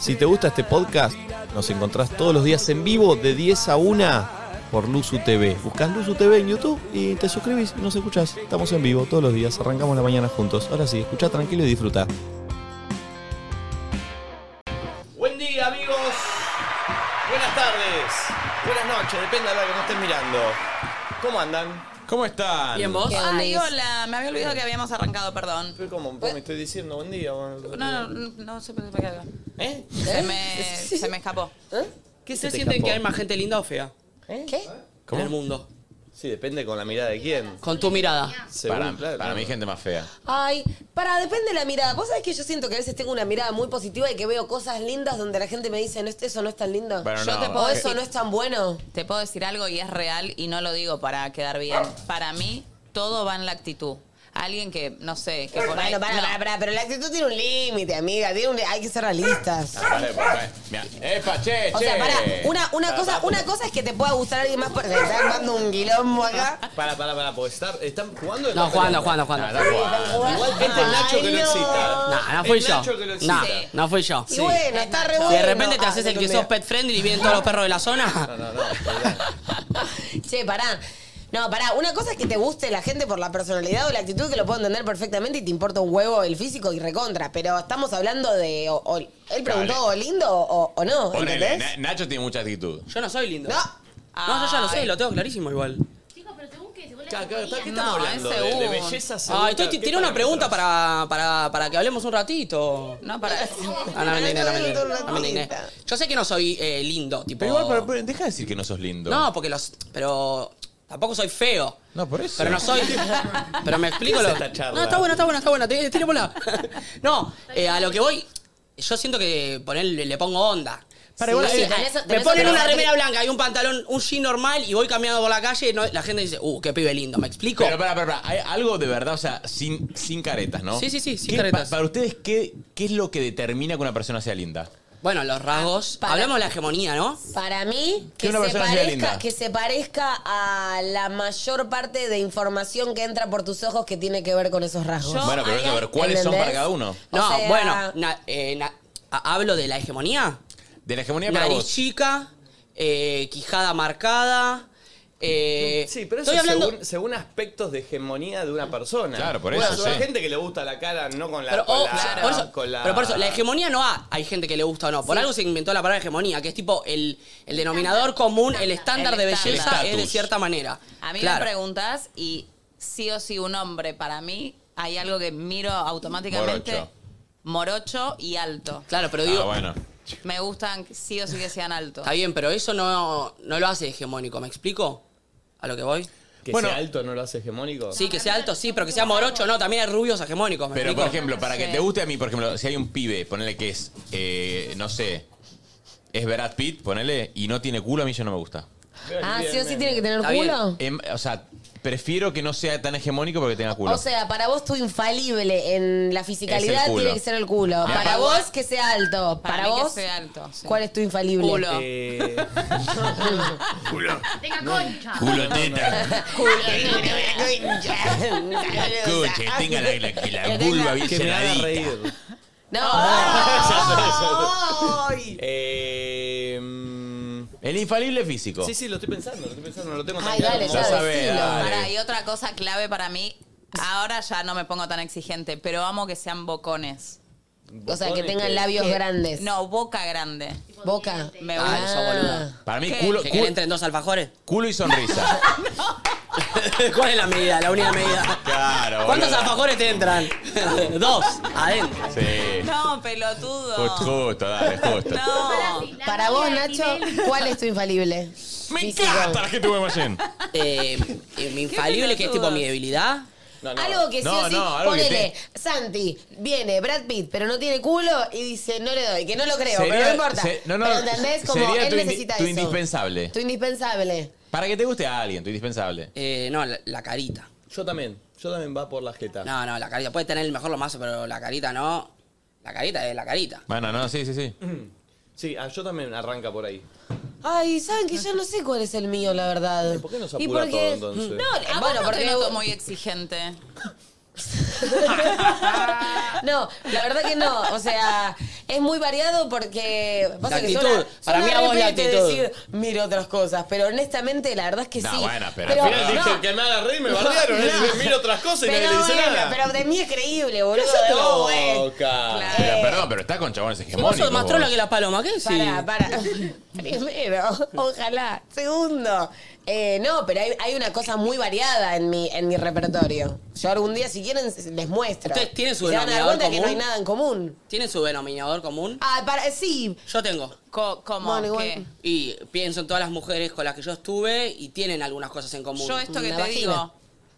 Si te gusta este podcast, nos encontrás todos los días en vivo de 10 a 1 por Luzu TV. Buscás Luzu TV en YouTube y te suscribís y nos escuchás. Estamos en vivo todos los días, arrancamos la mañana juntos. Ahora sí, escucha tranquilo y disfruta. Buen día, amigos. Buenas tardes. Buenas noches, depende de la hora que nos estén mirando. ¿Cómo andan? ¿Cómo están? ¿Bien vos? Ay, hola, me había olvidado que habíamos Oh, arrancado, perdón. Estoy como, me estoy diciendo buen día. No, no, no, no sé por qué me quedaba. ¿Eh? Se me, se me escapó. ¿Eh? ¿Qué Se se te sienten escapó. que hay más gente linda o fea? ¿Qué? En el mundo. Sí, depende con la mirada de quién. Con tu mirada. Según, Para, claro. para mí, gente más fea. Ay, para, depende de la mirada. Vos sabés que yo siento que a veces tengo una mirada muy positiva y que veo cosas lindas donde la gente me dice, no, este- eso no es tan lindo. Bueno, Yo no, te o puedo eh, eso no es tan bueno. Te puedo decir algo y es real y no lo digo para quedar bien. Para mí, todo va en la actitud. Alguien que, no sé, que por ahí... Bueno, para, no. para, para, pero la actitud tiene un límite, amiga. Tiene un li- hay que ser realistas. Ah, vale, pues. vale, mira. ¡Epa, che, O sea, che! para, una, una, cosa, una cosa es que te pueda gustar alguien más porque te están dando un quilombo acá. Para, para, para, porque estar- están jugando. o No, están jugando, peleando? jugando, jugando. Ah, da igual. Igual que este Nacho que lo Ay, no. excita. No, no Es fui yo. Nacho que lo excita. No, no fui yo. Y Sí. bueno, está re bueno. Si de repente te Ah, haces el que entendí. sos pet friendly y vienen todos los perros de la No, zona. no, no. perdón. Che, pará. No, pará. Una cosa es que te guste la gente por la personalidad o la actitud, que lo puedo entender perfectamente y te importa un huevo el físico y recontra. Pero estamos hablando de. o- o- él preguntó o lindo o, o no. Ponele, ¿Entendés? Na- Nacho tiene mucha actitud. Yo no soy lindo. No. No, yo ya lo sé, Ay. lo tengo clarísimo igual. Chicos, pero según qué, según la Claro, claro, ¿Qué categoría. estamos No, hablando? es De, de según. belleza según- Ay, estoy, ¿qué tiene una pregunta parámetros? para, para, para que hablemos un ratito. No, para... Ah, no, me indigné, no, me indigné, no, me indigné. Yo sé que no soy eh, lindo, tipo. Pero igual, pero, pero deja de decir que no sos lindo. No, porque los. Pero. Tampoco soy feo. No, por eso. Pero no soy. pero me explico lo. es esta charla? No, está bueno, está bueno, está bueno. Te- Tirémosla. no, eh, a lo que voy. Yo siento que ponerle, le pongo onda. Para Sí, igual, no eh, sé, sí, tenés- me tenés ponen otra una batalla. remera blanca y un pantalón, un jean normal y voy caminando por la calle y no- la gente dice, uh, qué pibe lindo, ¿me explico? Pero para, para, para, hay algo de verdad, o sea, sin, sin caretas, ¿no? Sí, sí, sí, sin ¿Qué- caretas. pa- para ustedes, ¿qué, ¿qué es lo que determina que una persona sea linda? Bueno, los rasgos. Ah, Para- Hablamos de la hegemonía, ¿no? Para mí, Que que una se, persona sea parezca, linda. que se parezca a la mayor parte de información que entra por tus ojos que tiene que ver con esos rasgos. Yo- No, bueno, pero ahí eso, a ver, hay- ¿cuáles son ¿entendés? para cada uno? O No, sea- bueno, na- eh, na- a- hablo de la hegemonía. De la hegemonía para Nariz vos. chica, eh, quijada marcada. eh, Sí, pero eso estoy hablando. según, según aspectos de hegemonía de una persona. Claro, por Bueno, eso, Hay sí. gente que le gusta la cara, no con la. Pero, con oh, la- sí, por eso, con la- pero por eso, la hegemonía no ha- hay gente que le gusta o no. Por algo se inventó la palabra hegemonía, que es tipo el, el denominador común, el estándar El de estándar. belleza El es de estatus. cierta manera. A mí Claro. me preguntas y sí o sí un hombre, para mí hay algo que miro automáticamente. Morocho. Morocho y alto. Claro, pero digo, Ah, bueno. Me gustan sí o sí que sean altos. está bien, pero eso no, no lo hace hegemónico, ¿me explico? ¿A lo que voy? Que Bueno. sea alto no lo hace hegemónico. Sí, que sea alto, sí, pero que sea morocho, no, también hay rubios hegemónicos, ¿me Pero, explico? por ejemplo, para que Sí. te guste a mí, por ejemplo, si hay un pibe, ponele que es, eh, no sé, es Brad Pitt, ponele, y no tiene culo, a mí yo no me gusta. Ah, sí o sí tiene que tener Está culo. bien. Em, o sea, prefiero que no sea tan hegemónico porque tenga culo. O sea, para vos tu infalible en la Es fisicalidad el culo. tiene que ser el culo. Mirá, para para vos vos- que sea alto. Para, para mí que vos, sea alto, sí. ¿cuál es tu infalible? Culo. Eh, Tenga concha. culo teta, Culo, Eh, culo, culo. coche, tenga la, la, que la vulva bien Ah, que me haga llenadita. reír. No. Eh, mm, Em, El infalible físico. sí, sí, lo estoy pensando, lo estoy pensando, no lo tengo tan Ay, claro dale, como ya vos. sabe, decilo. dale. Pará, y otra cosa clave para mí, ahora ya no me pongo tan exigente, pero amo que sean bocones. Eh, O sea, que Bocones eh. tengan labios grandes. No, boca grande. Boca. Me Ah, gusta. eso, boluda. Para mí, ¿Qué? culo, ¿Que cu- quiere entren dos alfajores? culo y sonrisa. ¿Cuál es la medida? La única medida. Claro, ¿Cuántos boluda. alfajores te entran? dos, adentro. Sí. No, Justo, pelotudo. justo, dale, Ah, justo. No. Sí, la Para vos, novia de Nacho, Tinelli. ¿cuál es tu infalible? Me Físico. encanta la gente de Guaymallén. Eh, eh, mi infalible, que es tipo pelotudas. mi debilidad. No, no. Algo que sí No, o sí, no, algo que ponele, Santi, viene Brad Pitt, pero no tiene culo y dice, no le doy, que no lo creo, pero Sería- no importa. se- no, no, pero entendés como sería él tu indi- necesita tu eso. indispensable. Tu indispensable. Para que te guste a alguien, tu indispensable. Eh, no, la, la carita. Yo también, yo también va por la jeta. No, no, la carita. Puede tener el mejor lo más, pero la carita no. La carita es la carita. Bueno, no, sí, sí, sí. Sí, ah, yo también arranca por ahí. Ay, saben que yo no sé cuál es el mío, la verdad. ¿Y por qué nos ¿Y apura por todo qué? entonces? No, A vos bueno, no porque te no, noto muy exigente. no, la verdad que no. O sea, es muy variado porque. pasa La que actitud. Para mí a vos la repete actitud. decir, miro otras cosas, pero honestamente la verdad es que No, sí. bueno, pero Al final dije, no, que me haga reír, me bardearon. no. ¿eh? Él dice, mira otras cosas y pero nadie le dice bueno, nada. pero de mí es creíble, boludo. Cállate de la vos, eh. boca. Claro. Pero, perdón, pero está con chabones Vos hegemónicos. sos más trola vos. que la paloma, ¿qué decís? Para, para. Primero, ojalá. Segundo, eh, no, pero hay, hay una cosa muy variada en mi, en mi repertorio. Yo algún día, si quieren, les muestro. ¿Ustedes tienen su Y se van a denominador dar cuenta que no hay común? nada en común. ¿Tienen su denominador común? Ah, para, sí. Yo tengo. Co- como Bueno, igual. que Y pienso en todas las mujeres con las que yo estuve y tienen algunas cosas en común. yo esto que Una te vagina. digo, No,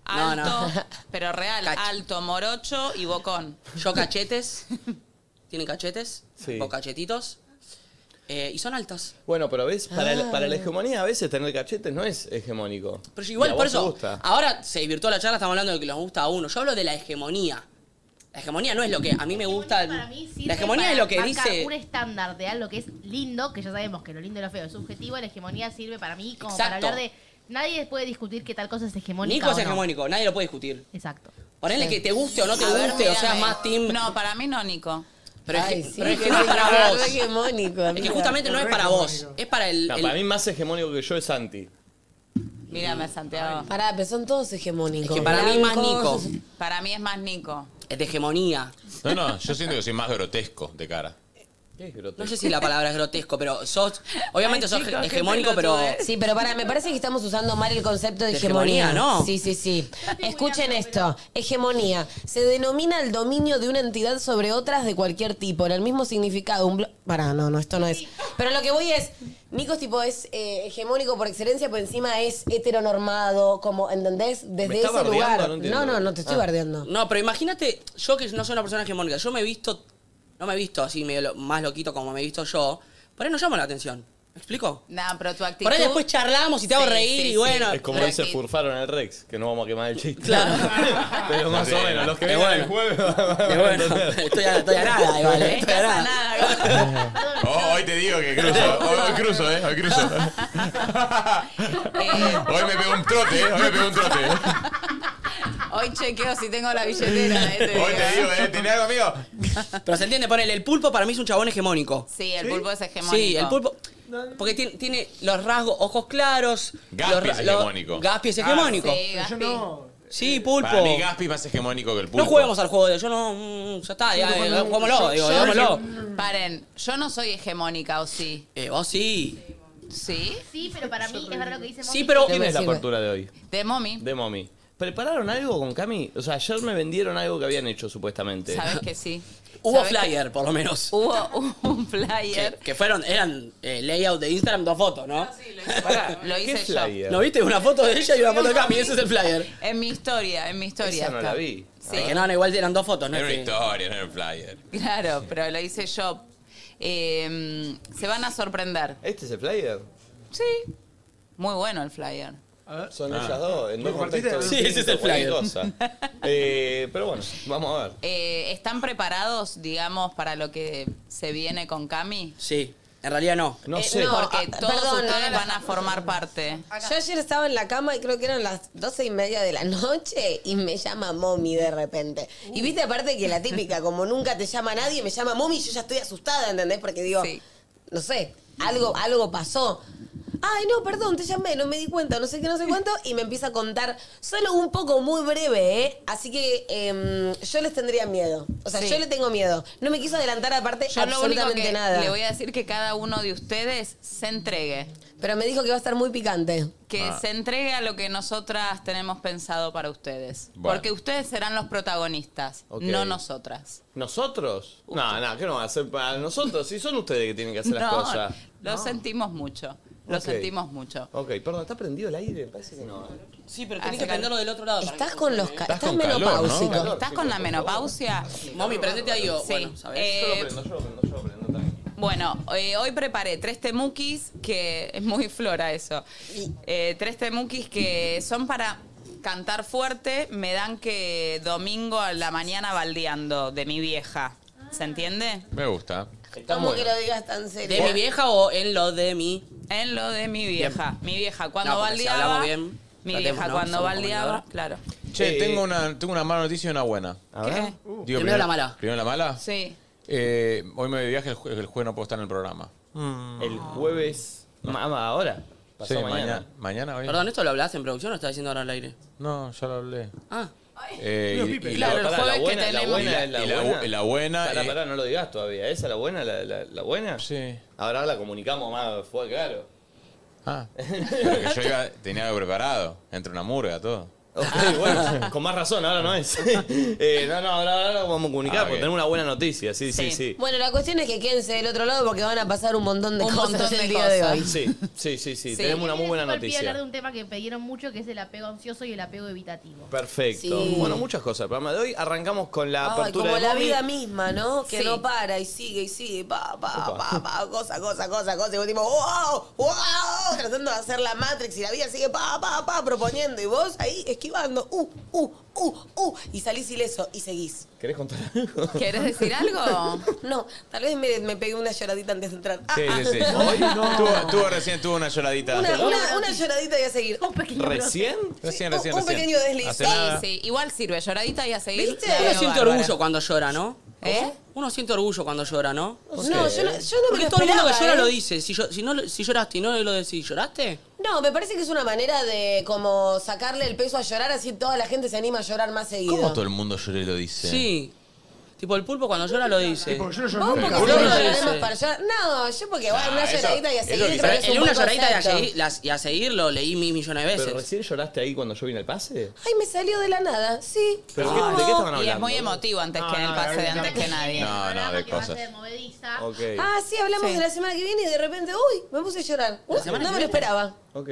alto, no. pero real, Cacho. alto, morocho y bocón. Yo cachetes. ¿Tienen cachetes? Sí. O cachetitos. Eh, y son altas. Bueno, pero ves, para, la, Ah. para la hegemonía a veces tener cachetes no es hegemónico. Pero Y a igual, vos por te eso, gusta. ahora se divirtió la charla, estamos hablando de que nos gusta a uno. Yo hablo de la hegemonía. La hegemonía no es lo que a mí me gusta. Para mí sirve la hegemonía para es lo que marcar dice... un estándar de algo que es lindo, que ya sabemos que lo lindo y lo feo es subjetivo, la hegemonía sirve para mí como para Exacto. hablar de... Nadie puede discutir que tal cosa es hegemónica Nico o es no. hegemónico, nadie lo puede discutir. Exacto. Ponele que te guste o no te A ver, guste, o sea, mírame. más team... No, para mí no, Nico. pero es Ay, que, sí, pero es que qué no es para señor, vos. re hegemónico, Es que amiga. justamente no es para vos, es para el... No, el- Para mí más hegemónico que yo es Santi. Mírame, Santiago. Pará, pero son todos hegemónicos. Es que para mí más Blancos. Nico. Para mí es más Nico. es de hegemonía. No, no, yo siento que soy más grotesco de cara. ¿Qué es grotesco? No sé si la palabra es grotesco, pero sos. Obviamente Ay, sos chicos, qué hegemónico, pero. pelotudo, ¿eh? Sí, pero para, me parece que estamos usando mal el concepto de De hegemonía. hegemonía, ¿no? Sí, sí, sí. Escuchen esto. Hegemonía. Se denomina el dominio de una entidad sobre otras de cualquier tipo, en el mismo significado. Un blo- Pará, no, no, esto no es. Pero lo que voy es, Nico es tipo, es eh, hegemónico por excelencia, por encima es heteronormado, como, ¿entendés? ¿Me Desde está ese bardeando? lugar. No entiendo. No, no, no te estoy Ah. bardeando. No, pero imagínate, yo que no soy una persona hegemónica, yo me he visto. No me he visto así medio lo- más loquito como me he visto yo. Por ahí no llamo la atención. ¿Me explico? No, pero tu actitud. Por ahí después charlamos y te hago Sí, reír sí, y sí. bueno. Es como Pero dice que- Furfaro en el Rex, que no vamos a quemar el chiste. Claro. Pero más o menos, los que Es vengan bueno. el jueves van Y a bueno, entender. estoy a, estoy a nada, igual, ¿eh? No Estoy a pasa nada. nada. Oh, hoy te digo que cruzo. Hoy, hoy cruzo, ¿eh? Hoy cruzo. Hoy me pego un trote, ¿eh? Hoy me pego un trote. Hoy chequeo si tengo la billetera. eh, te Hoy te digo. digo, ¿eh? ¿Tenés algo, amigo? Pero se entiende, ponele, el pulpo para mí es un chabón hegemónico. Sí, el pulpo es hegemónico. Sí, el pulpo. Porque tiene, tiene los rasgos, ojos claros. Gaspi los ra- es los- hegemónico. Gaspi es hegemónico. Sí, Gaspi. Sí, pulpo. Para mí Gaspi es más hegemónico que el pulpo. No juguemos al juego de yo no. mm, Ya está, ya, eh, juguémoslo, digo, Yo- digámoslo. Paren, yo no soy hegemónica, ¿o sí? Eh, vos sí. ¿Sí? Sí, pero para mí es verdad lo que dice Sí, Monty, pero. ¿Quién es la sirve. apertura de hoy? De mommy. De Momi. ¿Prepararon algo con Cami? O sea, ayer me vendieron algo que habían hecho, supuestamente. Sabes que sí. Hubo Sabés que flyer, por lo menos. Hubo un Que, flyer. que fueron, eran eh, layout de Instagram, dos fotos, ¿no? Pará, Ah, Lo ¿qué hice yo. flyer? ¿No viste? Una foto de ella y una foto de Cami, ese es el flyer. En mi historia, en mi historia. Esa no está. la vi. Sí. Es Ah, que no, no, igual eran dos fotos, ¿no? Era una Es que- historia, no era un flyer. Claro, pero lo hice yo. Eh, se van a sorprender. ¿Este es el flyer? Sí. Muy bueno el flyer. Ah, Son Ah. ellas dos, en dos compartiste? contextos Sí, ese es el distintos, cualquier flyer. cosa. Eh, pero bueno, vamos a ver. Eh, ¿Están preparados, digamos, para lo que se viene con Cami? Sí, en realidad no. No Eh, sé. no. Porque ah, todos perdón, ustedes no, no. van a formar parte. Yo ayer estaba en la cama y creo que eran las doce y media de la noche y me llama mommy de repente. Y viste aparte que la típica, como nunca te llama nadie, me llama mommy y yo ya estoy asustada, ¿entendés? Porque digo, Sí. no sé, algo, algo pasó. Ay, no, perdón, te llamé, no me di cuenta, no sé qué, no sé cuánto. Y me empieza a contar solo un poco muy breve, ¿eh? Así que em, yo les tendría miedo. O sea, Sí. yo le tengo miedo. No me quiso adelantar aparte Yo lo único absolutamente que nada. le voy a decir que cada uno de ustedes se entregue. Pero me dijo que va a estar muy picante. Ah. Que Ah. se entregue a lo que nosotras tenemos pensado para ustedes. Bueno. Porque ustedes serán los protagonistas, Ok. no nosotras. ¿Nosotros? No, no, ¿qué nos van a hacer para nosotros? Si son ustedes que tienen que hacer las No, cosas. lo sentimos mucho. Lo Ok. sentimos mucho. Ok, perdón, ¿está prendido el aire? Me parece que no. ¿eh? Sí, pero tenés tenés que que prenderlo del otro lado. Estás con los ca- Estás estás, con calor, ¿no? menopáusico. Calor. ¿Estás con la menopausia? Mami, prendete ahí o. Sí. Bueno, ¿sabes? Eh, yo lo prendo, yo lo prendo tranqui. Bueno, eh, hoy preparé tres temuquis que es muy flora eso. Eh, tres temuquis que son para cantar fuerte, me dan que domingo a la mañana baldeando de mi vieja. Ah. ¿Se entiende? Me gusta. Está ¿Cómo que bueno. lo digas tan serio? ¿De mi vieja o en lo de mi? En lo de mi vieja. Mi vieja cuando No, porque si baldeaba. hablamos bien, mi tratemos, vieja ¿no? cuando Somos baldeaba. comunicadores. Claro. Che, Eh, tengo una, tengo una mala noticia y una buena. A ¿Qué? ver. Digo, Primero la mala. ¿Primero la mala? Sí. Eh, hoy me voy de viaje, el, jue- el jueves no puedo estar en el programa. El jueves. ma- ma- ahora. Pasó Mm. Sí, mañana. Mañana, hoy. Perdón, ¿esto lo hablaste en producción o lo estás diciendo ahora al aire? No, ya lo hablé. Ah, Eh, Pero, y- Pipe, y pará, la- pará, jueves la que buena, la tenemos- buena, la y la bu- buena. la buena, Pará, eh. pará, no lo digas todavía. ¿Esa la buena? ¿La, la, la buena? Sí. Ahora la comunicamos más, fue claro. Ah. Pero que yo iba- tenía algo preparado. Entre una murga, todo. Ok, bueno, con más razón, ahora no es. Eh, no, no, ahora, ahora lo vamos a comunicar Ah, porque ok. tenemos una buena noticia, sí, sí, Sí. sí. Bueno, la cuestión es que quédense del otro lado porque van a pasar un montón de Un cosas montón el de día de cosas. hoy. Sí, sí, sí, sí, Sí. tenemos una muy buena Tiene súper pie hablar noticia. de un tema que pidieron mucho, que es el apego ansioso y el apego evitativo. Perfecto. Sí. Bueno, muchas cosas. El programa de hoy arrancamos con la Ay, apertura como de la Moby. vida misma, ¿no? Que Sí. no para y sigue y sigue, pa, pa, pa, pa, cosa, cosa, cosa, cosa. Y vos tipo, wow, wow, tratando de hacer la Matrix y la vida sigue, pa, pa, pa, proponiendo. Y vos ahí esquivando, uh, uh, uh, uh. Y salís ileso y seguís. ¿Querés contar algo? ¿Quieres decir algo? No, tal vez me, me pegué una lloradita antes de entrar. Ah, Sí, ah. sí, sí. Tuvo, tuvo recién tuvo una lloradita. Una, una, una lloradita y a seguir. Un pequeño ¿Recién? Recién, un- recién, un recién. pequeño desliz. Hace Sí, nada. sí. Igual sirve. Lloradita y a seguir. ¿Viste? la Uno veo uno siente bárbara. orgullo cuando llora, ¿no? ¿Eh? Uno siente orgullo cuando llora, ¿no? No, yo no, yo no me Porque lo todo el mundo que esperaba, llora ¿eh? lo dice. Si, yo- si no, lo- si lloraste y no lo decís, ¿lloraste? No, me parece que es una manera de como sacarle el peso a llorar, así toda la gente se anima a llorar más seguido. ¿Cómo todo el mundo llora y lo dice? Sí. Tipo, el pulpo cuando llora lo dice. Porque yo no ¿Vos lloro porque nunca. si Uno no lo lloraremos dice. para llorar? No, yo porque va, Ah, una eso- lloradita y a eso seguir quizás- creo que es En un una buen lloradita y a, concepto. seguir, las- y a seguir lo leí mil millones de ¿Pero veces. recién lloraste ahí cuando yo vine al pase? Ay, me salió de la nada, sí. ¿Pero qué- de qué estaban hablando? Y es muy emotivo antes No, que en el no, pase de no, antes no. que nadie. No, no, de cosas. Ok, Ah, sí, hablamos Sí. de la semana que viene y de repente, uy, me puse a llorar. Uh, semana no que me lo esperaba. ok.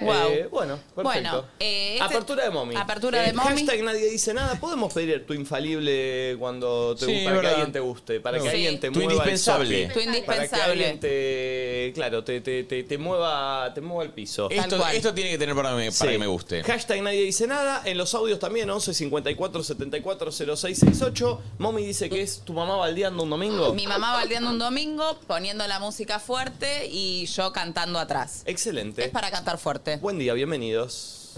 Wow. Eh, bueno, perfecto. Bueno, eh, este- apertura de mommy. Apertura de Eh, mommy. Hashtag nadie dice nada. Podemos pedir tu infalible cuando te para Sí, que verdad. alguien te guste, para que Sí. alguien te Tu mueva. el indispensable. sopi, Tu Para que alguien indispensable. te, claro, te, te, te, te mueva, te mueva el piso. Tal Esto, cual. esto tiene que tener para, mí- para Sí. que me guste. Hashtag nadie dice nada. En los audios también, 11 54 74 0668. Mommy dice que es tu mamá baldeando un domingo. Mi mamá baldeando un domingo, poniendo la música fuerte y yo cantando atrás. Excelente. Es para cantar fuerte. Buen día, bienvenidos.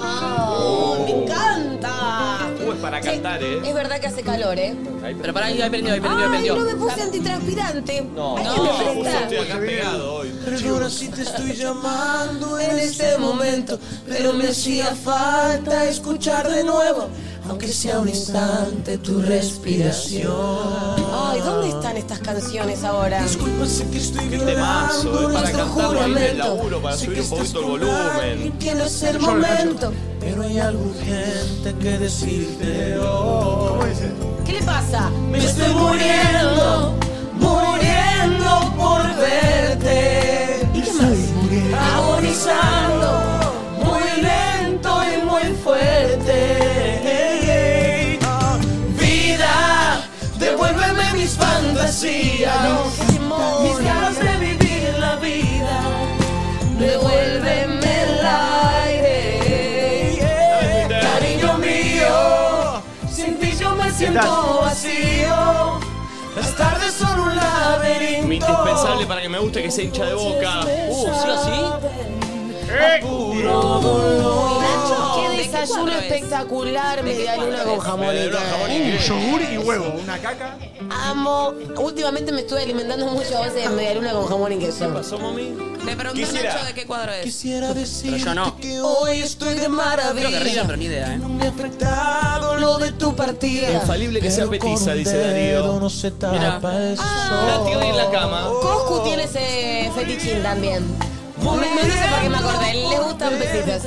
Oh, me encanta. Uh, es para Che, cantar, ¿eh? Es verdad que hace calor, ¿eh? Ahí- Pero pará, ahí ahí prendió, ahí prendió, ahí Ay, prendió. no me puse antitranspirante. No, Ay, no, me presta. estoy acá pegado hoy. Perdona si te estoy llamando en este momento, pero me hacía falta escuchar de nuevo, aunque sea un instante, tu respiración. Ay, ¿dónde están estas canciones ahora? Disculpa, sé que estoy Qué temazo, es para nuestro cantarlo ahí en el juramento. laburo, para Sé subir que un poquito el estás por ahí, volumen. Que no es el momento. Pero hay algo urgente que decirte hoy. ¿Qué le pasa? Me estoy muriendo, muriendo por verte. Y estoy agonizando, muy lento y muy fuerte. Vida, devuélveme mis fantasías, mis ganas de vivir la vida. Devuélveme el aire, cariño mío. Sin ti yo me siento vacío. Las tardes son un laberinto. Mi indispensable para que me guste que sea hincha de boca. Uh, Oh, ¿Sí o sí? Eh. Puro dolor. Nacho, qué ¿de qué desayuno cuadro es? espectacular, media luna con jamón Me y dio una jamón y queso. Un queso. yogur y huevo, una caca. Amo. Últimamente me estuve alimentando mucho a base de media luna con jamón y ¿Qué queso. pasó, mami? Le pregunté Quisiera. a Nacho de qué cuadro es. Quisiera decirte yo no. que hoy estoy de maravilla. Creo que ríen, pero ni idea, ¿eh? No me ha afectado lo de tu partida. Infalible que sea Pero petiza, con un dice Darío. dedo No se tapa Mirá. el sol. Nati hoy en la cama. Coscu tiene ese fetichín también. Me dice porque me acordé, le gustan besitos.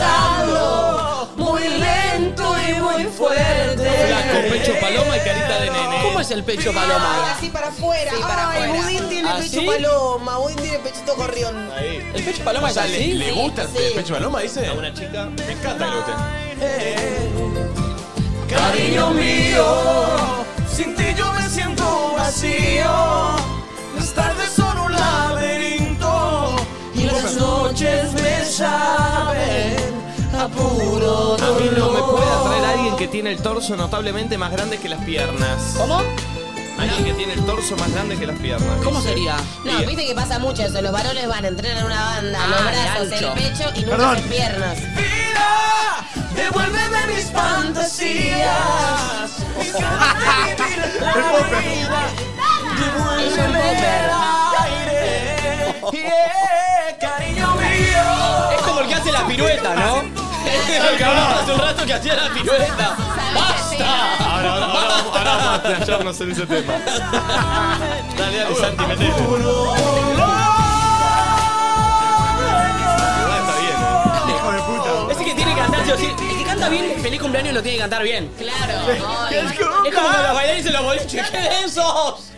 Agonizando, muy lento y muy fuerte. Flaco, pecho paloma y carita de nene. ¿Cómo es el pecho paloma? así para afuera. Sí, para Ay, afuera. Budín tiene ¿Ah, pecho sí? paloma, Budín tiene pechito gorrión. Ahí. ¿El pecho paloma es así? ¿Le gusta el sí. pecho paloma, dice? A una chica. Me encanta que le gusten. Cariño mío, sin ti yo me siento vacío. Las tardes son un laberinto y las noches me saben a A puro mí no me dolor. puede atraer alguien que tiene el torso notablemente más grande que las piernas. ¿Cómo? Alguien que tiene el torso más grande que las piernas. ¿Cómo dice. eh, sería? No, viste que pasa mucho eso. Los varones van a entrenar una banda, Ah, los brazos, de ancho. el pecho y nunca Perdón. las piernas. Vida, María, devuélveme mis fantasías. Mis ganas de vivir la vida. Devuélveme el aire. Yeah, cariño mío. Es como el que hace la pirueta, ¿no? Es el que hablaba hace un rato que hacía la pirueta. ¡Basta! Ahora, ahora, ahora, ahora vamos a playarnos en ese tema. Dale, dale, Santi, metete. Hijo de puta. Ese que tiene que cantar, sí o sí. El que canta bien, feliz cumpleaños lo tiene que cantar bien. Claro. Es es como cuando los bailarines se los boliches. ¡Qué densos!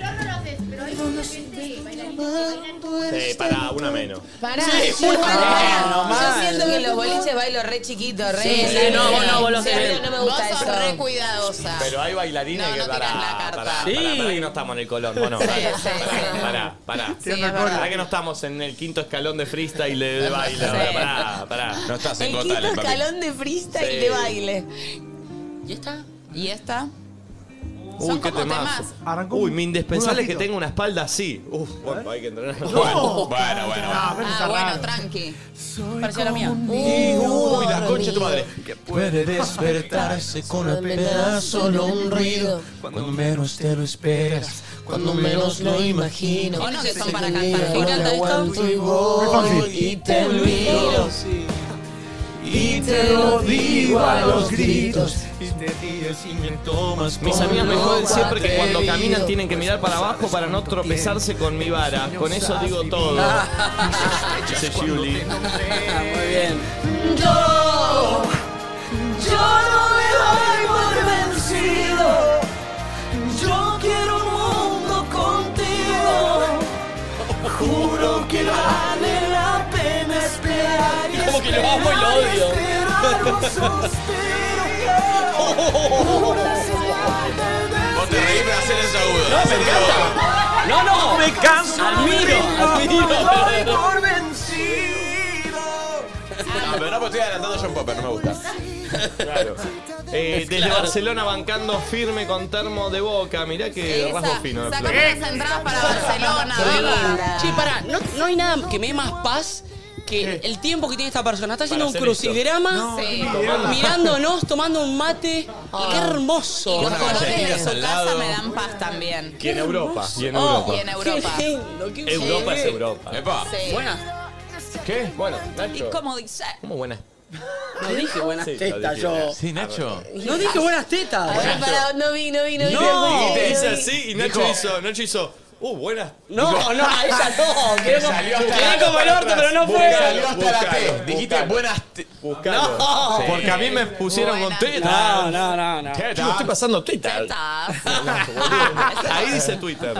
Sí, para una menos. Pará, Sí, yo, muy pará. mal. Yo Mal. siento que en los boliches bailo re chiquito, re. Sí, sí, no, vos no, vos lo Sí, sabés. No me Vos gusta sos eso. re cuidadosa. Pero hay bailarines que para, para, Sí. para, que no estamos en el colón, mono. Sí, Para, sí, sí. para, para. Sí, es verdad. que no estamos en el quinto escalón de freestyle de, de baile. Sí. ahora, Pará, pará. No estás en El Got quinto Talent, papi. escalón de freestyle Sí. de baile. ¿Y esta? ¿Y esta? Uy, Son qué como temas. Arrancó Uy, un- mi indispensable un es que bajito. ¿Eh? tenga una espalda así. Uf, bueno, hay que entrenar. Bueno, bueno, bueno. Ah, pero Ah, está bueno, raro. tranqui. Parecía la mía. Uy, la concha de tu madre. Puede despertarse con apenas solo un ruido. Cuando menos te lo esperas, cuando menos lo imagino. ¿O no que son para Mira, cantar? ¿Te no encanta esto? aguanto y voy y te miro. Y te lo digo a los gritos. Y te tiras y me tomas. Mis como amigas me joden loco siempre que cuando atrevido. caminan tienen que mirar para abajo para no tropezarse con mi vara. Con eso digo todo. Ah. Dice Julie. Muy bien. Yo, yo no me doy por vencido. Yo quiero un mundo contigo. Juro que vale la pena esperar. Y Como que lo amo y lo esperar, odio. esperar un suspiro. Una señal de Vos te reís para hacer el saludo. No, me encanta. No, no. Me canso. Admiro, admiro. despedir, doy por vencido. No, pero no, pues estoy adelantando John Popper, no me gusta. Claro. Eh, desde Barcelona bancando firme con termo de boca. Mirá que rasgo Esa, fino. sacamos Flor. las entradas para Barcelona, beba. Che, pará, no, no hay nada que me dé más paz que el tiempo que tiene esta persona. Está haciendo un hacer esto. crucigrama, Sí. mirándonos, tomando un mate. ¡Qué hermoso! Ah. Los Una colores de galletita su al casa lado. me dan paz también. Y en Europa. Y en Oh, Europa. Y en Europa. Qué lindo, qué Europa es chévere. Europa. Epa. Sí. Buena. ¿Qué? Bueno, Y Nacho. como dice. ¿Cómo buena? No dije buenas Sí, lo tetas dije. Ah, yo. Sí, Nacho. No dije Ah, buenas tetas. Pará, pará, no vi, no vi, no vi. No. Te vi, dice vi. así y Nacho Dijo- hizo. Nacho hizo. Uh, buena. No, no, a ella no. Quedé como, salió hasta quedé la- como el orto, pero no Te Buscalo, fue. salió hasta la T. buscalo, Dijiste buscalo. buenas te- Buscalo. No. Sí. Porque a mí me pusieron Buena. con teta. No, no, no, no. Teta. Yo estoy pasando teta. Tetas. Ahí dice Twitter.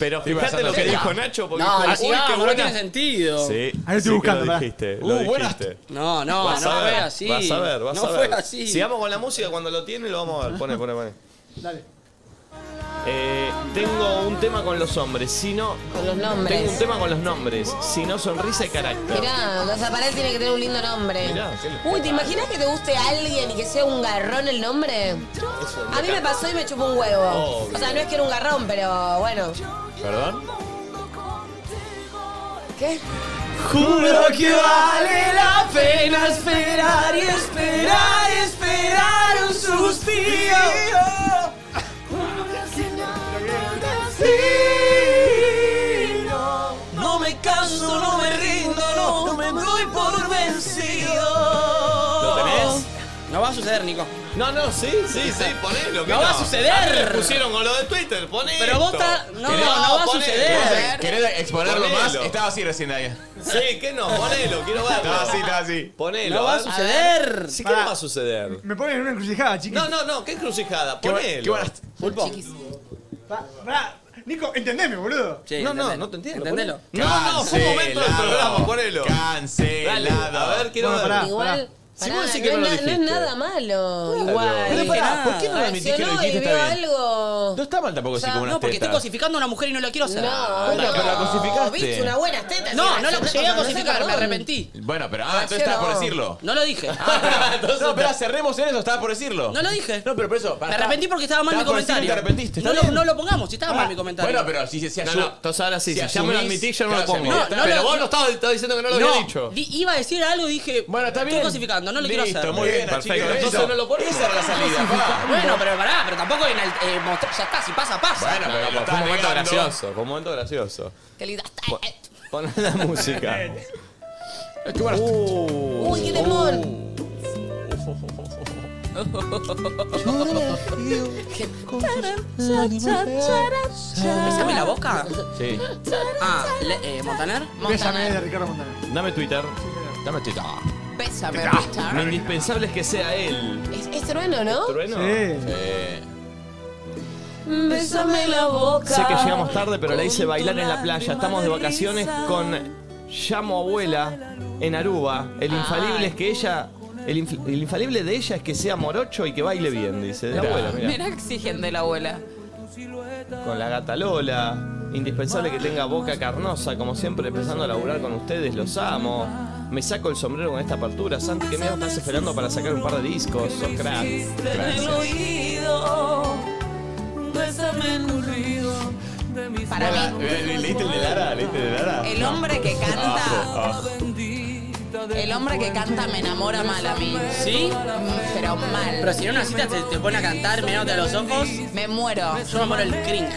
Pero Estoy fíjate pasando lo que teta. dijo Nacho. Porque dijo, No, "Uy, no, qué sigamos, no buena". tiene sentido. Sí, Ahí lo estoy sí que buscando, Lo pará. dijiste, Uh, lo buenas dijiste. No, Ah, no, Vas no a fue ver, así. Vas a ver, vas no a ver. fue así. Sigamos con la música, cuando lo tiene lo vamos a ver. Pone, pone, pone. Dale. Eh, tengo un tema con los hombres, si no. Con los nombres. Tengo un tema con los nombres, si no sonrisa y carácter. Mirá, Gazaparel tiene que tener un lindo nombre. Mirá, qué lindo. Uy, ¿te imaginas que te guste alguien y que sea un garrón el nombre? A mí me pasó y me chupó un huevo. Obvio. O sea, no es que era un garrón, pero bueno. ¿Perdón? ¿Qué? Juro que vale la pena esperar y esperar y esperar un suspiro. No me canso, no me rindo, no, no me doy por vencido. ¿Lo tenés? No va a suceder, Nico. No, no, sí, sí, sí, ponelo. que No va a suceder. Ah, pero le pusieron con lo de Twitter, poné. Pero vos esto. ta- no, Querés- no va a ponelo. suceder. ¿Querés exponerlo Ponelo. más? Estaba así recién ahí. Sí, que no, ponelo, quiero verlo. Estaba así, estaba así. Ponelo. No va a ver. suceder. Sí, ¿qué no va a suceder? Me ponen en una encrucijada, chiquis. No, no, no, qué encrucijada, Qué bu- ponelo. qué buenas- Pulpo. Pa- pará. Nico, entendeme, boludo. Sí, No, no, entendelo. no te entiendo. Entendelo. ponelo. No, no, fue un momento del Cancelado. programa, ponelo. Dale, Cancelado. a ver, quiero Bueno, ver. pará. Igual. Si pará, vos decís que no es lo na- no es dijiste. nada malo. Pero Igual. pará, nada. ¿por Ah, qué no lo admitís que lo Reaccionó y dijiste? vio Está bien. algo. No está mal tampoco así Ya, como una No, porque estoy cosificando a una mujer y no lo quiero hacer. No, Bueno, pero la cosificaste. Viste una buena teta. No, si no lo una- llegué a no sé, cosificar, me perdón. arrepentí. Bueno, pero ah, entonces estabas por decirlo. No lo dije. Ah, pero- no, pero cerremos en eso, estabas por decirlo. No lo dije. No, pero por eso. para- Me arrepentí porque estaba mal mi Estabas por comentario. decirlo y Te arrepentiste. No está lo, bien. Ah, no lo pongamos, si estaba mal mi comentario. Bueno, pero si, si, si No, ayu- no, entonces ahora sí, si, ya me lo asumís, admitís, yo no claro, lo si pongo. admitís. No, no pero lo- vos no estabas, estabas diciendo que no lo No, había dicho. di- iba a decir algo y dije. Bueno, está estoy bien. cosificando, hablando, no lo quiero Listo, hacer. muy bien, perfecto. Entonces no lo ponemos. Esa era la salida. pa. Bueno, pero pará, pero tampoco en el, eh, mostrar- ya está, si pasa, pasa. Bueno, pero Pero fue un momento gracioso, fue un momento gracioso. Qué linda. Pon- Pon la música. Uh, Uy, qué temor. ¿Besame la boca? Sí. Ah, le- eh, ¿Montaner? Bésame de Ricardo Montaner. Dame Twitter. Dame Twitter. Bésame, Lo Richard. indispensable es que sea él. Es, es trueno, ¿no? ¿Trueno? Sí. Eh, Bésame la boca. Sé que llegamos tarde, pero la hice bailar en la playa. Estamos de vacaciones con Llamo Abuela en Aruba. El infalible es que ella. El, inf- el infalible de ella es que sea morocho y que baile bien, dice. De la abuela, mirá. Mira, exigen de la abuela. Con la gata Lola. Indispensable que tenga boca carnosa, como siempre, empezando a laburar con ustedes, los amo. Me saco el sombrero con esta apertura. Santi, que me estás esperando para sacar un par de discos. Sos crack. Para mí, ¿le- le- ¿Leíste el de Lara? ¿Leíste el de Lara? el hombre que canta. El hombre que canta me enamora mal a mí. ¿Sí? Mm, Pero Pero mal. si en una cita te, te pone a cantar mirándote a los ojos, Me muero. yo me muero el cringe.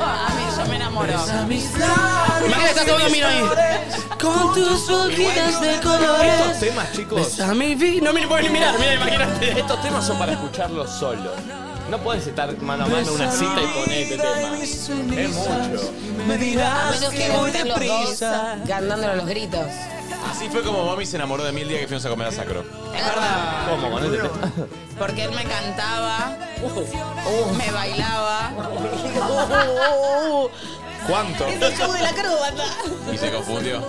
Ah, A mí, yo me enamoro. Imagínate, está todo mío ahí. Con tus boquitas de Estos colores. temas, chicos. A mi vi, no me puedo ni mirar, mira, imagínate. Estos temas son para escucharlos solo. No puedes estar mano a mano en una cita y poner este tema. Es mucho. Me A dirás menos que que voy estén los dos deprisa. cantándolo a los gritos. Así fue como mami se enamoró de mí el día que fuimos a comer a Sacro. Es verdad. ¿Cómo? Con este tema. Porque él me cantaba, Uh. me bailaba. ¿Cuánto? el show de la carbata. Y se confundió.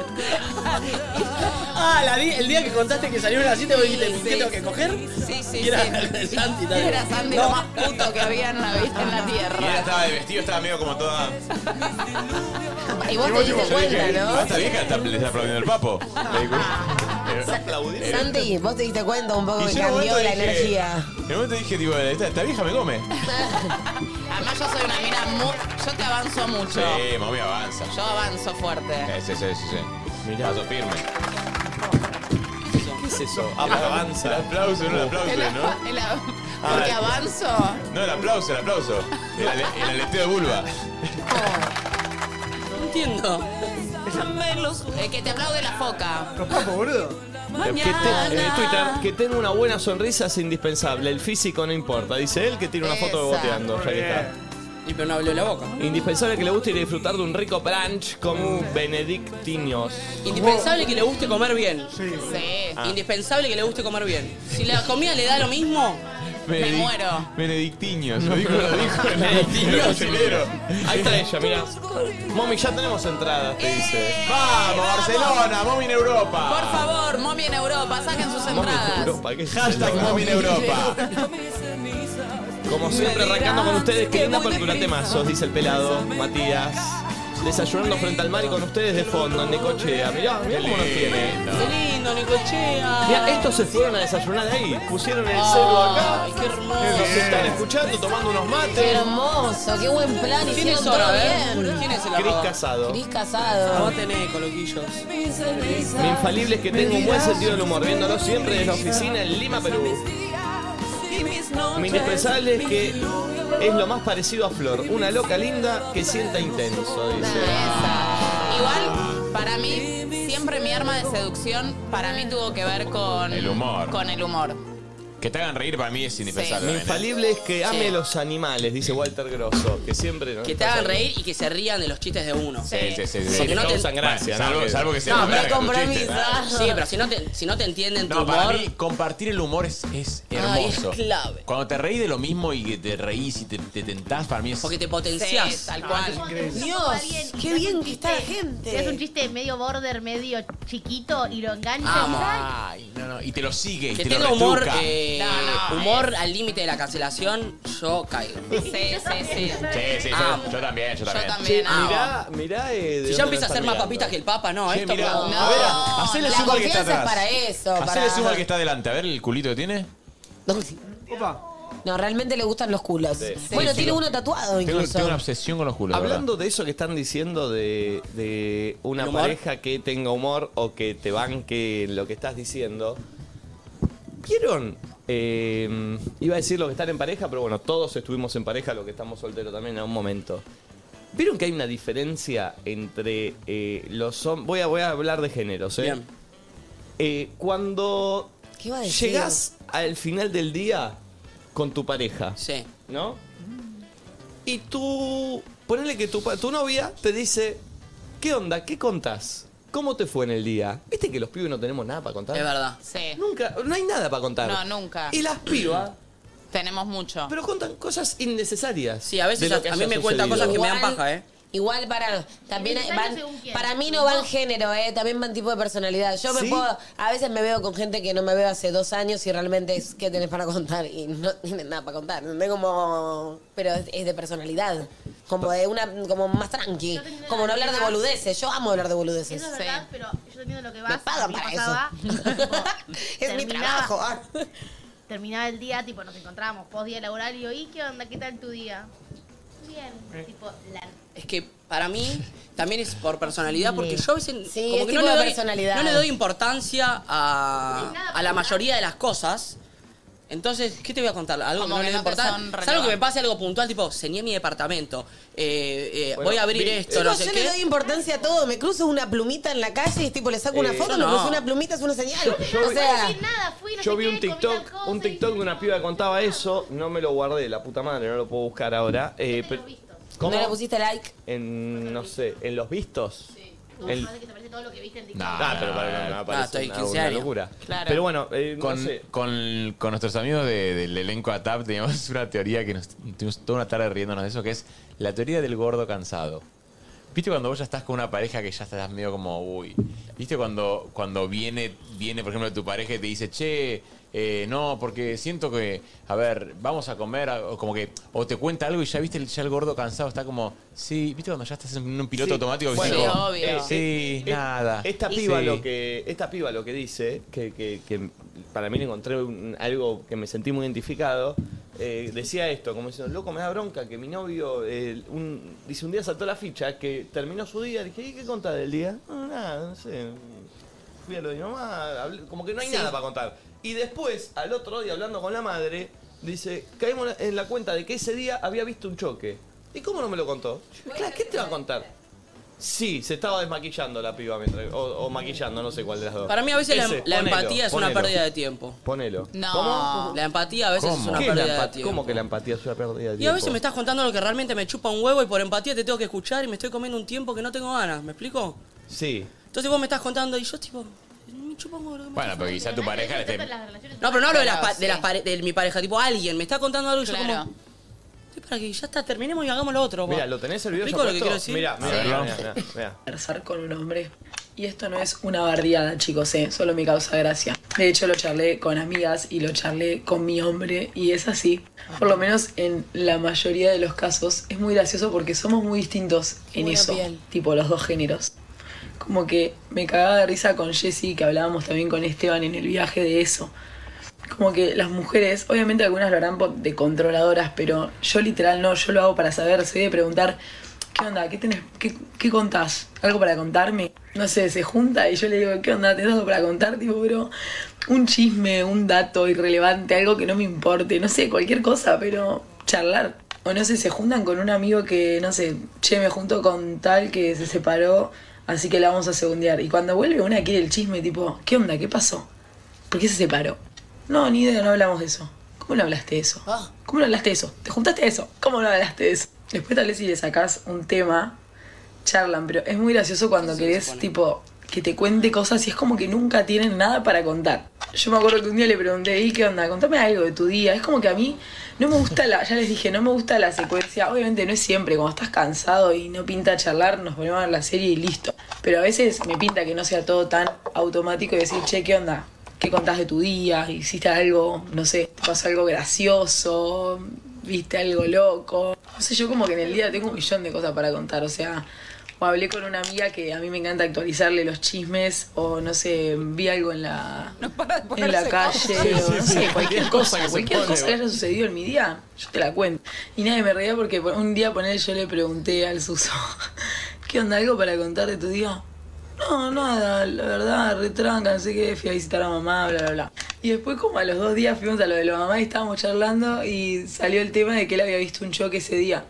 Ah, la di- el día que contaste que salió una cita, vos dijiste, Sí. ¿qué tengo que coger? Sí, sí, Y era sí. el Santi también. Era Sandy lo más puto que había en la, en la Y ella tierra. estaba de vestido, estaba medio como toda. Y vos te diste Yo dije, cuenta, "Ah, ¿no? esta vieja está, le está aplaudiendo el papo. Le digo, eh, Santi, vos te diste cuenta un poco y que yo en un cambió momento la dije- energía. En un momento dije, digo, esta, esta vieja me come. Además, yo soy una mina muy. Yo te avanzo mucho. Sí, mami avanza. Eh, Yo avanzo fuerte. Sí, sí, sí, sí. Mirá. Paso firme. ¿Qué es eso? El Avanza. El aplauso, no el aplauso, El- ¿no? el- Ah, porque avanzo. No, el aplauso, el aplauso. El, ale- el aleteo de vulva. No entiendo. El que te aplaude la foca. Los papos, boludo. Que te- eh, Twitter, que tenga una buena sonrisa es indispensable. El físico no importa. Dice él que tiene una foto de Esa. boteando. Ya que está. Y pero no habló la boca. Indispensable que le guste ir a disfrutar de un rico brunch con benedictinos. Indispensable que le guste comer bien. Sí. Sí. Ah. Indispensable que le guste comer bien. Si la comida le da lo mismo, Me muero. Benedictiños. Lo dijo, lo dijo. Benedictinos. Brasilero. Ahí está ella, mira. Mami, ya tenemos entradas, te dice. Vamos, Barcelona, Mommy en Europa. Por favor, mommy en Europa, saquen sus Mami, entradas. Europa, ¿qué es eso? Hashtag Mommy en Europa. Como siempre, arrancando con ustedes, queriendo apertura temazos, dice el pelado Matías. Desayunando frente al mar y con ustedes de fondo, en Necochea. Mirá, mirá cómo nos tiene. qué lindo, Nicochea. Mirá, estos se fueron a desayunar ahí. Pusieron el celu acá. Ay, qué Nos hermoso. están escuchando, tomando unos Qué mates. hermoso, qué buen plan. ¿Quién Hicieron es todo ahora, eh? bien. ¿Quién es el Cris arroba? Casado. Cris Ah, Casado. Vos tenés coloquillos. Mi infalible es que tengo un buen sentido del humor, viéndolo siempre desde la oficina en Lima, Perú. Mi indispensable es que es lo más parecido a Flor, una loca linda que sienta intenso, dice. Esa. Igual, para mí, siempre mi arma de seducción, para mí tuvo que ver con. El humor. Con el humor. Que te hagan reír para mí es indispensable. Mi ¿eh? infalible es que ame los animales, dice Walter Grosso, que siempre nos Que te hagan reír y que se rían de los chistes de uno. Sí, sí, sí. sí. Sí, que no te- causan gracia, Bueno, salvo, ¿no? salvo que sea No, muy pero larga tu compromiso. chiste, ¿verdad? Sí, pero si no te, si no te entienden tu No, para humor, mí compartir el humor es, es hermoso. Ay, es clave. Cuando te reís de lo mismo y que te reís y te, te tentás, para mí es... porque te Sí, potencias. tal Ah, cual. Dios, qué bien que está la gente. Es un chiste medio border, medio chiquito y lo engancha. Vamos. Ay, no, no, y te lo sigue y Que te tenga lo humor, retruca. eh, humor al límite de la cancelación, yo caigo. Sí, sí, sí. Sí, sí, Amo. yo, yo también, yo Yo también. también. amo. Mirá, mirá. eh, de Si dónde ya empieza a nos ser están más mirando. papita que el papa, no, Che, esto mirá, como- a ver, hacele la suma al que está confianza es atrás. para eso. Hacele para- suma al que está adelante, a ver el culito que tiene. Opa. No, realmente le gustan los culos. Bueno, tiene uno tatuado Tengo, incluso. tengo una obsesión con los culos, Hablando de eso que están diciendo de, de una ¿El humor? pareja que tenga humor o que te banque en lo que estás diciendo, ¿Vieron? Eh, iba a decir lo que están en pareja, pero bueno, todos estuvimos en pareja, lo que estamos solteros también en un momento. ¿Vieron que hay una diferencia entre eh, los hombres? Voy a, voy a hablar de géneros, ¿eh? Bien. cuando iba a decir? llegás al final del día con tu pareja, ¿no? Y tú, ponele que tu, pa- tu novia te dice, ¿qué onda? ¿Qué contás? ¿Cómo te fue en el día? ¿Viste que los pibes no tenemos nada para contar? Es verdad. Sí. Nunca, no hay nada para contar. No, nunca. Y las pibas Tenemos mucho. Pero contan cosas innecesarias. Sí, a veces de lo a- que a haya mí me cuentan sucedido. cosas que me dan paja, ¿eh? Igual para también hay- Necesario van- según quién. para mí no van género, eh, también van tipo de personalidad. Yo me ¿Sí? puedo, a veces me veo con gente que no me veo hace dos años y realmente es que tenés para contar y no tienen nada para contar. ¿entendés? como, pero es, es de personalidad, como de una, como más tranqui, como no hablar de boludeces. Yo amo hablar de boludeces. Eso es verdad, pero yo te entiendo lo que Me vas. pagan a mí para eso. pasaba, Es mi trabajo. ah. Terminaba el día, tipo, nos encontrábamos post día laboral y yo, ¿y qué onda? ¿Qué tal tu día? Eh. Bien. Tipo, la... Es que para mí también es por personalidad, Mm. porque yo a veces Sí, como este es que no, tipo le de doy, personalidad. no le doy importancia No hay nada a, para a la contar. mayoría de las cosas. Entonces, ¿qué te voy a contar? Algo Como que no que le doy no te son importancia. Salvo que me pase algo puntual, tipo, ceñé mi departamento, eh, eh, voy a abrir esto, no Chicos, sé yo qué. le doy importancia a todo. Me cruzo una plumita en la calle y tipo le saco una Eh, foto, yo me no. cruzo una plumita, es una señal. Yo- yo o vi- sea, Yo vi un TikTok, un TikTok de una piba que contaba eso, no me lo guardé, la puta madre, no lo puedo buscar ahora. Eh, pero- ¿Cómo? ¿no le pusiste like? En, no sé, en los vistos. En- que te parece todo lo que viste en TikTok. Ah, pero para- no, no, parece estoy una- 15 una años. locura. Claro. Pero bueno, eh, no con, sé. con- con nuestros amigos de- del elenco ATAP teníamos una teoría que nos tuvimos toda una tarde riéndonos de eso, que es la teoría del gordo cansado. ¿Viste cuando vos ya estás con una pareja que ya estás medio como, uy? ¿Viste cuando, cuando viene, viene, por ejemplo, tu pareja y te dice, che, eh, no, porque siento que, a ver, vamos a comer, a- o como que, o te cuenta algo y ya viste el, ya el gordo cansado, está como, sí, ¿viste cuando ya estás en un piloto Sí. automático? que Bueno, dice, Sí, como, obvio. Sí, Eh, nada. Esta piba, Sí. lo que, esta piba lo que dice, que, que- que para mí le encontré un- algo que me sentí muy identificado, eh, decía esto, como diciendo, loco, me da bronca que mi novio, eh, un- dice, un día saltó la ficha, que terminó su día, le dije, ¿y qué contás del día? No, nada, no sé. Fui a lo de mi mamá, hablé- como que no hay Sí. nada para contar. Y después, al otro día, hablando con la madre, dice, caímos en la cuenta de que ese día había visto un choque. ¿Y cómo no me lo contó? Yo, claro, ¿qué te va a contar? Sí, se estaba desmaquillando la piba mientras- o, o maquillando, no sé cuál de las dos. Para mí a veces la- Ese, la, ponelo, empatía es una ponelo, pérdida de tiempo. Ponelo. No. ¿Cómo? La empatía a veces es una ¿Qué la pérdida de empat- tiempo. ¿Cómo que la empatía es una pérdida de tiempo? Y a veces me estás contando lo que realmente me chupa un huevo y por empatía te tengo que escuchar y me estoy comiendo un tiempo que no tengo ganas, ¿me explico? Sí. Entonces vos me estás contando y yo tipo... Me chupa un huevo lo que me Bueno, pero quizá tu pareja le esté... No, pero no hablo de, las Claro, pa- de, las sí. pare- de mi pareja, tipo alguien me está contando algo y yo Claro. como... "Estoy para que ya está, terminemos y hagamos lo otro. Mira, va". ¿lo tenés el video ya ¿Explico lo que puesto? quiero decir? Mirá, mirá, Sí. mirá, mirá, mirá. conversar con un hombre. Y esto no es una bardeada, chicos, eh, solo me causa gracia. De hecho, lo charlé con amigas y lo charlé con mi hombre y es así. Por lo menos en la mayoría de los casos es muy gracioso porque somos muy distintos en Buena eso, piel. tipo los dos géneros. Como que me cagaba de risa con Jessy, que hablábamos también con Esteban en el viaje de eso. Como que las mujeres, obviamente algunas lo harán por- de controladoras, pero yo literal no, yo lo hago para saber, soy de preguntar, ¿qué onda? ¿Qué tenés? ¿Qué, qué contás? ¿Algo para contarme? No sé, se junta y yo le digo, ¿qué onda? ¿Tenés algo para contar? Tipo, pero un chisme, un dato irrelevante, algo que no me importe, no sé, cualquier cosa, pero charlar. O no sé, se juntan con un amigo que, no sé, che, me junto con tal que se separó, así que la vamos a segundear. Y cuando vuelve una quiere el chisme, tipo, ¿qué onda? ¿Qué pasó? ¿Por qué se separó? No, ni idea, no hablamos de eso. ¿Cómo no hablaste de eso? ¿Cómo no hablaste de eso? ¿Te juntaste de eso? ¿Cómo no hablaste de eso? Después tal vez si le sacás un tema, charlan, pero es muy gracioso cuando querés, tipo, que te cuente cosas y es como que nunca tienen nada para contar. Yo me acuerdo que un día le pregunté, ¿y qué onda? Contame algo de tu día. Es como que a mí no me gusta la, ya les dije, no me gusta la secuencia. Obviamente no es siempre, cuando estás cansado y no pinta charlar, nos ponemos a ver la serie y listo. Pero a veces me pinta que no sea todo tan automático y decir, che, ¿qué onda? ¿Qué contás de tu día? ¿Hiciste algo, no sé, te pasó algo gracioso? ¿Viste algo loco? No sé, yo como que en el día tengo un millón de cosas para contar, o sea, o hablé con una amiga que a mí me encanta actualizarle los chismes, o no sé, vi algo en la, en la ponerse calle, cosas. o Sí, sí, no sí, sé, cualquier cualquier cosa cosa, que se cualquier pone, cosa que va. haya sucedido en mi día, yo te la cuento. Y nadie me reía porque un día poner yo le pregunté al Suso, ¿qué onda algo para contar de tu día? No, nada, la verdad, retranca, no sé qué, fui a visitar a mamá, bla, bla, bla. Y después como a los dos días fuimos a lo de la mamá y estábamos charlando y salió el tema de que él había visto un choque ese día.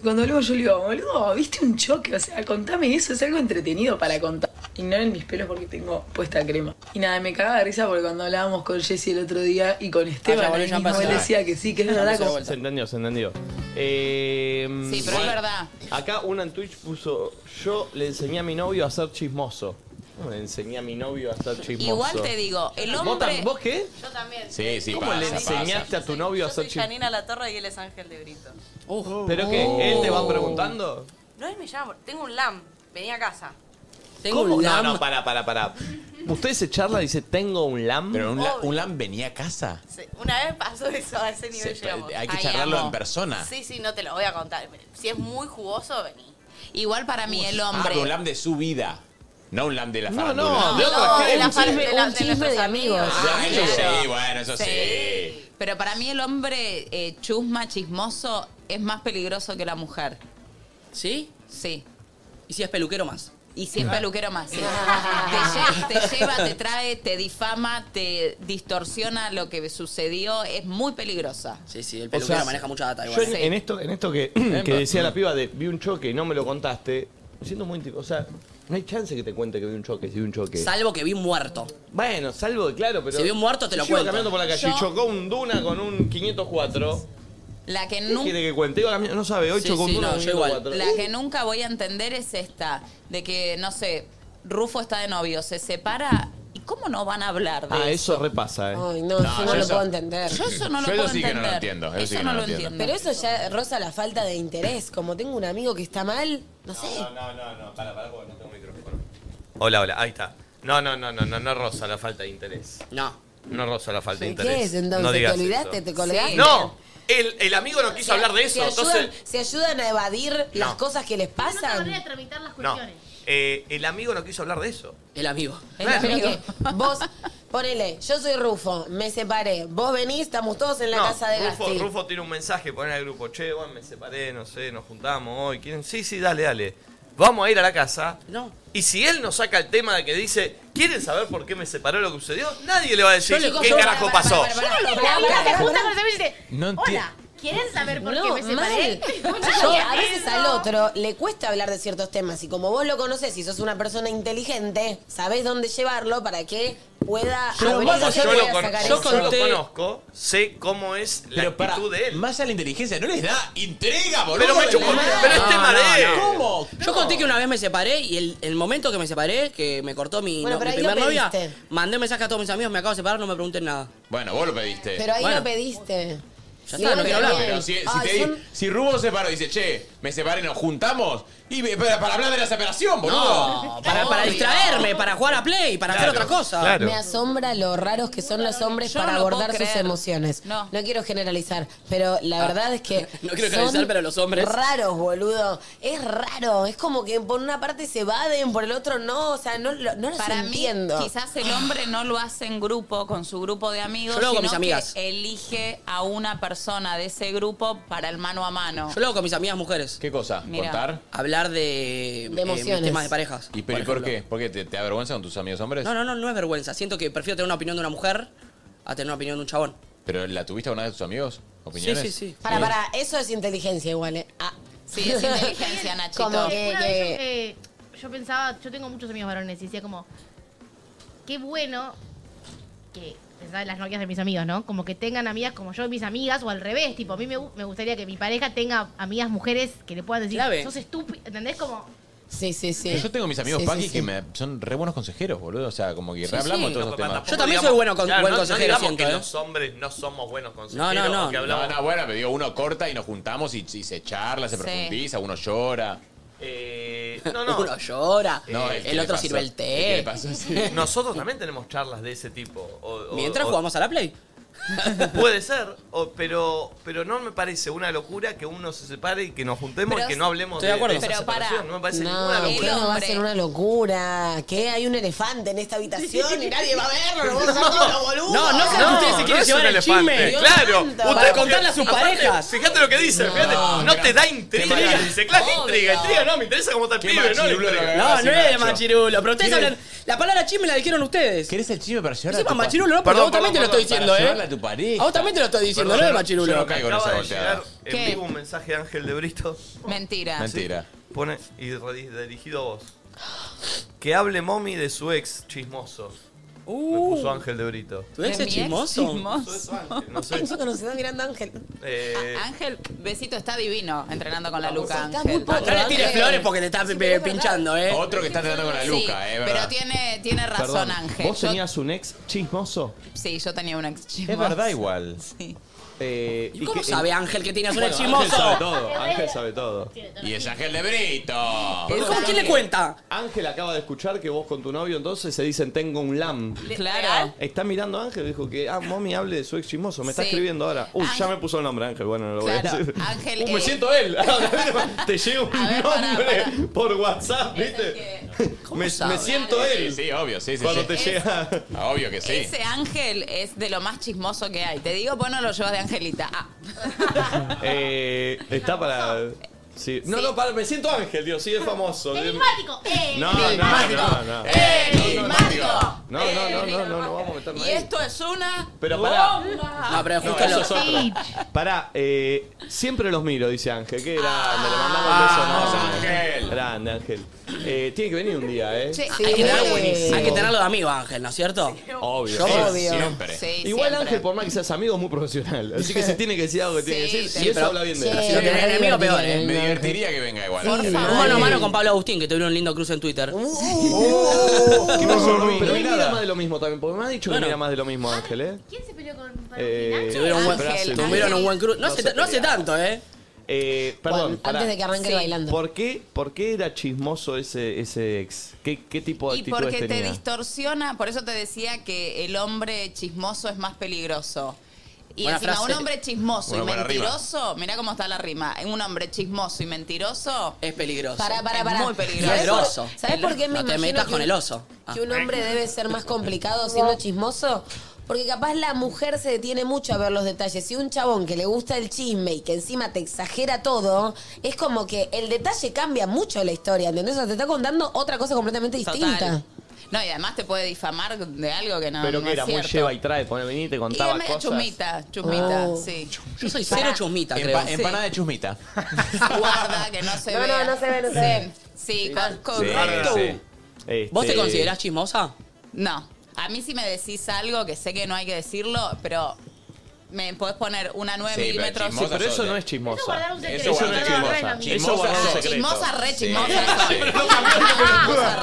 Y cuando luego yo le digo, boludo, ¿viste un choque? O sea, contame eso, es algo entretenido para contar. Ignoren mis pelos porque tengo puesta crema. Y nada, me cagaba de risa porque cuando hablábamos con Jesse el otro día y con Esteban, Ah, ya, boludo, él ya mismo, pasó. él decía que sí, que es Ya verdad. pasó de como- vuelta. Se entendió, se entendió. Eh, Sí, pero es verdad. Acá una en Twitch puso, yo le enseñé a mi novio a ser chismoso. ¿Cómo Le enseñé a mi novio a ser chismoso. Igual te digo, el ¿Vos hombre- tam- ¿Vos qué? Yo también. Sí, sí, ¿Cómo pasa, le pasa. enseñaste a tu novio a ser Soy chismoso? Janina La Torre y él es Ángel de Brito. ¿Pero qué? ¿Él te va preguntando? No, él me llama. Tengo un LAM. Vení a casa. ¿Cómo? No, no, pará, pará, pará. Usted se charla y dice, tengo un LAM. ¿Pero un la- un LAM venía a casa? Sí, Una vez pasó eso, a ese nivel Se- llegamos. hay que Ay, charlarlo amo. en persona. Sí, sí, no te lo voy a contar. Si es muy jugoso, vení. Igual para mí el Ah, pero un LAM de su vida. No un LAM de la No, farándula. no, de otra gente. la Un far- chisme- de la- un de chisme nuestros de amigos. Ah, eso sí, bueno, eso sí. Sí. Pero para mí el hombre eh, chusma, chismoso, es más peligroso que la mujer. ¿Sí? Sí. ¿Y si es peluquero más? Y si es peluquero más. sí. te, lle- te lleva, te trae, te difama, te distorsiona lo que sucedió. Es muy peligrosa. Sí, sí, el O peluquero sea, maneja mucha data Yo igual. en, en esto, en esto que, que decía la piba de vi un choque y no me lo contaste, me siento muy tipo, o sea, no hay chance que te cuente que vi un choque, si vi un choque. Salvo que vi un muerto. bueno, salvo de claro, pero. Si vi un muerto, te lo si yo iba caminando cuento. por la calle Yo- y chocó un Duna con un 504. La que ¿Qué nunca. quiere que cuente? Iba caminando, no sabe, hoy Sí, chocó sí, un Duna no, con un yo igual. 504. La que nunca voy a entender es esta, de que, no sé, Rufo está de novio, se separa, ¿y cómo no van a hablar de Ah, eso? eso repasa, ¿eh? Ay, no, eso yo no lo eso- puedo entender. Yo eso no lo Yo eso puedo sí que no lo entender. entiendo, eso sí que no, no lo lo entiendo. entiendo. Pero eso ya roza la falta de interés. Como tengo un amigo que está mal, no sé. no, no, no, para, para, porque no tengo micrófono. Hola, hola, ahí está. No, no, no, no, no, no roza la falta de interés. No. No roza la falta de ¿Qué interés. es entonces? No ¿Te digas olvidaste? eso. ¿Te colgaste? No, el, el amigo no quiso hablar de eso, Se ayudan, entonces... se ayudan a evadir las cosas que les pasan. No, eh, el amigo no quiso hablar de eso. El amigo. Claro. Eh, Pero que vos, ponele, yo soy Rufo, me separé, vos venís, estamos todos en la No, casa de Rufo, Gastil. Rufo tiene un mensaje, pone al grupo, che, bueno, me separé, no sé, nos juntamos hoy. ¿Quieren? Sí, sí, dale, dale. Vamos a ir a la casa. No. Y si él nos saca el tema de que dice, ¿quieren saber por qué me separó lo que sucedió? Nadie le va a decir Yo le digo, qué yo- carajo para, para, pasó. para, para, Yo no lo Pará, pará, hago. La pará, se junta pará. con Sebastián y dice, No Hola, ¿quieren saber por qué me separé? mal. Yo, a veces al otro le cuesta hablar de ciertos temas y como vos lo conocés y sos una persona inteligente, sabés dónde llevarlo para que pueda... Yo, abrir vamos, esa yo lo, pueda con- sacar yo eso. lo conozco, sé cómo es la Pero para, actitud de él. más a la inteligencia, no les da intriga, boludo. Pero me Le- chupó- pero es No, tema no, de él. no. ¿Cómo? este Yo conté que una vez me separé y el, el momento que me separé, que me cortó mi, Bueno, no- pero mi ahí lo primer novia, pediste. mandé un mensaje a todos mis amigos, me acabo de separar, no me pregunten nada. Bueno, vos lo pediste. Pero ahí Bueno. lo pediste. Ya Y está, vos no quiero hablar. también. Pero si, si, Ay, te di- son- si Rubo se paró y dice, che, me separé, nos juntamos. Y me- para, para hablar de la separación, boludo. No, para, para distraerme, para jugar a play, para hacer otra cosa. Me asombra lo raros que son los hombres Yo para no lo puedo abordar sus creer. Ah. emociones. No. quiero generalizar, pero la verdad es que. No quiero generalizar, son pero los hombres- Raros, boludo. Es raro. Es como que por una parte se evaden, por el otro no. O sea, no, lo- no los Para entiendo. mí, quizás el hombre no lo hace en grupo, con su grupo de amigos, Yo lo hago con sino mis amigas. que elige a una persona de ese grupo para el mano a mano. Yo lo hago con mis amigas mujeres. ¿Qué cosa? Mirá. ¿Contar? Hablar de, eh, mis emociones. temas de parejas. ¿Y pero, ¿y por por, qué? ¿Por qué? ¿Te, te avergüenza con tus amigos hombres? No, no, no, no es vergüenza. Siento que prefiero tener una opinión de una mujer a tener una opinión de un chabón. ¿Pero la tuviste alguna vez de tus amigos? ¿Opiniones? Sí, sí, sí. Para, para, eso es inteligencia igual. eh. Ah. Sí, es inteligencia, Nachito. Como Eh, que- una vez yo, que- eh, yo pensaba, yo tengo muchos amigos varones y decía como, qué bueno que, pensaba en las novias de mis amigos, ¿no? Como que tengan amigas como yo y mis amigas, o al revés, tipo, a mí me, gu- me gustaría que mi pareja tenga amigas mujeres que le puedan decir, Clave. sos estúpido, ¿entendés? Como, Sí, sí, sí. Pero yo tengo mis amigos Sí, sí, Paqui sí. que me, son re buenos consejeros, boludo. O sea, como que Sí, re hablamos sí. de todos No, esos papá, temas. Yo también soy bueno con- buen no- no consejero, digamos siento, que ¿eh? los hombres no somos buenos no, consejeros. no. o que hablamos- No, no, bueno, pero digo, uno corta y nos juntamos y, y se charla, se Sí. profundiza, uno llora. Eh, no, no. Uno llora, No, el, que le otro pasó- sirve el que le té. pasó, sí. Nosotros también tenemos charlas de ese tipo. o- o- Mientras o- jugamos a la play. Puede ser, o- pero, pero no me parece una locura que uno se separe y que nos juntemos Pero y que no hablemos estoy de acuerdo. esa Pero separación. pará. No me parece no, ninguna ¿qué locura. no va a ser una locura? ¿Qué? Hay un elefante en esta habitación y nadie va a verlo. Lo vamos a hacer todos los boludos. No, no sean que ustedes se quieren no es llevar un el elefante. chisme. Claro. Para contarle a sus aparte, parejas. Fíjate lo que dice. fíjate. No, te da intriga. Qué Dice, claro, maravilla. intriga. Intriga no, me interesa cómo está el pibe, no le machirulo intriga. que No, no es de machirulo, pero ustedes Miren. hablan. La palabra chisme la dijeron ustedes. ¿Querés el chisme para llevar No sepan machirulo, no, porque a vos también te lo estoy diciendo, ¿eh? a tu pareja. A vos también te lo estoy diciendo, no es Perdón, yo de machirulo. yo no caigo en esa Acaba de volteada. llegar en ¿Qué? vivo un mensaje de Ángel de Brito. Mentira. Pone y redi- dirigido a vos. Que hable mommy de su ex chismoso. Me puso Ángel de Brito. ¿Tu ex Uh. ¿De es mi ex? chismoso? Chismoso. No sé. Nosotros nos está mirando Ángel. Eh, Ángel, besito, está divino entrenando con la Luca. está Ángel. muy poco, No le tires Ángel. flores porque te estás eh, pinchando, ¿eh? Otro que está tratando con la Luca, Sí, ¿eh? pero ¿verdad? tiene, tiene razón Ángel. ¿Vos Yo- tenías un ex chismoso? sí, yo tenía un ex chismoso. Es verdad igual. Sí. Eh, ¿Y cómo qué- sabe eh, Ángel que tenías un bueno, ex chismoso? Ángel sabe todo. Ángel sabe todo. Y es Ángel de Brito. ¿Cómo quién le cuenta? Ángel acaba de escuchar que vos con tu novio entonces se dicen tengo un lam. Claro. Está mirando a Ángel, dijo que ah, mommy hable de su ex chismoso. Me está Sí. escribiendo ahora. Uy, ya me puso el nombre Ángel, bueno, no lo voy a Claro, decir. Ángel, Uh, me eh, siento él. Te llega un A ver, pará, nombre por WhatsApp, ¿viste? Me, me sabe? siento él. Sí, sí, obvio, sí, sí. Cuando sí. Ah, te llega. Obvio que sí. Ese Ángel es de lo más chismoso que hay. Te digo, vos no lo llevas de Angelita. Ah, Eh, está para. Sí. No, no, para, me siento Ángel, Dios, sí, es famoso. Enigmático. eh. No, no, no, no. ¡Enigmático! No, no, no, no, no, no vamos a meternos Y ahí. esto es una. Pero pará. bomba. No, pero No, justo eso lo- es otro. Pará, eh, siempre los miro, dice Ángel. Qué grande, le mandamos un beso. Ah, enorme. Ángel. Grande, Ángel. Eh, tiene que venir un día, ¿eh. Sí. Hay que, tenerlo, buenísimo. hay que tenerlo de amigo, Ángel, ¿no es cierto? Obvio. Yo Sí, odio. Siempre. Sí, Igual siempre. Ángel, por más que seas amigo, es muy profesional. Así que si tiene que decir algo que tiene que Sí, decir, sí, y eso pero- habla bien de sí. él. Si Eh, lo tenés me enemigo, peor, divertiría, ¿eh? me Me divertiría que venga igual. Por Ángel. favor. Un mano a mano con Pablo Agustín, que tuvieron un lindo cruce en Twitter. ¿Qué pasó, Robin? Pero No vi mira nada. más de lo mismo también, porque me ha dicho Bueno. que mira más de lo Ah, mismo, Ángel, ¿eh? ¿Quién se peleó con Eh, Palomina? Tuvieron, un buen- Ángel, tuvieron un buen cruce. No, No hace, se no hace pelea. tanto, ¿eh? Eh, Bueno, perdón, antes pará. de que arranque el Sí. bailando. ¿Por qué, ¿Por qué era chismoso ese, ese ex? ¿Qué, qué tipo de Y actitudes porque te tenía? distorsiona, por eso te decía que el hombre chismoso es más peligroso. Y Buena encima, frase. un hombre chismoso Bueno, y buena rima. mentiroso, mirá cómo está la rima, un hombre chismoso y mentiroso, Es peligroso. Para, para, Es para. muy peligroso. ¿Sabés Y el por- oso. ¿Sabés El por qué oso. me No te imagino metas que con un- el oso. Ah. Que un hombre debe ser más complicado siendo chismoso. Porque capaz la mujer se detiene mucho a ver los detalles. Y un chabón que le gusta el chisme y que encima te exagera todo, es como que el detalle cambia mucho la historia, ¿entendés? O sea, te está contando otra cosa completamente distinta. total. No, y además te puede difamar de algo que no, Pero no que es era muy cierto. lleva y trae, pone vení, te Y es contaba medio cosas. chumita, chumita, Oh. sí. Yo soy cero Pará. chusmita, creo. Empa- Empanada de chusmita. Guarda, que no se No, ve. no, no se ve, no se ve. Sí, con, con- Sí, sí. Este, ¿Vos te considerás chismosa? No, a mí si me decís algo que sé que no hay que decirlo, pero me podés poner una 9 Sí, pero milímetros. Sí, chismosa pero eso sos, no eh. es Eso guardar chismosa. un secreto. Eso guardar no, un no, secreto. no, no, Chismosa. Eso guardar un Ah, secreto. chismosa, re chismosa. Sí. Chismosa,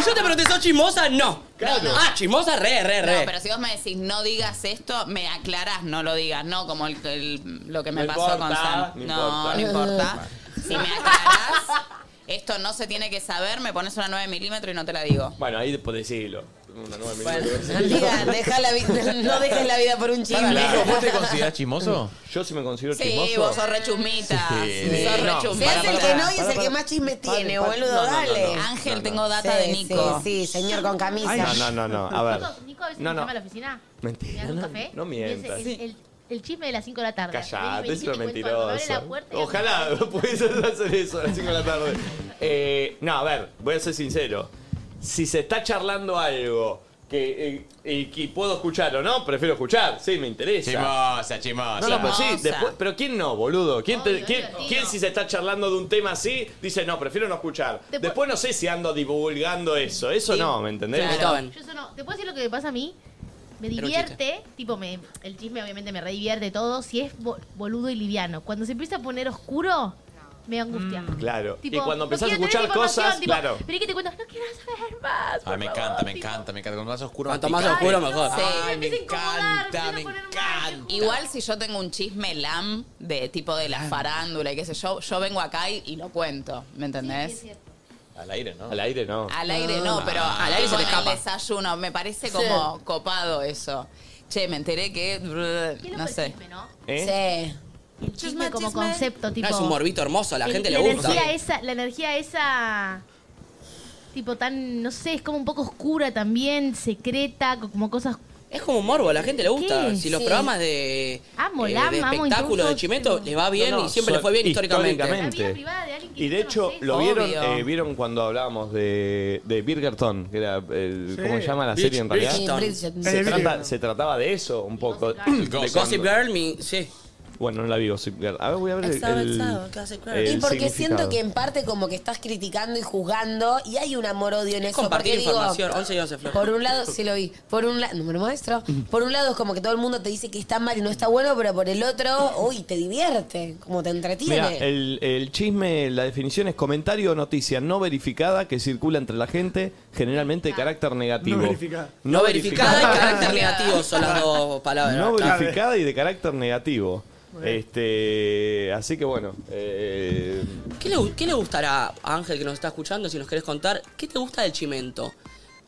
Y yo te pregunté, ¿sos chismosa? No. Claro. Ah, chismosa, re, re, No, re. pero si vos me decís no digas esto, me aclarás, no lo digas, no como el- el- lo que me No pasó importa, con Sam. no importa. No, no importa. Si me aclarás, esto no se tiene que saber, me pones una 9 milímetros y no te la digo. Bueno, ahí después decirlo. Una nueva Amiga, deja la vi- no dejes la vida por un chisme. Nico, ¿vos te considerás chismoso? Yo si me considero Sí, chismoso. vos sos re chumita. Sí, Sí, sos re no. Se hace el chumita. que no y es el que más chismes tiene, boludo, dale. Ángel, tengo data Sí, de Nico. Sí, sí, señor con camisa. No, no, no, no, a ver. Nico, Nico a veces No, me no. llama a la oficina. Me Mentira, das un no, café. no y es mientas. El, el- el chisme de las 5 de la tarde. Callate, Vení, es lo vení, te cuento algo. Abre la mentiroso. puerta y- Ojalá pudieses hacer eso a las 5 de la tarde. Eh, no, a ver, voy a ser sincero. Si se está charlando algo que, eh, y que puedo escuchar o no, prefiero escuchar. Sí, me interesa. Chimosa, chimosa. No, no, pero sí, Hermosa. después- pero ¿quién no, boludo? ¿Quién, te- Obvio, quién- divertido. quién si se está charlando de un tema así dice, no, prefiero no escuchar? Te pu- Después no sé si ando divulgando eso. Eso no, ¿me entendés? Claro. Estaban. Yo eso no. ¿Te puedo decir lo que me pasa a mí? Me divierte, tipo, me, el chisme obviamente me redivierte todo, si es bo- boludo y liviano. Cuando se empieza a poner oscuro, me angustia. Mm. Claro. Tipo, y cuando no empezás a quiero tener escuchar información, cosas, tipo, claro. Pero es que te cuentas, no quiero saber más. Ah, por me favor", encanta, me tipo. encanta, me encanta. Cuanto más oscuro, Cuanto más picante. oscuro, mejor. Sí, Ay, me empieza a incomodar, encanta, me empieza a poner mal. encanta. Igual si yo tengo un chisme lam de tipo de la farándula y qué sé yo, yo vengo acá y, y lo cuento, ¿me entendés? Al aire, ¿no? Al aire no. Al aire no, pero Ah, al aire tipo se te en el escapa. desayuno, me parece como copado eso. che, me enteré que. No sé. ¿Eh? Sí. Chisme como concepto, tipo. es un morbito hermoso, a la el- gente le gusta. Energía esa, la energía esa. Tipo tan, no sé, es como un poco oscura también, secreta, co- como cosas. Es como un morbo, a la gente le gusta. ¿Qué? Si los Sí. programas de, Amo, eh, la amo, de amo espectáculos de incluso, Chimento les va bien No, no, y siempre so- les fue bien históricamente. Y de hecho, lo Obvio. vieron eh, vieron cuando hablábamos de, de Bridgerton, que era el, Sí. ¿cómo se llama la Bridg- serie en realidad? Bridgerton. Sí, Bridgerton. Se, Eh, trata- Bridgerton. se trataba de eso un poco. de Gossip cuando- Girl, mi- sí. Bueno, no la vi Gossip Girl. A ver, voy a ver el, Estaba el- alzado, Gossip el Y porque siento significado. que en parte como que estás criticando y juzgando y hay un amor-odio en eso. Compartir porque digo, información, 11 y 11, Flor. Por un lado, sí lo vi. Por un lado, número maestro. Por un lado es como que todo el mundo te dice que está mal y no está bueno, pero por el otro, uy, te divierte, como te entretiene. Mira, el, el chisme, la definición es comentario o noticia no verificada que circula entre la gente, generalmente de carácter negativo. No verificada. No verificada y carácter negativo son las dos palabras. No Claro. verificada y de carácter negativo. Este, así que bueno. eh, ¿Qué le, gu- qué le gustará a Ángel que nos está escuchando si nos querés contar? ¿Qué te gusta del chimento?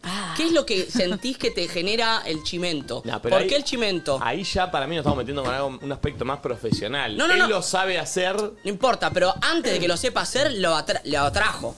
Ah. ¿Qué es lo que sentís que te genera el chimento? nah, pero ¿Por ahí- qué el chimento? Ahí ya para mí nos estamos metiendo con algo- un aspecto más profesional. No, no, Él no. lo sabe hacer. No importa, pero antes de que lo sepa hacer, lo, atra- lo atrajo.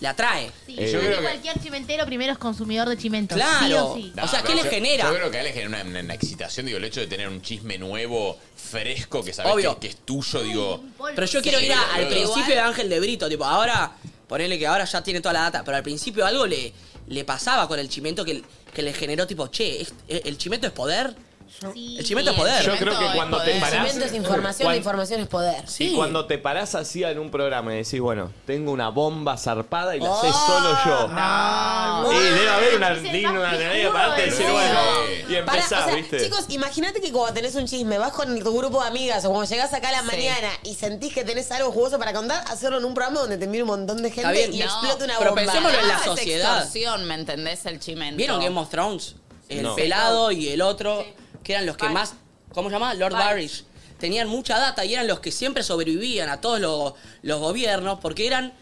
Le atrae. Eh, Y yo creo que cualquier chimentero primero es consumidor de chimentos. Sí o sí. No, pero yo- Yo creo que a él le genera una, una excitación, digo, el hecho de tener un chisme nuevo, fresco, que sabes Obvio. que, que es tuyo, digo. Pero yo quiero Sí, ir a- al boludo. principio de Ángel de Brito, tipo, ahora, ponele que ahora ya tiene toda la data, pero al principio algo le, le pasaba con el chimento que, que le generó, tipo, che, es- ¿el chimento es poder? el chimento es poder. Yo creo que cuando te El parás. cimiento es información, la cuan- información es poder. Y cuando te parás así en un programa y decís, bueno, tengo una bomba zarpada y la sé Ah. solo yo. Y debe haber una digna una tenés que pararte y decir, bueno, y Pará, empezar, o sea, ¿viste? Chicos, imagínate que cuando tenés un chisme, vas con tu grupo de amigas o cuando llegás acá a la mañana y sentís que tenés algo jugoso para contar, hacerlo en un programa donde te mire un montón de gente y explota una bomba. Ah, Ah, Es extorsión, ¿me entendés? El chimento. ¿Vieron Game of Thrones? El No. pelado y el otro, que eran los que más. ¿Cómo se llama? Lord Barish. Tenían mucha data y eran los que siempre sobrevivían a todos los, los gobiernos porque eran.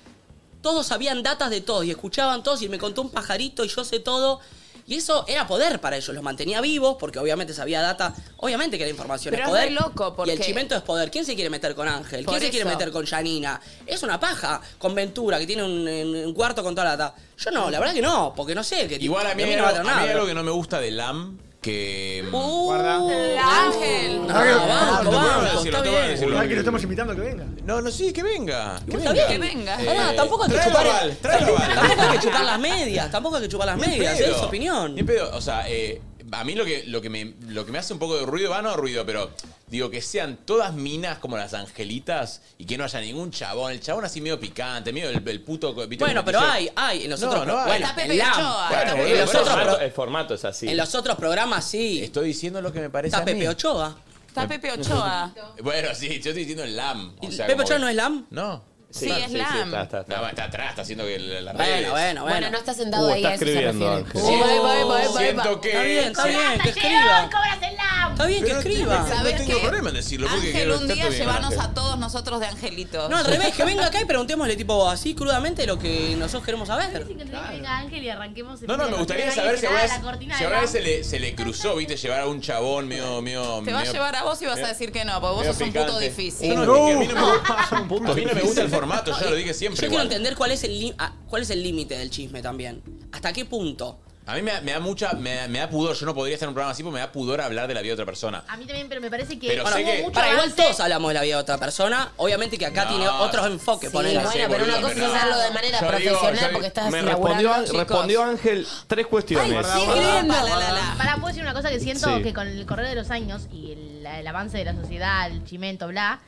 Todos sabían datas de todos y escuchaban todos y me contó un pajarito y yo sé todo. Y eso era poder para ellos, los mantenía vivos porque obviamente sabía data. Obviamente que la información Pero es es poder. re loco, porque- Y el chimento es poder. ¿Quién se quiere meter con Ángel? Por ¿Quién se quiere eso. meter con Janina? Es una paja. Con Ventura, que tiene un, un cuarto con toda la data. Yo no, la verdad que no, porque no sé. Que Igual a mí, de hay no va a algo- tener a mí hay nada. algo que no me gusta de LAM, que... mm, Uh. Ah, Ángel. No, banco, banco, banco, banco, está decirlo, tengo que bien. decirlo. Igual que lo estamos invitando a que venga. No, no, sí, que venga. Que Está venga. bien. Que venga. Pará, tampoco hay que tráelo, chupar- Val, tráelo, Val. Tampoco hay que chupar las medias, tampoco hay que chupar las Ni en medias, pedo. es su opinión. Ni en pedo. O sea, eh, a mí lo que, lo, que me, lo que me hace un poco de ruido, va no ruido, pero digo que sean todas minas como las angelitas y que no haya ningún chabón. El chabón así medio picante, medio el, el puto. ¿viste? Como Bueno, pero que yo- hay, hay. En los No, otros no hay. bueno, Está en Pepe LAM, Ochoa, bueno, está en Pepe los Ochoa. otros pro- El formato es así. en los otros programas sí. Estoy diciendo lo que me parece. Está a mí. Pepe Ochoa. Está Pepe Ochoa. Bueno, sí, yo estoy diciendo el LAM. o sea, ¿Pepe como Ochoa que- no es LAM? No. Sí, Sí, es sí, LAM. está, atrás, está haciendo que la, la Bueno, redes. bueno, Bueno, no está sentado ahí, a eso se refiere. Ángel. Oh, va, va, va, va, Siento va. que. Está bien, está Sí. bien, que escriba. cobras el lab! Está bien que Pero escriba. No tengo problema en decirlo. porque Ángel, quiero- un está día todo bien, llevarnos Ángel. a todos nosotros de angelitos. No, al revés, que venga acá y preguntémosle tipo así crudamente lo que nosotros queremos saber. Dicen que tenés que venga Ángel y arranquemos el No, no, me programa. gustaría Ahí saber si está alguna la vez, cortina si de alguna vez la- se, le, se le cruzó, viste, llevar a un chabón medio, medio... Te va a medio- llevar a vos y vas a medio- decir que no, porque vos medio sos un puto picante. difícil. No, no, es que a mí no me- a mí no me gusta el formato, ya lo dije siempre Yo quiero igual. entender cuál es el li- ah, cuál es el límite del chisme también. ¿Hasta qué punto? A mí me, me da mucha, me, me da pudor, yo no podría estar en un programa así porque me da pudor hablar de la vida de otra persona. A mí también, pero me parece que. Pero hubo sé que- mucho Para igual avance. todos hablamos de la vida de otra persona. Obviamente que acá No. tiene otros enfoques. Sí, ponele. bueno, pero una cosa es hacerlo de manera Yo digo, profesional yo digo- porque estás me laburando, respondió, chicos. respondió Ángel tres cuestiones. Pará, puedo decir una cosa que siento Sí. que con el correr de los años y el, el avance de la sociedad, el chimento, bla,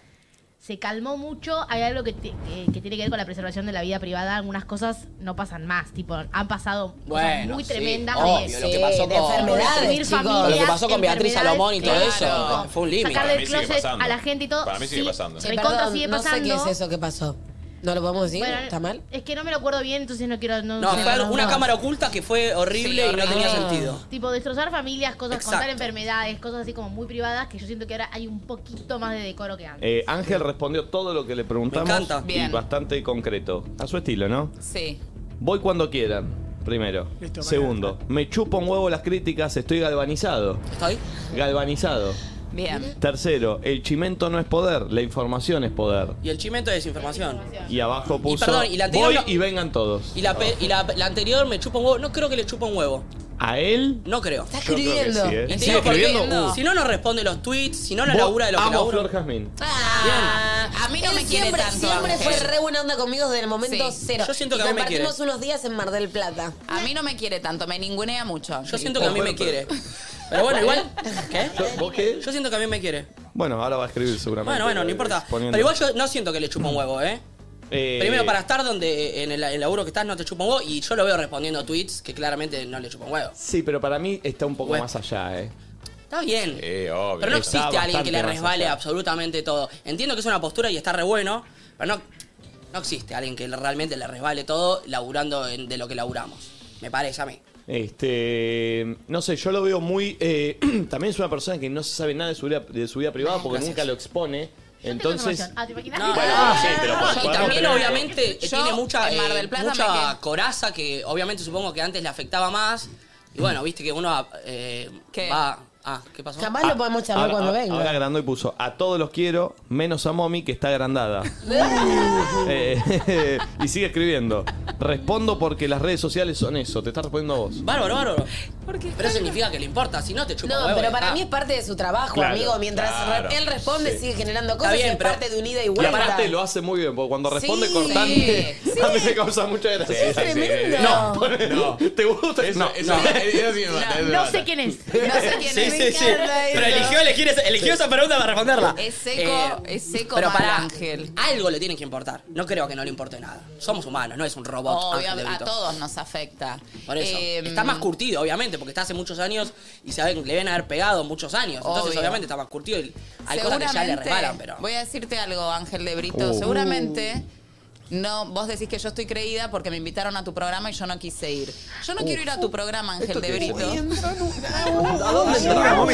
se calmó mucho. Hay algo que, ti- que- que tiene que ver con la preservación de la vida privada. Algunas cosas no pasan más. Tipo, han pasado cosas Bueno, muy sí, tremendas. obvio, de- lo que pasó de con- enfermedades, Destruir chicos. familias, Lo que pasó con Beatriz enfermedades, Salomón y todo claro. eso, fue un límite. Sacar Para del mí sigue closet pasando. a la gente y todo. Para mí sigue sí, pasando. Che, recontra perdón, sigue no sé pasando. qué es eso que pasó. ¿No lo podemos decir? Bueno, ¿Está mal? Es que no me lo acuerdo bien, entonces no quiero. No, No, no, fue no, una no. cámara oculta que fue horrible Sí, y no horrible. tenía sentido. Tipo, destrozar familias, cosas, Exacto. contar enfermedades, cosas así como muy privadas, que yo siento que ahora hay un poquito más de decoro que antes. Eh, Ángel respondió todo lo que le preguntamos encanta. y Bien. bastante concreto. A su estilo, ¿no? Sí. Voy cuando quieran. Primero. Segundo, me chupa un huevo las críticas, estoy galvanizado. ¿Estoy? Galvanizado. Bien. Tercero, el chimento no es poder, la información es poder. Y el chimento es información. Y abajo puso, perdón, y la anterior voy no- y vengan todos. Y, la, pe- y la, la anterior me chupa un huevo. No creo que le chupa un huevo. ¿A él? No creo. Está Yo creo que escribiendo. sí, ¿eh? Y te ¿Está digo por qué. escribiendo? Uh. Si no nos responde los tweets, si no la Vos labura de los que amo a laburo. Flor Jazmín. ah, a mí no Él me quiere siempre, tanto, Siempre Ángel. fue re buena onda conmigo desde el momento Sí. cero. Yo siento que Y a mí me quiere. Compartimos unos días en Mar del Plata. A mí no me quiere tanto, me ningunea mucho. Yo siento que a mí me quiere. Pero bueno, igual. ¿Qué? ¿Vos qué? Yo siento que a mí me quiere. Bueno, ahora va a escribir seguramente. Bueno, bueno, no importa. Poniendo- Pero igual yo no siento que le chupa un huevo, ¿eh? Eh, Primero, para estar donde en el, el laburo que estás no te chupa un huevo. Y yo lo veo respondiendo tweets que claramente no le chupa un huevo. Sí, pero para mí está un poco Bueno. más allá, ¿eh? Está bien. obvio. Pero no existe Está alguien que le bastante más resbale allá. absolutamente todo. Entiendo que es una postura y está re bueno, pero no, no existe alguien que le- realmente le resbale todo laburando en- de lo que laburamos. Me parece a mí. Este, no sé, yo lo veo muy. eh, también es una persona que no se sabe nada de su vida, de su vida privada porque Gracias. nunca lo expone. Entonces, Ah, ¿te imaginas? No, Bueno, no, sí, pero podemos- y podemos también tener- obviamente Yo, tiene mucha, en Mar del eh, Plata me mucha quedé- coraza que obviamente supongo que antes le afectaba más. Y bueno, viste que uno eh, va... Ah, ¿qué pasó? Capaz lo podemos llamar ahora- cuando ahora- venga. Ahora agrandó y puso: A todos los quiero, menos a Momi que está agrandada. Eh, y sigue escribiendo: Respondo porque las redes sociales son eso. Te está respondiendo a vos. Bárbaro, bárbaro. Pero eso significa que le importa, si no te chupa No, huevo, pero ya para está. mí es parte de su trabajo, Claro, amigo. Mientras claro, re- él responde, sí. sigue generando Está cosas bien, y es pero- parte de un ida y Y vuelta. aparte lo hace muy bien, porque cuando responde Sí. cortante, Sí. a mí me causa mucha gracia. Sí, es tremendo. No, no. ¿Te gusta? no, Eso, eso sí me mata, eso me No mata. sé quién es. No sé quién Sí, es. sí, sí. Pero eligió, eligió, esa- eligió esa pregunta para responderla. Es Eh, seco, es seco pero mal para Ángel. Algo le tiene que importar. No creo que no le importe nada. Somos humanos, no es un robot. Obvio, Ángel de a Brito. todos nos afecta. ah, Por eso. Eh, está más curtido, obviamente, porque está hace muchos años y saben, le deben haber pegado muchos años. Entonces, Obvio. obviamente, está más curtido. y hay cosas que ya le Seguramente- resbalan, pero. Voy a decirte algo, Ángel de Brito. Uh. Seguramente. No, vos decís que yo estoy creída porque me invitaron a tu programa y yo no quise ir. Yo no quiero ir a tu programa, Ángel de Brito. ¿A dónde entramos?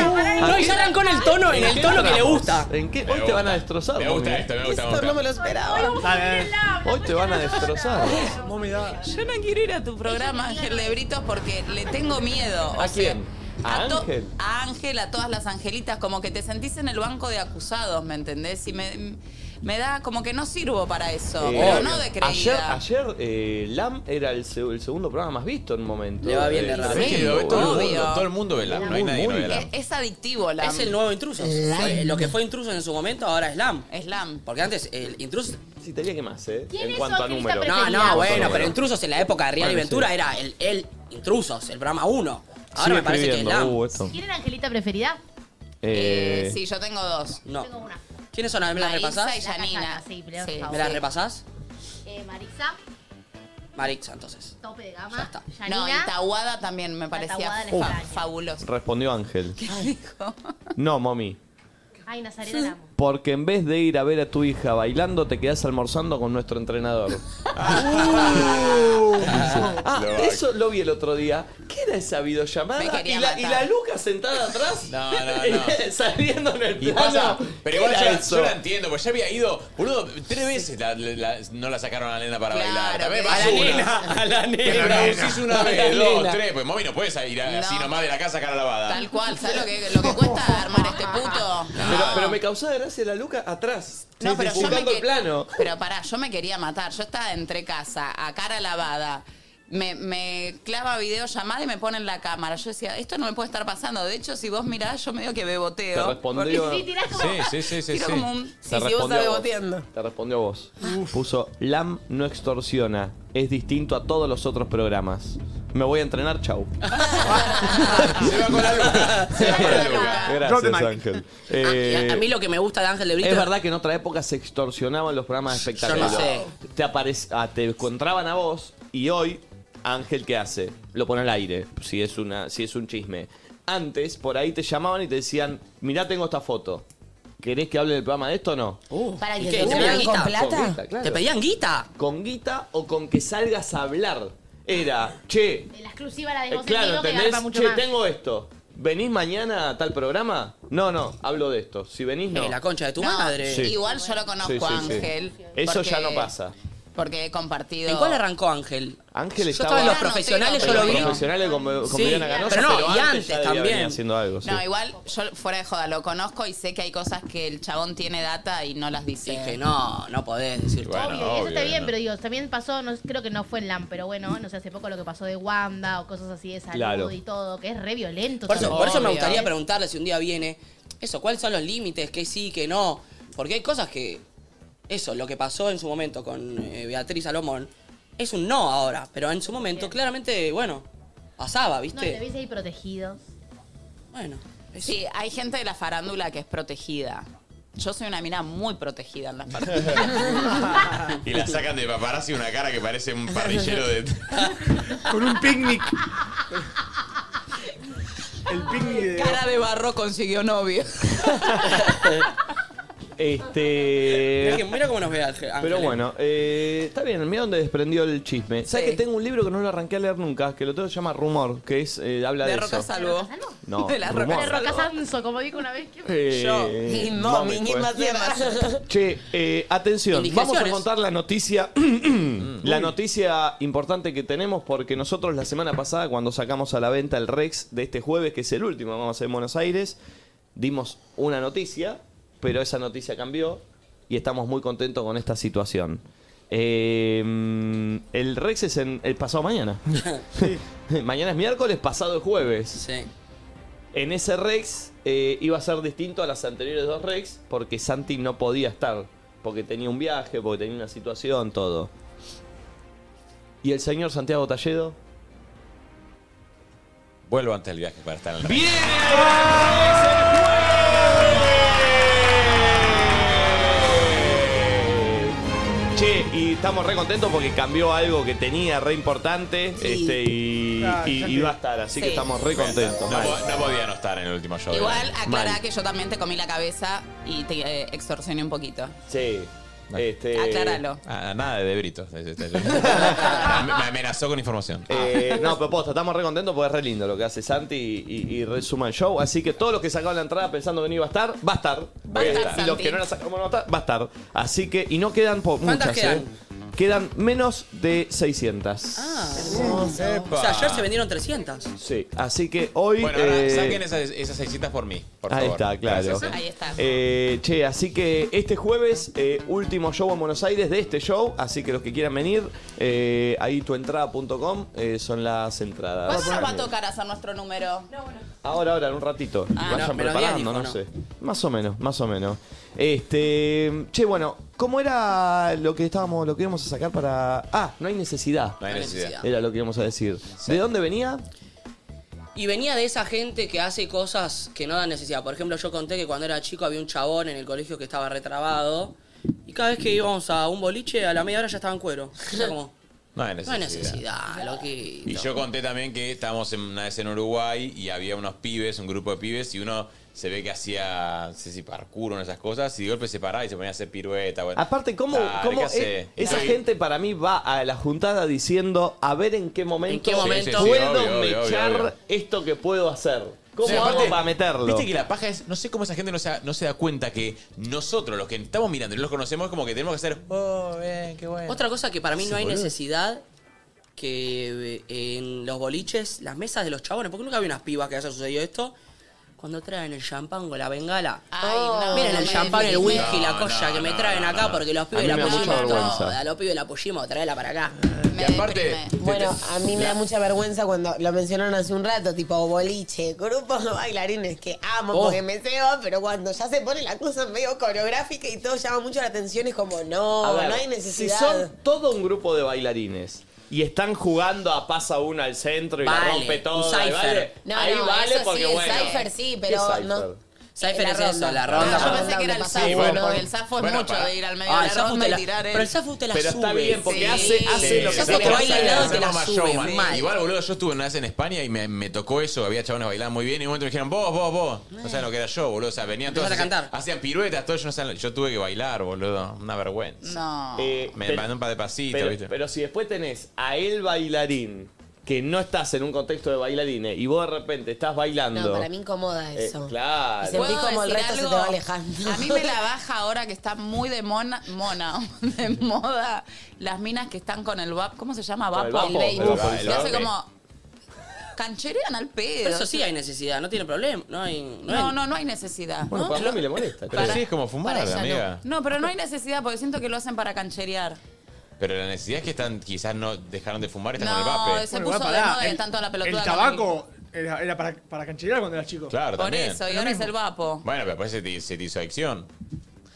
No, y ya arrancó en el tono, en el tono que le gusta. ¿En qué? Hoy te van a destrozar. Me gusta Momi. esto, me gusta, me Esto gusta. no me lo esperaba. Hoy te van a destrozar. Yo no quiero ir a tu programa, Ángel de Brito, porque le tengo miedo. O ¿A sea, quién? ¿A to- Ángel? A Ángel, a todas las angelitas, como que te sentís en el banco de acusados, ¿me entendés? Y me, me da como que no sirvo para eso, Eh, pero obvio. no de creída. Ayer, ayer eh, LAM era el, se- el segundo programa más visto en un momento. Le va bien de Eh, raro. Sí, tremendo, lo ve todo el boludo. mundo, todo el mundo ve LAM, no hay nadie que no ve es, LAM. es adictivo, la Es el nuevo intruso. Lo que fue intruso en su momento, ahora es Lam. Slam. Porque antes, el intruso. Sí, tenía que más, ¿eh? ¿Quién En es cuanto a Ángel número. Zapata? No, no, Preferida. bueno, Bueno. pero intrusos en la época de Real y Bueno, Ventura sí. era el, el intrusos, el programa 1. Ahora Sigue me parece que es escribiendo, Lam. uh, esto. ¿Quieren Angelita preferida? Eh, sí, yo tengo dos. No. Tengo una. ¿Quiénes son? A ver, ¿Me las Marisa repasás? y Janina. casaca, sí, pero por ¿Me favor. las repasás? Eh, Marisa, Marixa, entonces. tope de Ya gama. está. No, y Janina. Tahuada también me parecía Tahuada la fa- extraño. fabuloso. Respondió Ángel. Dijo, No, mami. Ay, Nazarena la amo. Porque en vez de ir a ver a tu hija bailando, te quedás almorzando con nuestro entrenador. Ah, Lo- eso lo vi el otro día. ¿Qué era esa Me videollamada? quería Y la, y matar. la Luca sentada atrás. No, no, no. saliendo en el Y plano. pasa, pero igual ¿Qué yo, era la- eso? yo la entiendo, porque ya había ido, boludo, tres veces la- la- la- no la sacaron a la nena para Claro, bailar. También que- vas a la una. Nena, a la Te nena. producís una A la vez, dos, nena. tres, pues mami no puedes ir a- así No. nomás de la casa cara Ah. lavada. Tal cual, ¿sabes lo que, lo que cuesta armar este puto? Pero, pero me causaba gracia la Luca atrás. No, Sí, pero sí, yo me buscando el que- plano. Pero pará, yo me quería matar. Yo estaba entre casa, a cara lavada. Me, me clava videollamada y me ponen la cámara. Yo decía, esto no me puede estar pasando. De hecho, si vos mirás, yo medio que Te beboteo. respondió. Sí, tirás como. Sí, sí, sí, sí. Tiro sí. como un- Te Sí, sí, vos respondió estás vos. boteando. Te respondió vos. Puso, LAM no extorsiona, es distinto a todos los otros programas. Me voy a entrenar, chau. Se va con la luca. Se va con la luca. Drop the Gracias, mic. Ángel. Ah, y Eh, a, a mí lo que me gusta de Ángel de Brito es verdad que en otra época se extorsionaban los programas de espectáculo. Yo no sé. Te, aparec- ah, te encontraban a vos y hoy, Ángel, ¿qué hace? Lo pone al aire, si es, una, si es un chisme. Antes, por ahí te llamaban y te decían, mirá, tengo esta foto. ¿Querés que hable del programa de esto o no? Para Uh, ¿y que qué? ¿Te te cubran pedían con guita? plata. Con guita, claro. ¿Te pedían guita? con guita o con que salgas a hablar. Era, che, La exclusiva la de eh, vos en claro, vivo, que ¿entendés? garpa mucho Che, más. tengo esto. ¿Venís mañana a tal programa? No, no, hablo de esto. Si venís, no. Eh, la concha de tu No, madre. Sí. Igual yo lo conozco, Sí, sí, sí. Ángel. Eso porque ya no pasa. Porque he compartido. ¿En cuál arrancó Ángel? Ángel Yo estaba estaba en Ah, los profesionales, yo lo vi. En los profesionales con, con Sí, Viviana Canosa, pero no, y antes, antes ya debía también. venir haciendo algo, sí. No, igual yo fuera de joda lo conozco y sé que hay cosas que el chabón tiene data y no las dice. Que no, no podés decir todo. Obvio, y eso está bien, pero digo, también pasó, no, creo que no fue en LAM, pero bueno, no sé, hace poco lo que pasó de Wanda o cosas así de salud Claro. y todo, que es re violento. Por eso, también. por eso me gustaría preguntarle si un día viene, eso, ¿cuáles son los límites? ¿Qué sí, qué no? Porque hay cosas que, eso, lo que pasó en su momento con eh, Beatriz Salomón, es un no ahora, pero en su momento claramente, bueno, pasaba, No, te ¿viste? ves ahí protegido. Bueno. Sí, hay gente de la farándula que es protegida. Yo soy una mina muy protegida en la farándula. Y la sacan de paparazzi una cara que parece un parrillero de. Con un picnic. El picnic de. Cara de barro consiguió novio. Este. Mirá que- mirá cómo nos ve Ángel. Eh, Pero bueno, eh, está bien, mira dónde desprendió el chisme. ¿Sabes Sí. que tengo un libro que no lo arranqué a leer nunca? Que lo otro se llama Rumor, que es eh, habla de, De eso. Roca Salvo. No, De la rumor. De Roca Sanso, como dijo una vez que. Eh, Yo. no me cuesta. Che, eh, atención, vamos a Indigestiones. contar la noticia, la noticia importante que tenemos porque nosotros la semana pasada cuando sacamos a la venta el Rex de este jueves, que es el último, que vamos a hacer en Buenos Aires, dimos una noticia, pero esa noticia cambió y estamos muy contentos con esta situación. Eh, mm, el Rex es en, el pasado mañana. mañana es miércoles, pasado es jueves. Sí. En ese Rex eh, iba a ser distinto a las anteriores dos Rex porque Santi no podía estar. Porque tenía un viaje, porque tenía una situación, todo. Y el señor Santiago Talledo. Vuelvo antes del viaje para estar en la Che, y estamos re contentos porque cambió algo que tenía re importante. Este, y, Ah, y- ya y te- va a estar, así que Sí. estamos re contentos. No, mal. po- no podía no estar en el último show. de Igual Belén. aclará que yo también te comí la cabeza y te eh, extorsioné un poquito. Sí. Este, Acláralo. Ah, nada de debritos. Me me amenazó con información. Eh, no, pero posta, estamos re contentos porque es re lindo lo que hace Santi y, y, y resuma el show. Así que todos los que sacaron la entrada pensando que no iba a estar, va a estar. Va a estar, y los Santi. que no la sacaron no va a estar, va a estar. Así que, y no quedan po- ¿Cuántas muchas, quedan? eh. Quedan menos de 600. Ah. Ah. O sea, ayer se vendieron 300. Sí, así que hoy... Bueno, ahora eh, saquen esas, esas seis citas por mí, por Ahí favor. está, claro. Gracias, eh. Eh, che, así que este jueves, eh, último show en Buenos Aires de este show. Así que los que quieran venir, eh, ahí tuentrada.com eh, son las entradas. ¿Cuándo nos va a tocar hacer nuestro número? No, bueno. Ahora, ahora, en un ratito. Ah, Vayan no, pero preparando, bien dijo, no, ¿no? sé. Más o menos, más o menos. Este, che, bueno, ¿cómo era lo que estábamos, lo que íbamos a sacar para Ah, no hay necesidad. No hay necesidad. Era lo que íbamos a decir. ¿De dónde venía? Y venía de esa gente que hace cosas que no dan necesidad. Por ejemplo, yo conté que cuando era chico había un chabón en el colegio que estaba retrabado. Y cada vez que íbamos a un boliche, a la media hora ya estaba en cuero. Era como, No hay no necesidad. hay necesidad, loquito. Y yo conté también que estábamos en- una vez en Uruguay y había unos pibes, un grupo de pibes, y uno se ve que hacía, no sé si parkour o una de esas cosas, y de golpe se paraba y se ponía a hacer pirueta. bueno. Aparte, ¿cómo, Dale, cómo ¿qué hace? e- esa Estoy- gente para mí va a la juntada diciendo a ver en qué momento, qué momento? Sí, sí, sí, puedo obvio, obvio, mechar obvio, obvio. esto que puedo hacer? ¿Cómo Sí, hago aparte, para meterlo? Viste que la paja es, no sé cómo esa gente no se, no se da cuenta que nosotros, los que estamos mirando y no los conocemos, como que tenemos que hacer... Oh, bien, qué bueno. Otra cosa que para mí Sí, no hay boludo. necesidad, que eh, en los boliches, las mesas de los chabones, porque nunca había unas pibas que haya sucedido esto, cuando traen el champán con la bengala. no, Miren el me champán, el desvié. whisky, la No, cosa no, que me no, traen no, acá, no. porque los A pibes mí la me da pusimos mucha vergüenza. toda, los pibes la pusimos, traela para acá. Y aparte... Bueno, a mí me da La- mucha vergüenza cuando lo mencionaron hace un rato, tipo boliche, grupos de bailarines que amo Oh. porque me cebo, pero cuando ya se pone la cosa medio coreográfica y todo llama mucho la atención, es como, no, A ver, no hay necesidad. Si son todo un grupo de bailarines y están jugando a pasa uno al centro y la Vale, rompe un todo, ahí cipher. vale, No, ahí no, vale eso porque sí, bueno. cipher sí, ¿Qué pero cipher? no- Cypher La es ronda. eso, la Ah, ronda. yo para- pensé que era el zafo, Sí, bueno, ¿no? por- El zafo es bueno, mucho para- de ir al medio Ah, de el la zafo ronda te y la- tirar el- Pero el zafo te la Pero sube. está bien, porque hace- hace Sí, lo que sí, se le canta. sí, sí, baila al lado sí, te la somos más sube, showman. mal. Igual, boludo, yo estuve una vez en España y me, me tocó eso. Había chabones bailando muy bien y en un momento me dijeron, vos, vos, vos. No saben lo que era yo, boludo. O sea, venían todos. Empezaste a hacían- Hacían piruetas, todos. Yo, no sabía- yo tuve que bailar, boludo. Una vergüenza. No. Eh, me pero- mandó un par de pasitos, pero, ¿viste? pero si después tenés a el bailarín que no estás en un contexto de bailarines y vos de repente estás bailando. No, para mí incomoda Eh, eso. claro. Y sentí como el decir resto se algo? te va alejando. A mí me la baja ahora que está muy de mona, mona, de moda, las minas que están con el vapo, ¿cómo se llama? Con el Vapo. vapo, El vapo. Y el hace vapo. como, cancherean al pedo. Pero eso sí hay necesidad, no tiene problema. No, hay, no, No, hay- no, no hay necesidad. Bueno, pues, ¿no? para mí le molesta. Pero sí es como fumar, para ella no. amiga. No, pero no hay necesidad porque siento que lo hacen para cancherear. Pero la necesidad es que están, quizás no dejaron de fumar, están con el No, vape. se puso igual, de pará, moda y el- están toda la pelotuda. El con tabaco era, era para, para cancherear cuando eras chico. Claro, Por también. eso, y ahora es el vapo. Bueno, pero después se te, se te hizo adicción.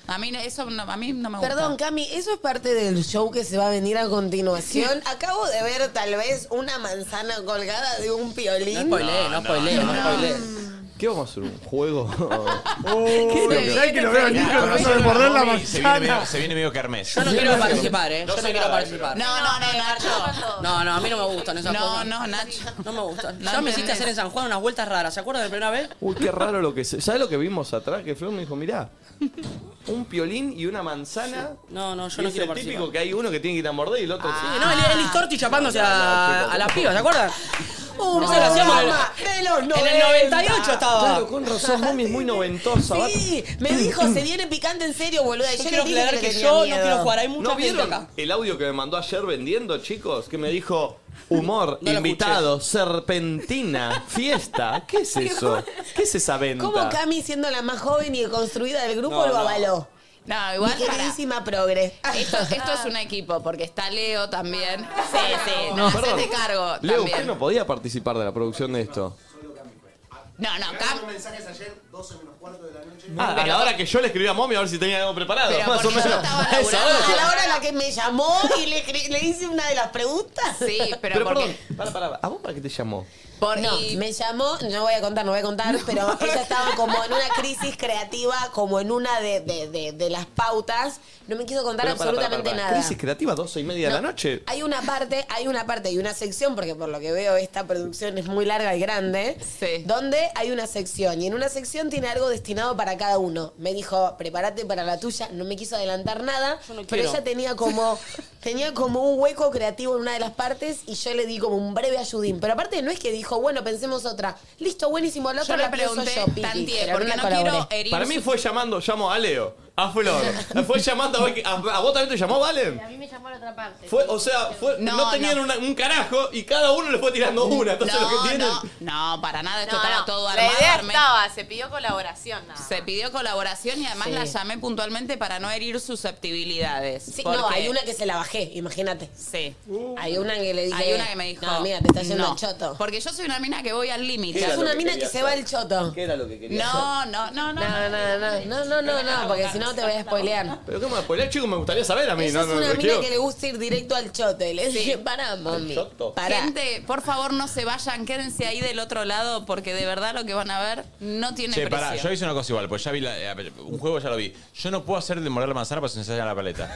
A mí eso no, a mí no me gusta. Perdón, Cami, eso es parte del show que se va a venir a continuación. Acabo de ver tal vez una manzana colgada de un piolín. spoilees, no spoilees, no spoilees. ¿Qué vamos a hacer? ¿Un juego? ¿Sabes Oh, que lo veo el Nico? No sabe morder la Ah, Se viene manzana. medio, se viene medio kermés. Yo no quiero participar, ¿eh? Yo no quiero participar. No, no, no, Nacho. No, no, a mí no me gustan esas No, cosas. no, Nacho. No me gustan. ya me hiciste hacer en San Juan unas vueltas raras. ¿Se acuerdan de la primera vez? Uy, qué raro lo que se... ¿Sabes lo que vimos atrás? Que Flor me dijo, mirá, un piolín y una manzana. No, no, Y yo no es quiero el participar. Ah. típico que hay uno que tiene que ir a morder y el otro... Sí, no, el, el Istorti chapándose a, a las pibas, ¿se acuerdan? Un Eso lo hacíamos en el- programa Oh, de los en el 98 estaba. Claro, con razón, Mami es muy noventosa. va- Sí, me dijo, se viene picante en serio, boluda. Y Yo yo, quiero le dije aclarar que, que yo no quiero jugar, hay mucha ¿No gente vieron acá. el audio que me mandó ayer vendiendo, chicos? Que me dijo, humor, invitado, serpentina, fiesta. ¿Qué es eso? ¿Qué es esa venta? ¿Cómo Cami, siendo la más joven y construida del grupo, No, lo no. avaló? No, igual Mi pará. queridísima progre. Esto, esto es un equipo, porque está Leo también. Sí, sí. No, No, perdón. hacete cargo Leo, usted también. no podía participar de la producción de esto. No, no, Cam. mensajes ayer, 12 menos cuarto de la noche. Ah, a la hora que yo le escribí a Mommy a ver si tenía algo preparado. Pero más o porque yo menos. estaba A esa laburando. hora. A la hora en la que me llamó y le, cre- le hice una de las preguntas. Sí, pero, Pero porque. perdón, para, para, ¿a vos para qué te llamó? por- No, y- me llamó, no voy a contar, no voy a contar, pero ella estaba como en una crisis creativa, como en una de, de- de- de las pautas. No me quiso contar Pero para, para, absolutamente para, para. nada. Crisis creativa, 12 y media de la noche. Hay una parte, hay una parte y una sección, porque por lo que veo esta producción es muy larga y grande, Sí. donde hay una sección y en una sección tiene algo destinado para cada uno. Me dijo, prepárate para la tuya, no me quiso adelantar nada, Yo no pero quiero. ella tenía como, tenía como un hueco creativo en una de las partes y yo le di como un breve ayudín. Pero aparte no es que dijo, bueno, pensemos otra. Listo, buenísimo, la Yo otra le la pienso pregunté yo, Piqui, tantié, pero porque la no colaboré. quiero herir. Para mí su- fue llamando, llamo a Leo, a Flor. Fue llamando a ver que- a, a vos también te llamó, Valen. A mí me llamó a la otra parte. Fue, o sea, fue- no, No, tenían no. una- un carajo y cada uno le fue tirando una. Entonces lo que No, tienen. no, no, para nada, esto No, estaba no, todo La armado. idea armé- estaba, se pidió colaboración. nada Se pidió colaboración y además Sí. la llamé puntualmente para no herir susceptibilidades. Sí, no, porque- hay una que se la bajé, imagínate. Sí. Hay una que le dije. eh? Hay una que me dijo. No, mira, te está yendo no, al choto. Porque yo soy una mina que voy al límite. Era Es lo una que mina que quería se va hacer. al choto. ¿Qué era lo que quería hacer? No, no, no, no. No, no, no, no, no, no, no, porque si no te voy a spoilear. Pero cómo spoiler, chico, me gustaría saber a mí. Ella No, es no, una no mina quiero- que le gusta ir directo al chote. Le dije, pará, mami. choto? Pará. Gente, por favor, no se vayan, quédense ahí del otro lado porque de verdad lo que van a ver no tiene Che, precio. pará, yo hice una cosa igual, pues ya vi la- eh, un juego ya lo vi. Yo no puedo hacer de morder la manzana para se me salga la paleta.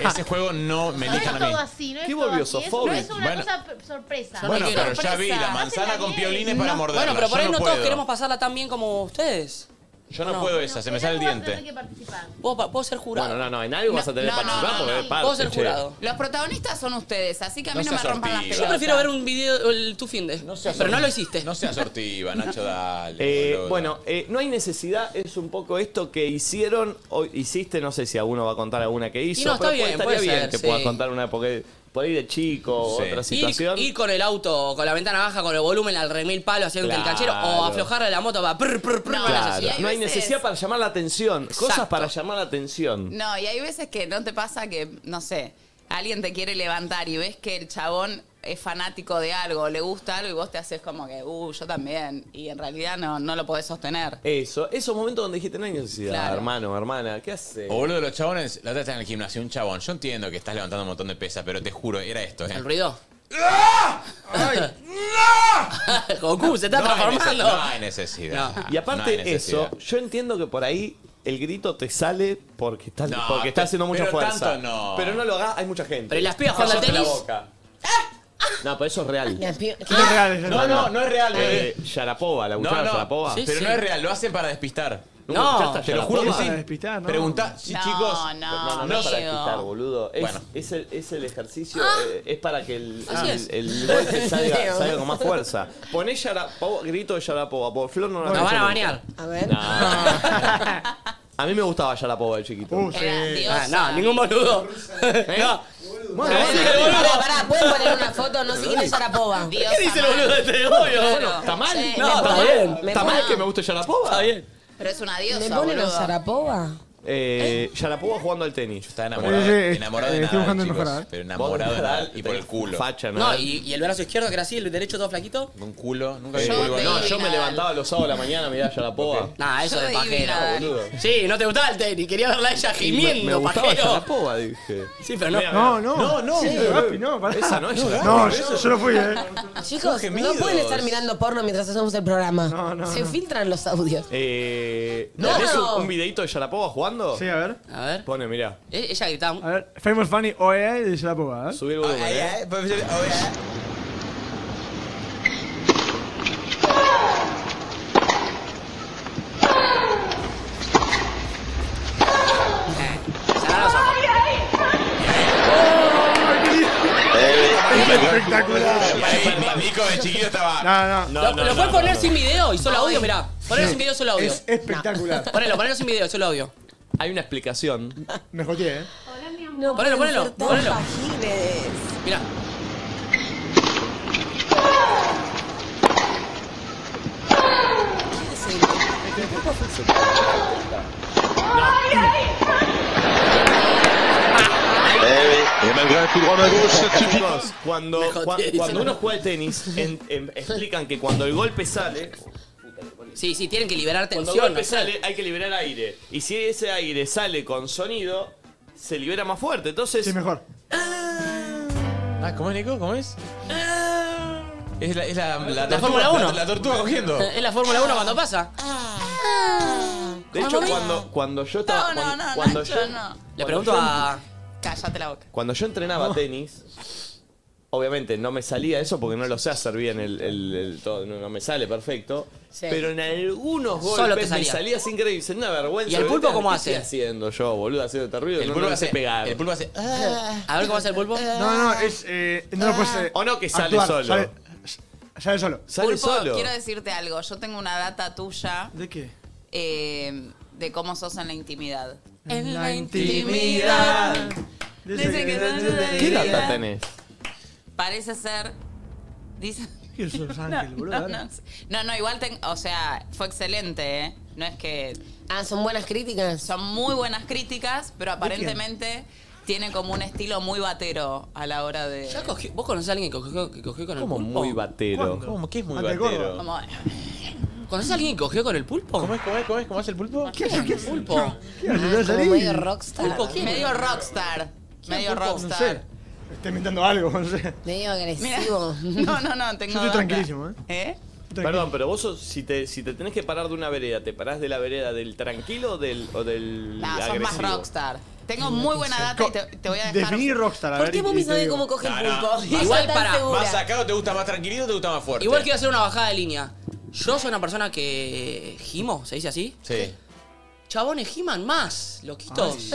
Ese juego no me No es elijan a mí. todo así, no es Qué todo así. Es, volviosofóbico. no es una Bueno. cosa p- sorpresa. Bueno, pero ya sorpresa. vi la manzana Hacela con bien. piolines para No. morderla. Bueno, pero por ahí Yo no, todos puedo. queremos pasarla tan bien como ustedes. Yo no, No. puedo Bueno, esa, se me sale el en algo vas diente. a tener que participar. Puedo, pa- puedo ser jurado. Bueno, no, no, en algo vas a tener que No, no, participar no, porque no. es parte, Puedo ser che. jurado. Los protagonistas son ustedes, así que a mí No no, me seas rompan las sortiva. pelotas. Yo Yo prefiero ver un video el tu fin de. seas pero no sorti- lo hiciste. No seas sortiva, Nacho, dale. Eh, boludo. bueno, eh, no hay necesidad, es un poco esto que hicieron o hiciste, no sé si alguno va a contar alguna que hizo, Y no, está pero bien, estaría puede bien ser, que sí. puedas contar una porque por ahí de chico Sí. otra Ir, situación. ir con el auto, con la ventana baja, con el volumen al remil palo, haciendo el Claro. canchero, o aflojarle la moto para prr, prr, prr, No, con la claro. necesidad. hay no hay veces- necesidad para llamar la atención, cosas Exacto. para llamar la atención. No, y hay veces que no te pasa que, no sé, alguien te quiere levantar y ves que el chabón es fanático de algo, le gusta algo y vos te haces como que, uh, yo también. Y en realidad no, no lo podés sostener. Eso, esos momentos donde dijiste no hay necesidad, Claro. hermano, hermana, ¿qué haces? O boludo, los chabones, la otra está en el gimnasio, un chabón. Yo entiendo que estás levantando un montón de pesas, pero te juro, era esto, ¿eh? El ruido. Goku se está no hay, nece- transformando. no hay necesidad. No. Y No hay aparte necesidad. eso, yo entiendo que por ahí el grito te sale porque estás, No, porque estás haciendo mucha pero fuerza. tanto no. Pero no lo hagas, hay mucha gente. Pero ¿y las pibas ¡Ah! jugando al Cállate la tenis? boca. No, pero eso es real. Las pi- Ah. No es real, es real. No, no, no es real. Eh, Yarapova, la No, muchacha no, Yarapova. Sí, pero sí. no es real, lo hacen para despistar. Nunca No. escuchaste, te Ya lo la juro que forma sí. de despistar, ¿no? Preguntá, sí, No, chicos. No, no, no, es para quitar, boludo. Es, Bueno. es, el, es el ejercicio, Ah. eh, es para que el, Así el- es. el golpe salga, Leo. salga con más fuerza. Poné Yarapova, grito de Yarapova, por Flor no la Nos escucho van a nunca. banear. A ver. No. a mí me gustaba Yarapova, el chiquito. ¿Eh? Ah, no, ningún boludo. no. Pará, pará, ¿pueden poner una foto? No sé quién es Yarapova. ¿Qué dice el boludo de este obvio? Bueno, ¿está mal? Sí, no, me está pongo- bien. me ¿Está mal pongo- que me guste Yarapova? Está bien. Pero es una diosa, ¿Me ponen a boludo. Yarapova? Eh, Yarapova jugando al tenis. Yo estaba enamorado, Eh, enamorado Eh, de Nadal, chicos, Pero enamorado de Nadal y por el culo. Facha, No, y, y el brazo izquierdo que era así, el derecho todo flaquito. Un culo, nunca vi vi Yo culo. te No, vi Eh, yo me Nadal. levantaba los sábados de la mañana, miraba Yarapova. Nah, eso Yo es de vi Nadal. pajero. Boludo. Sí, no te gustaba el tenis, quería verla a ella Y me- me gimiendo, gustaba pajero. Yarapova, dije. Sí, pero no. Mira, No, mira. no. No, no. Sí, eh. Gapi, no, pará. Esa no es No, Yarapova. no, yo- yo no fui, eh. Chicos, no gemidos. pueden estar mirando porno mientras hacemos el programa. no, Se no. filtran los audios. Eh, No. ¿Tenés un, un videito de Yarapova jugando? Sí, a ver. A ver. Pone, mirá. Eh, Ella gritaba. A ver, Famous Funny OEA de Yarapova, ¿eh? Subí el volumen, eh. eh. Espectacular. Nico de chiquito estaba. No, no. lo lo puedes poner sin video y solo No, eh. audio, es- mirá. Ponelo Sí. sin video y solo audio. Es espectacular. Ponelo, ponelo sin video y solo audio. Hay una explicación. Me joteé, ¿eh? No Ponelo, pueden ponelo, ser tan ponelo. fajides. Mirá. Chicos, cuando, Me jodí, cua- dice. cuando uno juega al tenis, en- en- explican que cuando el golpe sale, Sí, sí, tienen que liberar cuando tensión. el golpe no sé. sale hay que liberar aire. Y si ese aire sale con sonido, se libera más fuerte. Entonces. Sí, mejor. Ah, ¿cómo es, Nico? ¿Cómo es? Es la, es la, Eh. La Fórmula 1. La tortuga cogiendo. Es la Fórmula 1 cuando pasa. De hecho, cuando, cuando yo estaba. cuando, cuando yo, Le pregunto cuando yo- a. Cállate la boca. Cuando yo entrenaba tenis, obviamente no me salía eso porque no lo sé hacer bien el, el- el todo, no, no me sale perfecto. Sí. Pero en algunos Solo golpes te me salía. salía sin creer, sin una vergüenza. ¿Y el Pero pulpo ¿qué cómo estoy hace? haciendo yo, boludo, haciendo terrible. El no, pulpo no lo hace- sé pegar. el pulpo hace- A ver cómo hace el pulpo. No, no, es. Eh, no lo puedes. eh, O no, que sale actuar, solo. Sale, sale solo. Sale Pulpo, quiero decirte algo. Yo tengo una data tuya ¿De qué? eh, de cómo sos en la intimidad. En la intimidad. Dicen que no, no, no, ¿Qué no, data no. tenés? Parece ser. Dicen. ¿Qué sos, Ángel, boludo? No, Dale. no, no, no, igual, ten- o sea, fue excelente, ¿eh? No es que... Ah, son buenas críticas. Son muy buenas críticas, pero aparentemente tiene como un estilo muy batero a la hora de... ¿Ya cogió- ¿Vos conocés a alguien que cogió, que cogió con el Como pulpo? muy batero. ¿Cuándo? ¿Cómo? ¿Qué es muy Ante batero? gordo. ¿Conocés a alguien que cogió con el pulpo? ¿Cómo es, cómo es, cómo es, cómo es el pulpo? ¿Qué es el pulpo? Como medio rockstar. Pulpo, ¿quién? Medio rockstar. Medio Pulpo, No rockstar. sé. Está inventando algo, no sé. Medio agresivo. No, no, no, tengo Yo estoy data. tranquilísimo, ¿eh? ¿Eh? Perdón, pero vos sos- si te, si te tenés que parar de una vereda, ¿te parás de la vereda del tranquilo o del, o del No, sos agresivo? más rockstar. Tengo muy buena data y te, te voy a dejar... Definí rockstar, a ¿Por ver. qué y- vos y me te sabés digo. cómo coge No, no. Igual para. ¿Más acá o te gusta más tranquilito o te gusta más fuerte? Igual quiero hacer una bajada de línea. Yo soy una persona que. gimo, ¿se dice así? Sí. Chabones giman más, loquitos.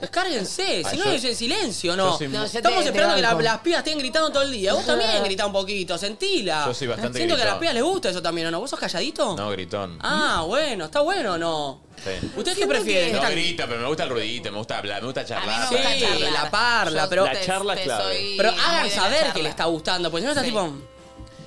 Descárguense, si Ay, no yo- es en silencio, yo ¿no? soy No, muy- yo te- Estamos te esperando que la- banco. las pibas estén gritando todo el día. Vos también gritá un poquito, sentila. Yo soy bastante Siento que a gritón. las pibas les gusta eso también, ¿o no? ¿Vos sos calladito? No, gritón. Ah, bueno, está bueno o no. Sí. ¿Ustedes qué prefieren? No ¿Están- grita, pero me gusta el ruidito, me gusta hablar, me gusta charlar. Sí, la parla, Yo pero. La charla es te clave. soy Pero muy hagan de la saber que charla. le está gustando, porque si no está tipo.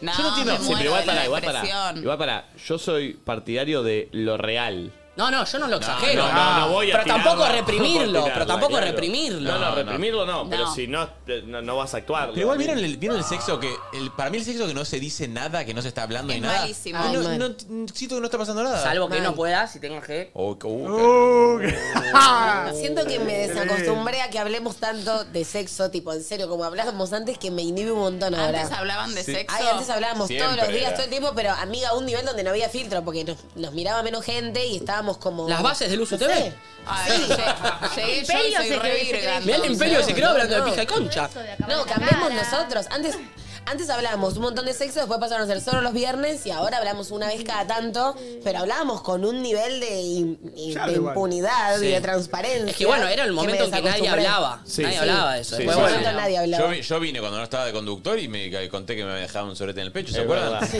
yo no entiendo. Sí, pero igual para, igual para. depresión. Igual para. Yo soy partidario de lo real. No, no, yo no lo exagero. No, Ah, no, no voy a Pero tirarla, tampoco no, reprimirlo, por tirarla, pero tampoco claro. reprimirlo. No, no, reprimirlo no, pero No. si no, eh, no, no vas a actuar. Pero igual vieron el, vieron el sexo que. El, para mí el sexo que no se dice nada, que no se está hablando ni Es nada. malísimo. Ay, no, Ay, no, siento que no está pasando nada. Salvo que no puedas y tengas que. Oh, qué- uh, Siento que me desacostumbré a que hablemos tanto de sexo, tipo, en serio, como hablábamos antes, que me inhibe un montón ahora. Antes hablaban de Sí. sexo. Ay, antes hablábamos Siempre todos los días, era. todo el tiempo, pero amiga, a un nivel donde no había filtro, porque nos, nos miraba menos gente y estábamos como... Las bases del uso no TV. sé. Ay, llegué yo y soy Imperio se re cree- se cree- virga, Mirá el entonces. imperio que se creó hablando de No. pija y concha. No, cambiemos nosotros. Antes, antes hablábamos un montón de sexo, después pasaron a ser solo los viernes y ahora hablamos una vez cada tanto, pero hablábamos con un nivel de, in- in- Ya de igual. impunidad y Sí. de transparencia. Es que bueno, era el me momento en que nadie desacostumbré. hablaba. Sí, nadie sí. hablaba de eso. Sí, Después, sí, bueno, sí. nadie hablaba. Yo, vi- yo vine cuando no estaba de conductor y me ca- conté que me había dejado un sorete en el pecho, ¿se Es acuerdan? verdad. Sí.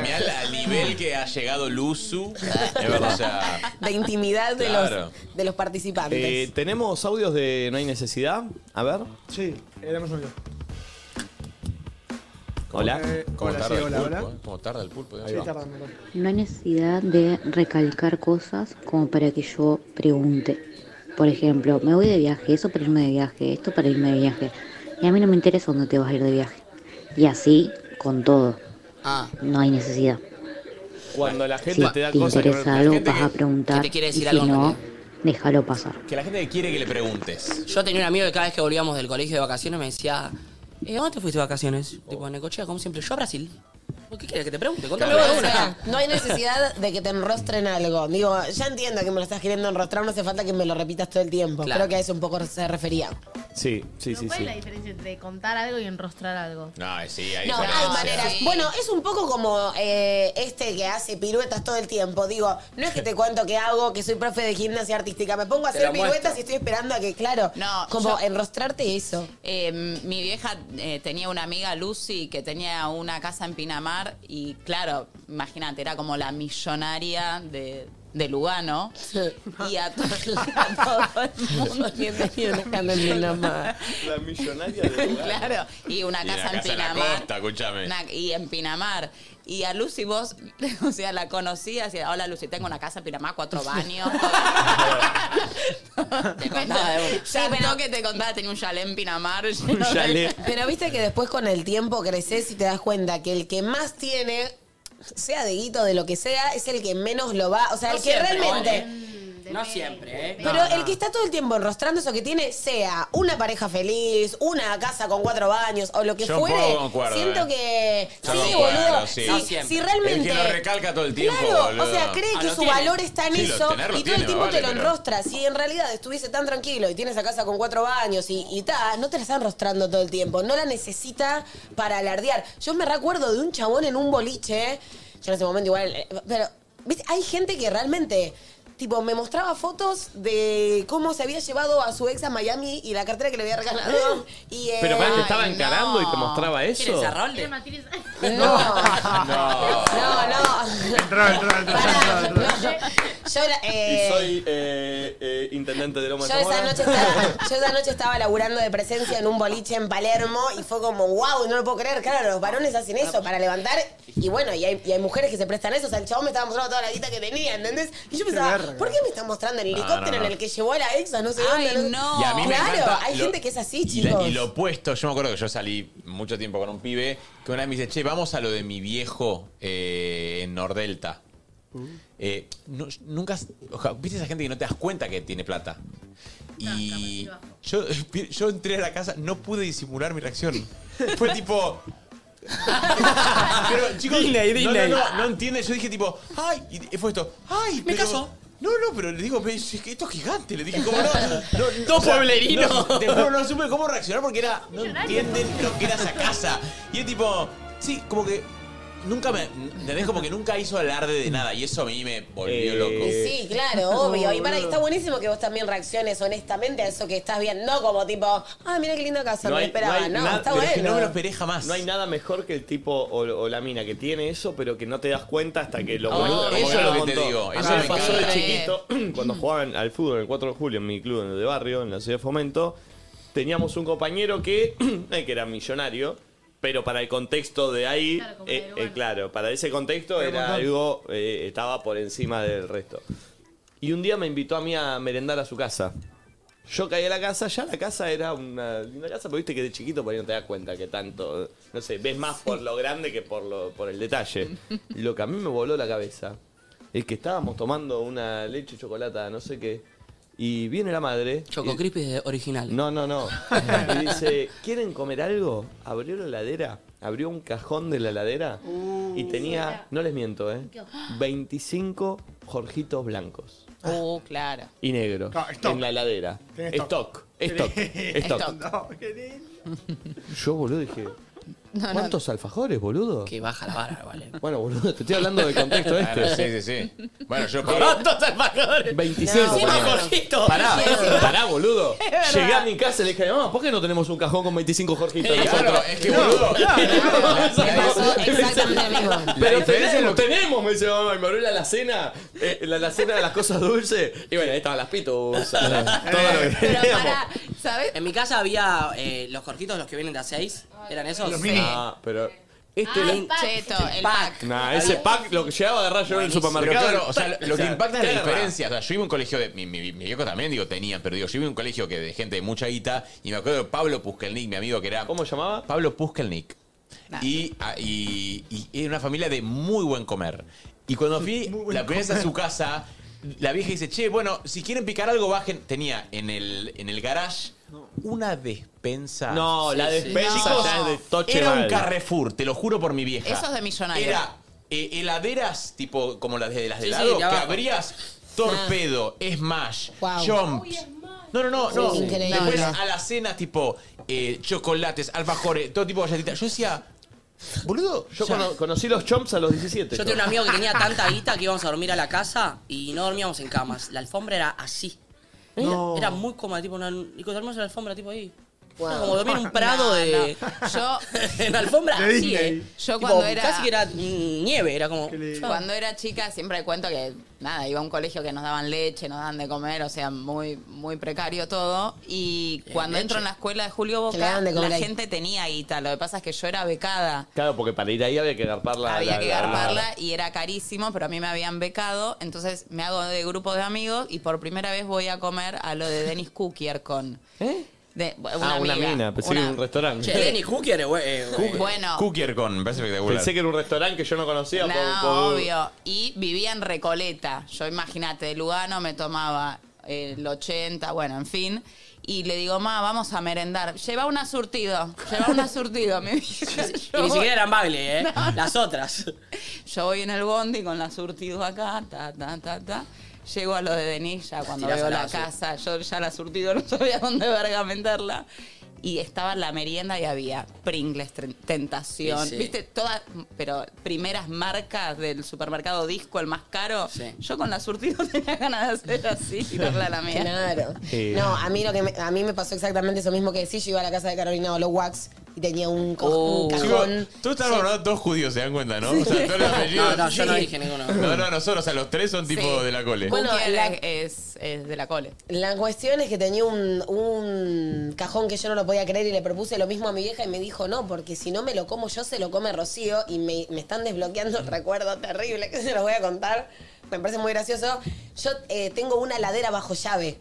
Mirá al, al nivel que ha llegado Luzu. Es verdad, o sea, De intimidad de, Claro. los, de los participantes. Eh, ¿Tenemos audios de No hay necesidad? A ver. Sí. Éramos un Hola. Eh, como hola, tarda sí, el hola, hola. pulpo, ¿eh? Como tarda el pulpo. digamos. No hay necesidad de recalcar cosas como para que yo pregunte. Por ejemplo, me voy de viaje, eso para irme de viaje, esto para irme de viaje. Y a mí no me interesa dónde te vas a ir de viaje. Y así con todo. Ah. No hay necesidad. Cuando la gente Si te da te cosas que no- interesa la algo, gente vas a que- preguntar. que te quiere y decir si algo en no, déjalo pasar. Que la gente que quiere que le preguntes. Yo tenía un amigo que cada vez que volvíamos del colegio de vacaciones me decía, "Eh, ¿dónde te fuiste de vacaciones? Tipo, a Necochea, como siempre. Yo a Brasil. ¿Vos ¿Qué quieres que te pregunte? Contame Claro. de O sea, una. no hay necesidad de que te enrostren algo. Digo, ya entiendo que me lo estás queriendo enrostrar, no hace falta que me lo repitas todo el tiempo. Claro. Creo que a eso un poco se refería. Sí, sí, eh, sí, ¿Cuál sí. es la diferencia entre contar algo y enrostrar algo? No, sí, hay No, diferencia. hay maneras. Bueno, es un poco como eh, este que hace piruetas todo el tiempo. Digo, no es que te cuento que hago, que soy profe de gimnasia artística. Me pongo a Te hacer la muestro. piruetas y estoy esperando a que, claro, No, como yo- enrostrarte eso. Eh, mi vieja eh, tenía una amiga, Lucy, que tenía una casa en Pinamar y claro, imagínate, era como la millonaria de, de Lugano. Y a, to- a todo el mundo. La millonaria de Claro, y una Y casa, la en casa en la Pinamar. costa, escúchame. Una- y en Pinamar. Y a Lucy vos, o sea, la conocías y hola Lucy, tengo una casa en Pinamar, cuatro baños. te contaba de una. Ya no que te contaba, tenía un chalet en Pinamar. lleno de- Pero viste que después con el tiempo creces y te das cuenta que el que más tiene, sea de guito, de lo que sea, es el que menos lo va. O sea, No el que siempre, realmente. ¿eh? No siempre, ¿eh? Pero No, no. el que está todo el tiempo enrostrando eso que tiene, sea una pareja feliz, una casa con cuatro baños o lo que Yo un fuere, poco concuerdo, siento eh. que. Yo sí, concuerdo, boludo. sí. si- No Si, siempre. realmente. El que lo recalca todo el tiempo, Claro, o boludo. sea, cree Ah, que lo su tiene. valor está en Sí, lo- eso tenerlo y todo tiene, el tiempo vale, te lo pero- enrostra. Si en realidad estuviese tan tranquilo y tienes a casa con cuatro baños y, y ta, no te la están enrostrando todo el tiempo. No la necesita para alardear. Yo me recuerdo de un chabón en un boliche. Yo en ese momento igual. eh, Pero, ¿viste? Hay gente que realmente. Tipo, me mostraba fotos de cómo se había llevado a su ex a Miami y la cartera que le había regalado. Y, eh, Pero pará, te estaba encarando y te mostraba eso. No. No, no. Entró, entró, entró. Yo era, eh, Y soy eh, eh, intendente de Loma de Yo esa, Zamora. noche estaba, yo esa noche estaba laburando de presencia en un boliche en Palermo y fue como, wow, no lo puedo creer. Claro, los varones hacen eso para levantar. Y bueno, y hay, y hay mujeres que se prestan eso. O sea, el chabón me estaba mostrando toda la guita que tenía, ¿entendés? Y yo pensaba, verga. ¿por qué me está mostrando el No, helicóptero no, no. en el que llevó a la ex a no sé Ay, dónde? no. Y a mí me claro, encanta hay lo- gente que es así, Y, la- chicos. y lo opuesto, yo me acuerdo que yo salí mucho tiempo con un pibe que una vez me dice, che, vamos a lo de mi viejo eh, en Nordelta. Eh, no- nunca, oja, viste esa gente que no te das cuenta que tiene plata. Y yo, yo entré a la casa, no pude disimular mi reacción. Fue tipo... Ah, Pero, chicos, Disney, no, Disney. No, no, no entiende. Yo dije tipo, ay, y fue esto, ay, Me pero- caso. No, no, pero le digo, "Pero es que esto es gigante, le dije, ¿cómo no? no, no, Dos o sea, pueblerinos. No, te juro, no supe cómo reaccionar porque era, no entienden lo que era esa casa. Y es tipo, sí, como que nunca me, ¿entendés? Como que nunca hizo alarde de nada y eso a mí me volvió loco. Y sí, claro, obvio. Y para está buenísimo que vos también reacciones honestamente a eso que estás viendo. No como tipo, ah, mira qué linda casa, no, me hay- esperaba. hay No, nada- está pero es bueno. que no me lo esperé jamás. No hay nada mejor que el tipo o, o la mina que tiene eso, pero que no te das cuenta hasta que lo Oh, Ah, cuenta. eso Como es que lo que contó. te digo, A eso mí me me pasó de encanta. chiquito, cuando jugaban al fútbol el 4 de julio en mi club de barrio, en la ciudad de Fomento, teníamos un compañero que, eh, que era millonario, pero para el contexto de ahí, eh, eh, claro, para ese contexto Era un era montón. algo, eh, estaba por encima del resto. Y un día me invitó a mí a merendar a su casa. Yo caí a la casa, ya la casa era una linda casa, pero viste que de chiquito por ahí no te das cuenta que tanto, no sé, ves más por lo grande que por, lo, por el detalle. Lo que a mí me voló la cabeza es que estábamos tomando una leche chocolata, no sé qué, y viene la madre. Choco y- Crispy original. No, no, no. Y dice, ¿quieren comer algo? Abrió la heladera, abrió un cajón de la heladera Uh. y tenía, no les miento, ¿eh? 25 jorjitos blancos Uh, claro. y negros Ah, stock. en la heladera. Tiene Stock, stock, stock. Stock. Yo, boludo, dije, No, no. ¿Cuántos alfajores, boludo? Que baja la vara, vale. Bueno, boludo, te estoy hablando del contexto Claro, este. sí, sí, sí. Bueno, yo pagué. ¿Cuántos alfajores? 26. No, Encima bueno. Jorgito. Pará, Sí, sí. pará, boludo. Es verdad. Llegué a mi casa y le dije, mamá, ¿por qué no tenemos un cajón con 25 Jorgitos? Claro, nosotros?" es que, No, boludo, claro. exactamente lo mismo. Pero La diferencia es tenemos, lo que- tenemos, me dice mamá, y me abrió la alacena, eh, la alacena de las cosas dulces, y bueno, ahí estaban las pitos, todo lo que teníamos. ¿Sabes? En mi casa había eh, los jorjitos, los que vienen de a 6. ¿Eran esos? Los mini. Ah, pero este Ah, lo- el pack. Cheto, el pack. Nah, ese pack lo que llegaba a agarrar yo en el supermercado. Pero claro, o sea, lo que impacta es la guerra. diferencia. O sea, yo iba a un colegio de. Mi, mi, mi viejo también, digo, tenía, pero digo, yo iba a un colegio que de gente de mucha guita. Y me acuerdo de Pablo Puskelnik, mi amigo que era. ¿Cómo llamaba? Pablo Puskelnik. Y, ah, y, y era una familia de muy buen comer. Y cuando fui la primera vez a su casa, la vieja dice, che, bueno, si quieren picar algo, bajen. Tenía en el, en el garage una despensa. No, la despensa Chicos, ya es de toche Era un mal. Carrefour, te lo juro por mi vieja. Eso es de millonario. Era eh, heladeras, tipo como las de las de Sí, sí, helado, de que abajo. abrías Torpedo, Ah. Smash, Wow. Jump. No, no, no, no. Sí, increíble. Después No, no. a la cena, tipo eh, chocolates, alfajores, todo tipo de galletitas. Yo decía, boludo, Yo o sea, cono- conocí los chomps a los 17. Yo tenía un amigo que tenía tanta guita que íbamos a dormir a la casa y no dormíamos en camas. La alfombra era así. Era- No. Era muy cómoda, tipo, una, y cuando dormíamos en la alfombra, tipo ahí. Wow. Era como dormir en un prado No, de. Yo, en alfombra De así, Disney. ¿eh? Yo Tipo, cuando era- Casi que era mm, nieve, era como. Cuando era chica siempre cuento que nada, iba a un colegio que nos daban leche, nos daban de comer, o sea, muy muy precario todo y cuando leche. entro en la escuela de Julio Que le Boca, daban de la comer ahí. gente tenía guita, lo que pasa es que yo era becada. Claro, porque para ir ahí había que garparla. Había la- que la- la- garparla y era carísimo, pero a mí me habían becado, entonces me hago de grupo de amigos y por primera vez voy a comer a lo de Dennis Cookier con de- una ah, una amiga. mina, pensé que Una- era un restaurante. Hooker, güey. eh, Bueno. Cookier con, me parece espectacular. Pensé que era un restaurante que yo no conocía. No, por- por- obvio. Y vivía en Recoleta. Yo imagínate, de Lugano me tomaba eh, el 80, bueno, en fin. Y le digo, ma, vamos a merendar. Lleva una surtido, lleva una surtido. mi vieja. Y Yo ni voy- siquiera eran baile, ¿eh? No. Las otras. Yo voy en el bondi con la surtido acá, ta, ta, ta, ta. Llego a lo de Denis ya cuando Tirás veo a la la basura. casa. Yo ya la surtido no sabía dónde verga meterla. Y estaba la merienda y había Pringles, Tren- Tentación. Sí, sí. ¿Viste? Todas, pero primeras marcas del supermercado disco, el más caro. Yo con la surtido tenía ganas de hacer así, tirarla a la mía. Claro. No, a mí, lo que me, a mí me pasó exactamente eso mismo que decís. Yo iba a la casa de Carolina Olowax y tenía un, co- Oh. Oh. un cajón. Chico, Tú estás nombrando dos judíos, ¿se dan cuenta, no? O sea, todos los No, apellidos. no, yo no dije ninguno. No, no, nosotros, o sea, los tres son tipo Sí. de la cole. Bueno, Bueno, la- es, es de la cole. La cuestión es que tenía un, un cajón que yo no lo podía creer y le propuse lo mismo a mi vieja y me dijo no, porque si no me lo como yo, se lo come Rocío y me, me están desbloqueando un recuerdo terrible que se los voy a contar. Me parece muy gracioso. Yo eh, tengo una ladera bajo llave.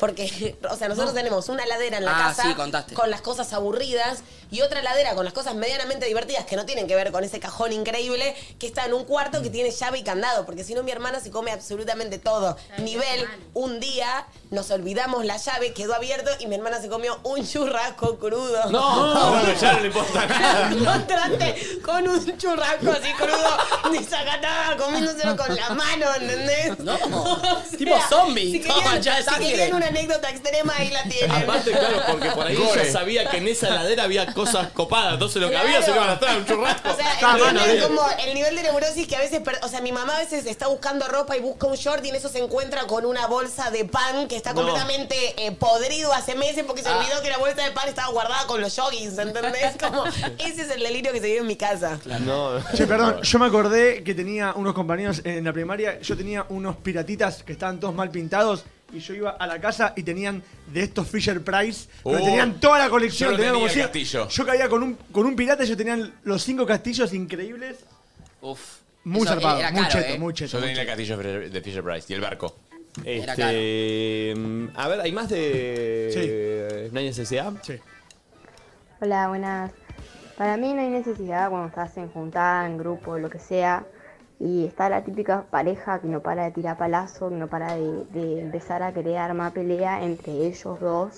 Porque, o sea, nosotros tenemos una ladera en la Ah, casa sí, contaste. con las cosas aburridas y otra ladera con las cosas medianamente divertidas que no tienen que ver con ese cajón increíble que está en un cuarto Mm. que tiene llave y candado, porque si no mi hermana se come absolutamente todo. Nivel, un día nos olvidamos la llave, quedó abierto y mi hermana se comió un churrasco crudo. No, bueno, ya no le importa nada. Encontrate con un churrasco así crudo, desacatado, comiéndoselo con la mano, ¿entendés? No. O sea, Tipo zombie. Si Toma, querían, ya, si sangre. querían una anécdota extrema, ahí la tienen. Aparte, claro, porque por ahí Gore. ella sabía que en esa ladera había cosas copadas, entonces lo que había se lo iban a estar un churrasco. O sea, Ah, bueno, ¿entendés? eh. bien. como el nivel de neurosis que a veces, per- o sea, mi mamá a veces está buscando ropa y busca un short y en eso se encuentra con una bolsa de pan que está No. completamente eh, podrido hace meses porque se olvidó que la bolsa de pan estaba guardada con los joggings, ¿entendés? Como, ese es el delirio que se vive en mi casa. ah, No, Che, perdón, yo me acordé que tenía unos compañeros en la primaria, yo tenía unos piratitas que estaban todos mal pintados y yo iba a la casa y tenían de estos Fisher Price, Uh, pero Oh. tenían toda la colección, Yo no tenían tenía como el si- castillo. Yo caía con un con un pirata y yo tenían los cinco castillos increíbles. Uf. Muy Eso zarpado, era muy caro, cheto, ¿eh? muy cheto. Yo muy tenía el castillo de Fisher Price y el barco. Era Este, mm, a ver, ¿hay más de Nine SSA? Sí. Hola, buenas. Para mí no hay necesidad cuando estás en juntada, en grupo, lo que sea, y está la típica pareja que no para de tirar palazo, que no para de, de empezar a querer armar pelea entre ellos dos,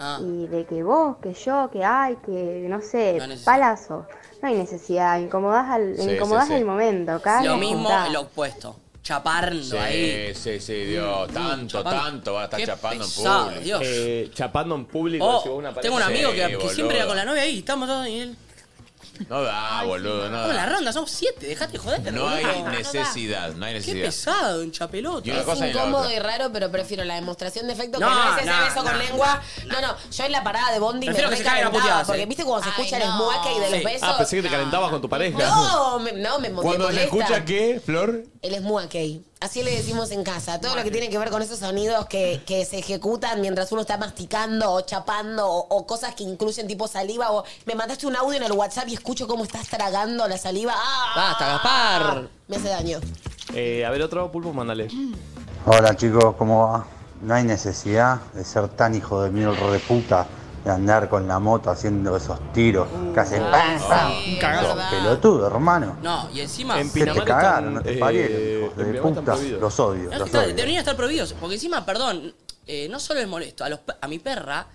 Ah. y de que vos, que yo, que hay, que no sé, No hay necesidad. palazo. No hay necesidad, incomodás, al, Sí, incomodás sí, sí. el momento, cada Lo una mismo, juntada. el opuesto. Chaparlo Sí, ahí. sí, sí, Dios. Tanto, chapando. tanto. Van a estar Qué chapando pesado, en público. Dios. Eh, chapando en público. Oh, llegó una tengo un pareja. amigo Sí, que, que boludo. Ah. siempre era con la novia ahí, estamos todos y él. No da, boludo, no Vamos la da. ronda, somos siete, dejate de joderte. No hay necesidad, no hay Qué necesidad. pesado, en chapelote. Y una Es cosa y la incómodo otra. y raro, pero prefiero la demostración de efecto No, que no es ese no, beso no, con lengua. No, no, yo en la parada de Bondi Prefiero me que se caigan a recalentaba, puteadas, Porque eh. viste cuando se escucha el esmuaque y de los besos. Ah, pensé que te calentabas con tu pareja. No, me, no, me, me Cuando se molesta. escucha qué, Flor, El esmuaque. Así le decimos en casa. Todo lo que tiene que ver con esos sonidos que, que se ejecutan mientras uno está masticando o chapando o, o cosas que incluyen tipo saliva o me mandaste un audio en el WhatsApp y escucho cómo estás tragando la saliva. ¡Ah! Basta, Gaspar. Me hace daño. Eh, a ver, otro pulpo, mándale. Mm. Hola chicos, ¿cómo va? No hay necesidad de ser tan hijo de mil de puta, de andar con la moto haciendo esos tiros que hacen Ah, pam, pam. Sos pelotudo, hermano. No, y encima. Se te cagaron, no te parieron, hijos de Pinamar están puta. prohibidos. Los odio, No, los claro, odio. deberían estar prohibidos. Porque encima, perdón, eh, no solo es molesto, a, los pe- a mi perra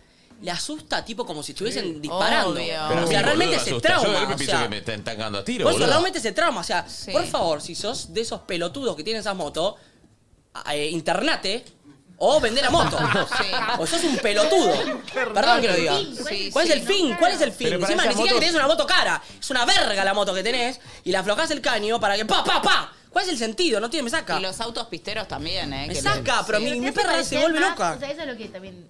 le asusta tipo como si estuviesen disparando. Pero o sea, a mí, realmente boludo, se asusta. Yo de trauma. repente o pienso sea, que me están tangando a por tiro, eso boludo. realmente se trauma. O sea, por favor, si sos de esos pelotudos que tienen esas motos, a- eh, internate o vende la moto. O sos un pelotudo. Perdón que lo diga. Sí, ¿cuál es el ¿Cuál es el fin, fin? no? ¿Cuál es el fin? Pero para Encima ni esas siquiera que motos- tenés una moto cara. Es una verga la moto que tenés y la aflojás el caño para que pa, pa, pa. ¿Cuál es el sentido? No tiene, me saca. Y los autos pisteros también, ¿eh? Me que saca, le- pero sí. mi- mi ¿Qué hace perra se parecer vuelve más? loca. O sea, eso es lo que también.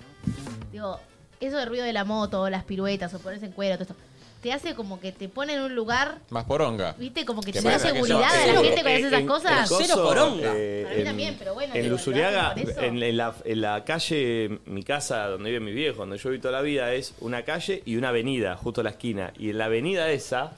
Digo, eso del ruido de la moto, las piruetas o ponerse en cuero, todo esto. Te hace como que te pone en un lugar, más poronga. viste, como que Qué te da pena que seguridad yo- a la Eh, gente con eh, esas en- cosas. El coso, eh, Para mí también, pero bueno, En digo, Lusuriaga, por eso. en, en la, en la calle, mi casa donde vive mi viejo, donde yo vivo toda la vida, es una calle y una avenida, justo a la esquina. Y en la avenida esa,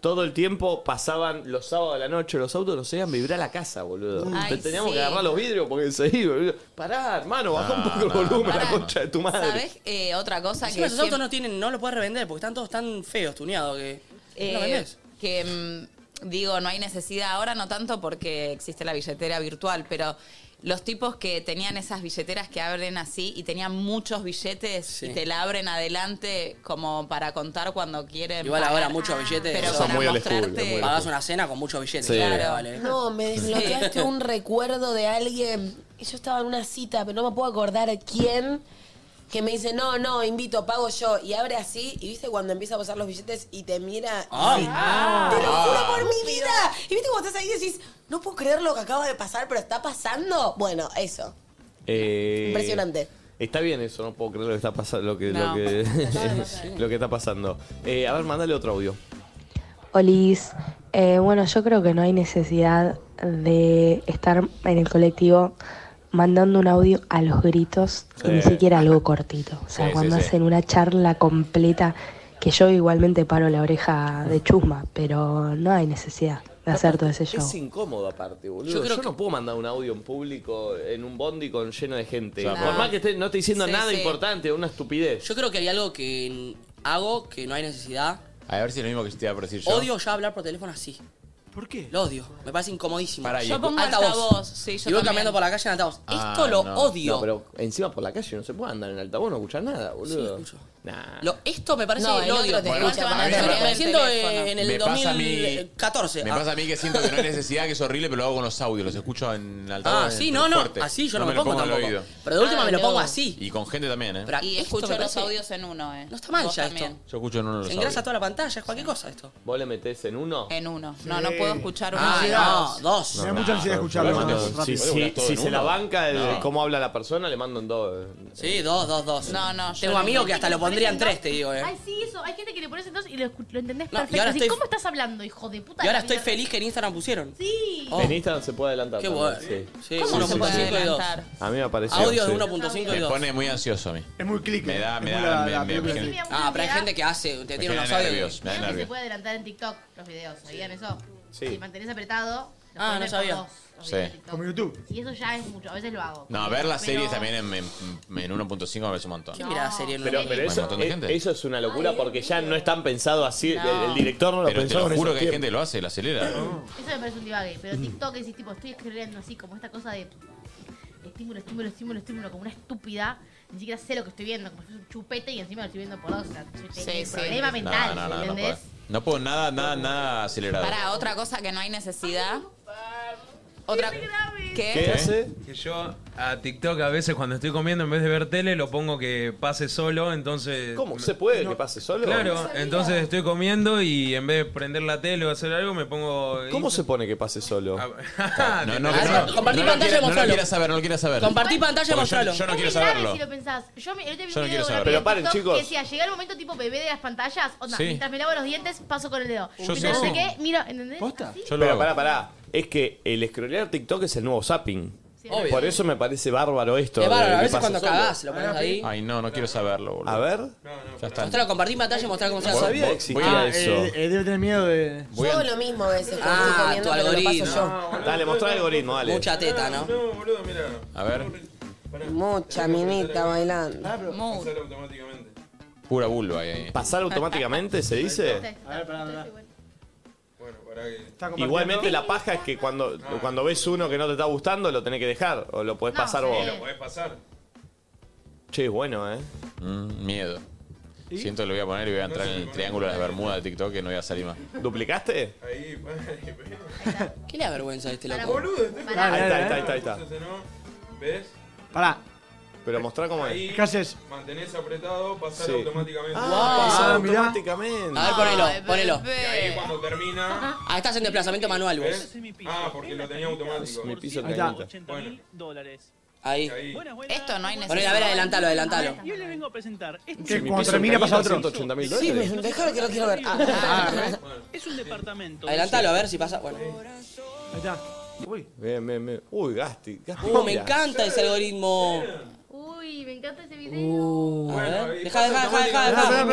todo el tiempo pasaban los sábados a la noche, los autos los hacían vibrar a la casa, boludo. Ay, Te- Teníamos sí. que agarrar los vidrios porque se iba. boludo. Pará, hermano, bajá un No, poco el no, volumen, pará. la concha de tu madre. ¿Sabes eh, otra cosa Encima que esos autos siempre- no tienen, no lo puedes revender porque están todos tan feos, tuneados que. eh, no vendés. que mm, digo, no hay necesidad ahora, no tanto porque existe la billetera virtual, pero los tipos que tenían esas billeteras que abren así y tenían muchos billetes y te la abren adelante como para contar cuando quieren. Igual pagar. Ah. ahora muchos billetes. Pero Eso es para muy al escudo, mostrarte- es muy al Pagás escudo. una cena con muchos billetes. Sí. Claro, vale. No, me desbloqueaste un recuerdo de alguien. Y Yo estaba en una cita, pero no me puedo acordar quién. Que me dice, no, no, invito, pago yo. Y abre así, y viste cuando empieza a pasar los billetes y te mira. y Ay. dice, Ah. ¡Te lo juro por Ah. mi vida! Y viste cuando estás ahí y decís, no puedo creer lo que acaba de pasar, pero está pasando. Bueno, eso. Eh, Impresionante. Está bien eso, no puedo creer lo que está pasando. Lo que, No. lo que, lo que está pasando. Eh, a ver, mándale otro audio. Olis, eh, bueno, yo creo que no hay necesidad de estar en el colectivo mandando un audio a los gritos y ni Sí. siquiera algo cortito. O sea, Sí, sí, cuando sí. hacen una charla completa, que yo igualmente paro la oreja de chusma, pero no hay necesidad de hacer todo ese show. Es incómodo aparte, boludo. Yo Yo, creo no puedo mandar un audio en público, en un bondi con lleno de gente. Claro. Por más que esté- no esté diciendo Sí, nada sí. importante, una estupidez. Yo creo que hay algo que n- hago que no hay necesidad. A ver si es lo mismo que yo te iba a decir yo. Odio ya hablar por teléfono así. ¿Por qué? Lo odio. Me parece incomodísimo. Pará, y Ah, Yo escu- pongo altavoz, sí, yo y voy también. caminando por la calle en altavoz. Esto lo odio. Ah, No, pero encima por la calle no se puede andar en altavoz, no escuchar nada, boludo. Nah. Lo- esto me parece No, el lo otro odio. te escucha, Yo para tener me el siento teléfono. eh, en el Me pasa a mí- 2014. Me Ah. pasa a mí que siento que no hay necesidad, que es horrible, pero lo hago con los audios, los escucho en altavoz. Ah, sí, en- no, no, fuerte. así yo no me lo pongo al tampoco. oído. Pero de última Ah, me lo no. pongo así. Y con gente también, ¿eh? Pero- Y Esto escucho me los parece- audios en uno, ¿eh? No está mal ya esto. Yo escucho en uno de Se los engrasa audios. toda la pantalla, es cualquier cosa esto. ¿Vos le metés en uno? En uno. No, no puedo escuchar uno. Ah, de no, dos. dos. No, Me da no, mucha ansiedad no, escucharlo, no, mando no, rápido. Si, Todo si- en si uno. se la banca el- No. cómo habla la persona, le mando en dos. Sí, dos, dos, dos. No, no, yo Tengo no. amigos que hasta lo pondrían Entonces, tres, te digo, eh. Ay, sí, eso. Hay gente que le pones entonces y lo, escu- lo entendés No, y perfecto. ahora Decís, estoy- ¿Cómo estás hablando, hijo de puta? Y de ahora la estoy mierda? feliz que en Instagram pusieron. Sí. Oh. En Instagram se puede adelantar. Qué también, bueno. sí. Sí, ¿Cómo no se puede adelantar? A mí me pareció. Audio de sí. 1.5 y Me 2. pone muy ansioso a mí. Es muy clique. Me da, me Es da, muy la- me- la me- película. me- Sí, me da Ah, pero hay ansiedad. gente que hace, te me tiene genera unos audios. nervios, me da Que se nervios. puede adelantar en TikTok los videos, ¿sabían eso? Sí. Si mantenés apretado, los podés Ah, no ver sabía. por dos, los Sí. videos de TikTok. Como YouTube. Y eso ya es mucho, a veces lo hago. No, ver las Pero- series también en, en, en 1.5 me parece un montón. ¿Quién mira la serie en Pero, pero Hay un eso, montón de e- gente. eso es una locura porque ya no están pensado así. el- No. El, director no lo Pero te pensó. lo con juro esos que hay tiempos. gente que lo hace, la acelera. Eso me parece un divague, Mm. pero TikTok es tipo, estoy escribiendo así, como esta cosa de estímulo, estímulo, estímulo, estímulo, como una estúpida. Ni siquiera sé lo que estoy viendo, como si fuese un chupete y encima lo estoy viendo por dos. O sea, Sí, sí, sí. problema No, mental, no, no, no ¿entendés? puedo. No puedo nada, nada, nada acelerado. Para, ¿Eh? otra cosa que no hay necesidad. Otra. ¿Qué? hace? Que yo a TikTok a veces cuando estoy comiendo, en vez de ver tele, lo pongo que pase solo, entonces... ¿Cómo? ¿Se puede que pase solo? Claro, entonces estoy comiendo y en vez de prender la tele o hacer algo, me pongo... ¿Cómo se pone que pase solo? no, no, no, no, no, compartí no lo pantalla quiero- y No lo mostralo. quieras saber, no lo quieras saber. Compartí Porque pantalla y yo- mostrarlo. Yo no quiero Claro, saberlo. Si lo pensás. Yo, me, yo te vi un Yo no quiero video de una saberlo. piba Pero en paren, TikTok chicos. Que decía, llegué al momento tipo bebé de las pantallas. Onda, Sí. mientras me lavo los dientes, paso con el dedo. Yo mientras sí. no sé qué, miro, ¿entendés? Así. Yo Pero pará, pará. Es que el scrollear TikTok es el nuevo zapping. Obvio. Por eso me parece bárbaro esto. Es bárbaro, de a que veces pase cuando solo. Ah, cagás lo pones ahí. Ay, no, no quiero saberlo, boludo. A ver. Ya está. Mostralo, compartí pantalla y mostrá cómo se No hace. sabía que existía Ah, eh, eh, debe tener miedo de. Voy Yo a- lo mismo a veces cuando estoy Ah, tu comiendo, pero lo paso algoritmo. yo. Dale, mostrá el algoritmo, dale. Mucha teta, ¿no? A ver, Mucha minita bailando. pura vulva ahí, ahí. ¿Pasar automáticamente se dice? A ver, pará, pará. Está compartiendo. Igualmente la paja es que cuando, cuando ves uno que no te está gustando lo tenés que dejar o lo podés pasar vos. Lo podés pasar. Che, es bueno, ¿eh? Mm, miedo. Siento que lo voy a poner y voy a entrar en el triángulo de las Bermudas de TikTok y no voy a salir más. ¿Duplicaste? Ahí, ¿Qué le da vergüenza a este loco? Boludo, estoy- Pará. Ahí está, ahí está, ahí está, ahí está. Entonces, ¿no? ¿Ves? Pará. Pero mostrá cómo Ahí es. Mantenés apretado, pasar Sí. automáticamente. Ah, pasó Ah, mirá. automáticamente. A ver, ponelo, ponelo. Y ahí cuando termina. Ah, estás en desplazamiento manual vos. ¿ves? Ah, porque lo tenía automático. Mi piso Ahí está. cañita. Bueno, dólares. Ahí. Esto no hay Bueno, a ver, necesidad. adelantalo, adelantalo. Yo le vengo a presentar. Este ¿Qué? Mi Cuando piso termina pasa cañita, otro. 180 mil Sí, dólares. déjalo que lo quiero ver. Ah, es un departamento. de Adelantalo, a ver si pasa. Bueno. Ahí está. Uy. Bien, bien, bien. Uy, Gasti. Gasti, Uh, me mira. encanta ese algoritmo. Uy, me encanta ese video. Uh, A ver. Dejá, dejá, dejá, dejá, Pará, pará, dejá. pará, pará,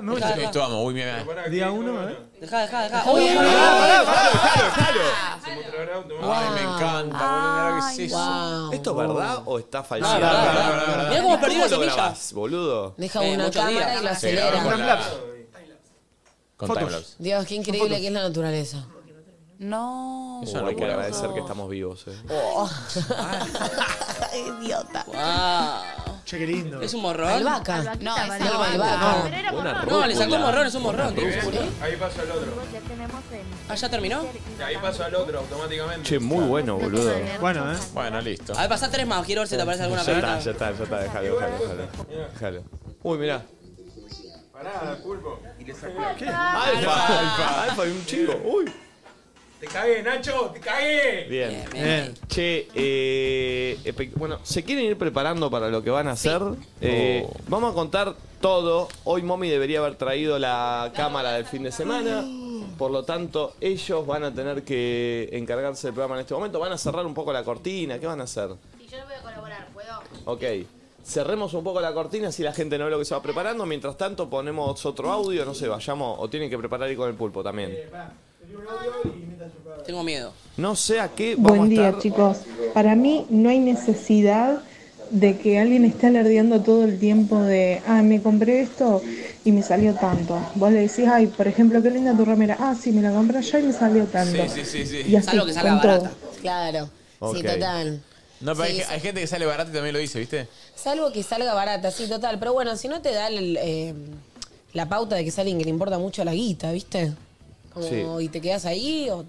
me gusta. Dejá, Esto dejá. vamos, uy, mira. mira. Día uno, ¿eh? Dejá, dejá, dejá. Uy, Uy, Pará, pará, dejalo, dejalo. Ay, me encanta, Ah, boludo. Mira que es eso. wow. ¿Esto es Ah, verdad o está falseado? No, es verdad, Pará, es verdad, pará, pará. Mirá cómo perdí ¿Cómo la lo semilla. grabás, boludo? Deja Eh, una muchos cámara días. y lo Sí, ahora acelera. con la- Con Fotos. timelapse. Dios, qué increíble que es la naturaleza. No. Eso Uy, hay que locura. agradecer que estamos vivos, eh. Idiota. Wow. Che, qué lindo. ¿Es un morrón? Albahaca. No, es no, albahaca. Pero era Buena morrón. No, le sacó un morrón, es un morrón. ahí pasa el otro. Ya tenemos el. Ah, ¿ya terminó? Y ahí pasa el otro automáticamente. Che, muy bueno, boludo. Bueno, ¿eh? Bueno, listo. A ver, pasá tres más. Quiero ver si te aparece alguna Ya está, ya pregunta. está, ya está. Déjalo, déjalo, déjalo. Déjalo. Uy, mirá. Pará, pulpo. Y le sacó. Alfa, alfa, alfa, hay un chico. Uy. ¡Te cagué, Nacho! ¡Te cagué! Bien. Bien. Che, eh, espe- bueno, se quieren ir preparando para lo que van a hacer. Eh, Oh. Vamos a contar todo. Hoy Mommy debería haber traído la cámara del fin de semana. Por lo tanto, ellos van a tener que encargarse del programa en este momento. Van a cerrar un poco la cortina. ¿Qué van a hacer? Si yo no voy a colaborar, ¿puedo? Ok. Cerremos un poco la cortina si la gente no ve lo que se va preparando. Mientras tanto, ponemos otro audio. No sé, vayamos. O tienen que preparar ir con el pulpo también. Tengo miedo. No sé a qué vamos Buen a día, estar. chicos. Para mí no hay necesidad de que alguien esté alardeando todo el tiempo de, ah, me compré esto y me salió tanto. Vos le decís, ay, por ejemplo, qué linda tu remera. Ah, sí, me la compré yo y me salió tanto. Sí, sí, sí. Y así, Salvo que salga con todo. barata. Claro. Ok. Sí, total. No, pero hay, Sí, ge- hay gente que sale barato y también lo dice, ¿viste? Salvo que salga barata, sí, total. Pero bueno, si no te da el, eh, la pauta de que es alguien que le importa mucho la guita, ¿viste? Como, Sí. Y te quedas ahí o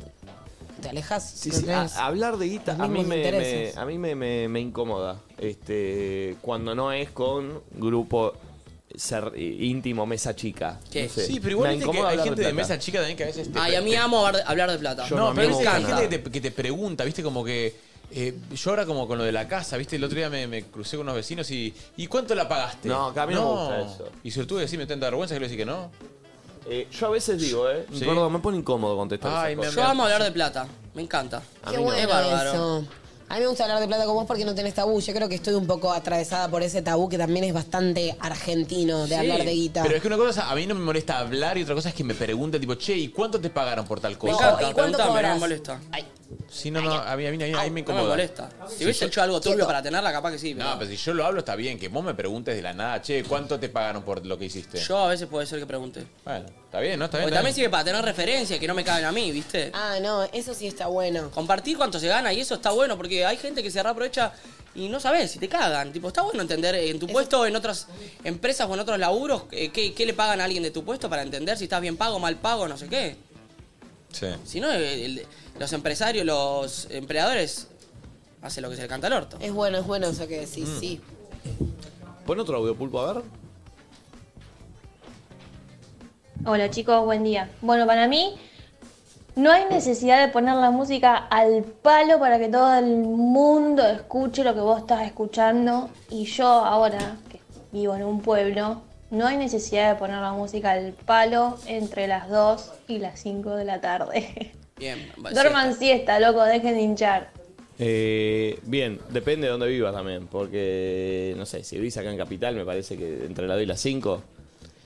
te alejas. Sí, sí, a- hablar de guita Los a mí, mismos me, me- intereses. a mí me, me- me incomoda. Este, cuando no es con grupo cer- íntimo, mesa chica. ¿Qué? No sé. Sí, pero igual Me viste que incomoda hay hablar gente de plata. mesa chica también que a veces te. Ay, a mí te- amo hablar- hablar de plata. Yo no, no, pero me es que hay encanta. gente que te, que te pregunta, ¿viste? Como que. eh, yo ahora, como con lo de la casa, ¿viste? El otro día me, me crucé con unos vecinos y. ¿Y cuánto la pagaste? No, acá a mí no me gusta eso. Y sobre todo decir, me tenta vergüenza que le decís que no. Eh, yo a veces digo, ¿eh? Sí. Perdón, me pone incómodo contestar. esas Ay, me- cosas. Yo amo hablar de plata. Me encanta. A mí Qué no. bueno Es bárbaro. eso. A mí me gusta hablar de plata con vos porque no tenés tabú. Yo creo que estoy un poco atravesada por ese tabú que también es bastante argentino de Sí, hablar de guita. Pero es que una cosa, es- a mí no me molesta hablar y otra cosa es que me preguntan, tipo, che, ¿y cuánto te pagaron por tal Me cosa? encanta. ¿y cuánto Preguntame, no me cobras? molesta. Sí, no, no, a mí, a mí, a mí, a mí me No me incomoda. molesta. Si hubiese hecho algo turbio para tenerla, capaz que sí. No, Pero pero si yo lo hablo está bien, que vos me preguntes de la nada, che, ¿cuánto te pagaron por lo que hiciste? yo a veces puede ser que pregunte. Bueno, está bien, ¿no? Está bien. está Porque también bien. sirve para tener referencias que no me caben a mí, ¿viste? Ah, no, eso sí está bueno. Compartir cuánto se gana y eso está bueno porque hay gente que se reaprovecha y no sabes si te cagan. Tipo, está bueno entender eh, en tu puesto, en otras empresas o en otros laburos, eh, qué, qué le pagan a alguien de tu puesto para entender si estás bien pago, mal pago, no sé qué. Sí. Si no, el- el- los empresarios, los empleadores hace lo que se le canta al orto. Es bueno, es bueno eso que decís, Mm. sí. Pon otro audio pulpo, a ver. Hola chicos, buen día. Bueno, para mí no hay necesidad de poner la música al palo para que todo el mundo escuche lo que vos estás escuchando. Y yo ahora, que vivo en un pueblo, no hay necesidad de poner la música al palo entre las 2 y las 5 de la tarde. Bien, va, Dorman siesta, loco, dejen de hinchar. Eh, bien, depende de dónde vivas también, porque no sé, si vivís acá en Capital, me parece que entre la 2 y las 5.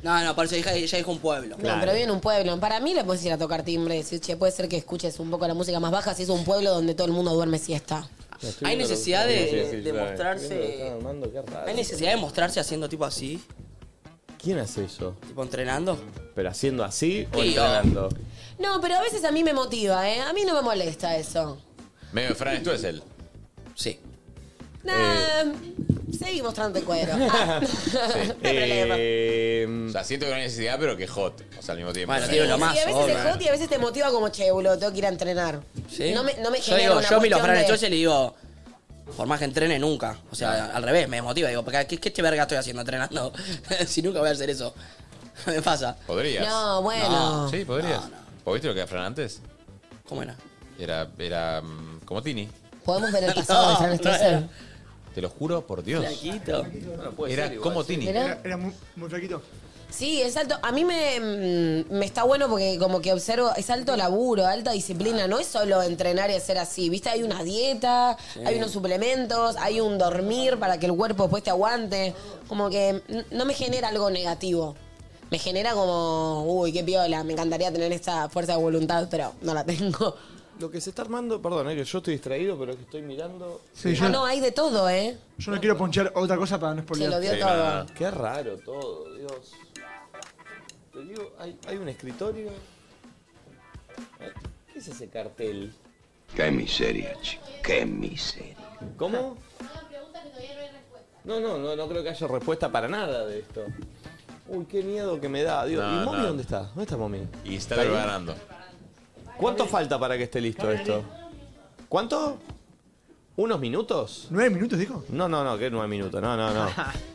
No, no, por eso ella, ella dijo un pueblo. No, Claro. pero vive en un pueblo. Para mí le puedes ir a tocar timbre y decir, che, puede ser que escuches un poco la música más baja si es un pueblo donde todo el mundo duerme siesta. Hay necesidad de, Sí, sí, sí, de claro. mostrarse. Hay necesidad de mostrarse haciendo tipo así, ¿Quién hace eso? tipo entrenando. ¿Pero haciendo así o Sí, entrenando? No, pero a veces a mí me motiva, ¿eh? A mí no me molesta eso. Medio Fran, ¿tú es él? Sí. Nah, Eh. seguí mostrándote cuero. Ah. o sea, siento que no hay necesidad, pero que hot. O sea, al mismo tiempo. Bueno, tiene lo más, Y a veces es hot y a veces te motiva como, che, boludo, tengo que ir a entrenar. ¿Sí? No me, no me yo genera digo, una yo miro a cuestión Fran de- Estoche y le digo, por más que entrene nunca. O sea, al revés, me motiva. Digo, ¿qué, qué, qué verga estoy haciendo entrenando? si nunca voy a hacer eso. me pasa. Podrías. No, bueno. Sí, podrías. ¿Vos viste lo que era Fran antes? ¿Cómo era? Era, era mm, como Tini. Podemos ver el pasado de Fran No, Estoche. era- Te lo juro Oh, por Dios. Flaquito. Era como Tini. Era- muy, muy flaquito. Sí, es alto. A mí me, mm, me está bueno porque como que observo, es alto laburo, alta disciplina. No es solo entrenar y hacer así, ¿viste? Hay una dieta, Sí. hay unos suplementos, hay un dormir para que el cuerpo después te aguante. Como que n- no me genera algo negativo. Me genera como, uy, qué piola, me encantaría tener esta fuerza de voluntad, pero no la tengo. Lo que se está armando, perdón, es que yo estoy distraído, pero es que estoy mirando. Sí, Ah, yo, no, hay de todo, ¿eh? yo no quiero ponchar otra cosa para no spoilear. lo dio Sí, todo. no, no. Qué raro todo, Dios. Te digo, hay, hay un escritorio. ¿Qué es ese cartel? Qué miseria, chico. Qué miseria. ¿Cómo? No, no, no, no creo que haya respuesta para nada de esto. Uy, qué miedo que me da, Dios. No, ¿Y Momi no. dónde está? ¿Dónde está Momi? Y está ahí? ganando. ¿Cuánto falta para que esté listo esto? ¿Cuánto? ¿Unos minutos? ¿Nueve minutos, dijo? No, no, no, que nueve minutos, no, no, no.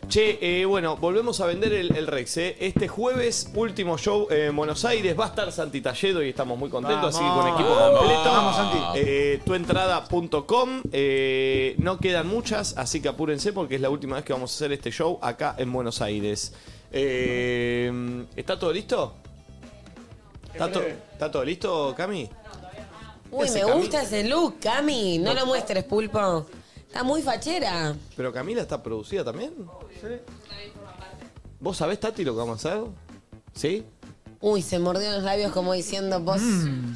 che, eh, bueno, volvemos a vender el, el Rex, ¿eh? Este jueves, último show eh, en Buenos Aires, va a estar Santi Talledo y estamos muy contentos, así que con equipo Vamos. completo. Eh, Vamos, Santi. tuentrada.com, eh, no quedan muchas, así que apúrense porque es la última vez que vamos a hacer este show acá en Buenos Aires. Eh, ¿Está todo listo? ¿Está, to- está todo listo, Cami? Uy, hace me Cami? gusta ese look, Cami. No, No. lo muestres, pulpo. Está muy fachera. ¿Pero Camila está producida también? ¿Vos sabés, Tati, lo que vamos a hacer? ¿Sí? Uy, se mordió los labios como diciendo, vos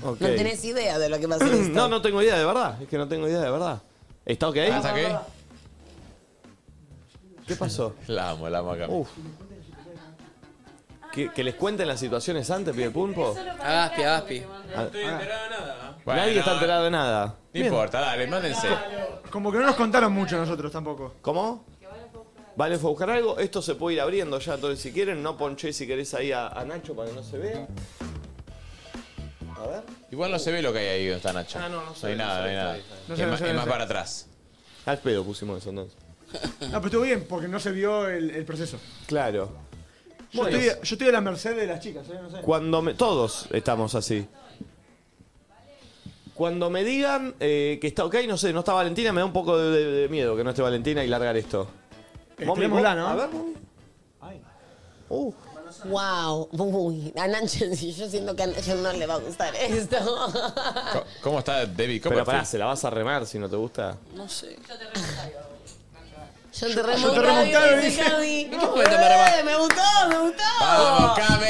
ok. no tenés idea de lo que va a ser esto. no, no tengo idea, de verdad. Es que no tengo idea, de verdad. ¿Está ok? Ah, ¿Está ok? ¿Qué pasó? La amo, la amo acá. Uf. ¿Que, que les cuenten las situaciones antes, pide pulpo. Agaspi, Agaspi. Ah, Bueno, Nadie está enterado de nada. No importa, dale, mándense. Como que no nos contaron mucho nosotros tampoco. ¿Cómo? Vale, fue a buscar algo. Esto se puede ir abriendo ya, entonces si quieren, no ponché si querés ahí a, a Nacho para que no se vea. A ver. Igual no se ve lo que hay ahí donde está Nacho. Ah, no, no se hay ve, nada, no se no hay ve, nada. está ahí, No Es se ve, más- no se ve, es no más se ve. para atrás. Al pedo pusimos eso entonces. No, pero estuvo bien, porque no se vio el, el proceso. Claro. Yo, Bueno. estoy, yo estoy a la merced de las chicas, ¿eh? No sé. Cuando me- todos estamos así. Cuando me digan eh, que está ok, no sé, no está Valentina, me da un poco de, de- de miedo que no esté Valentina y largar esto. Momi, Estirémosla, vos- ¿no? A ver, Uh. Wow, uy, a Nacho, sí, yo siento que a Nacho no le va a gustar esto. ¿Cómo está David? pero pará, se la vas a remar si no te gusta. No sé. Yo te Yo te remonté, remontaba, Gaby, dije. dice Gaby. ¿En qué momento me remar- Eh, Me gustó, me gustó. ¡Vamos, Cami!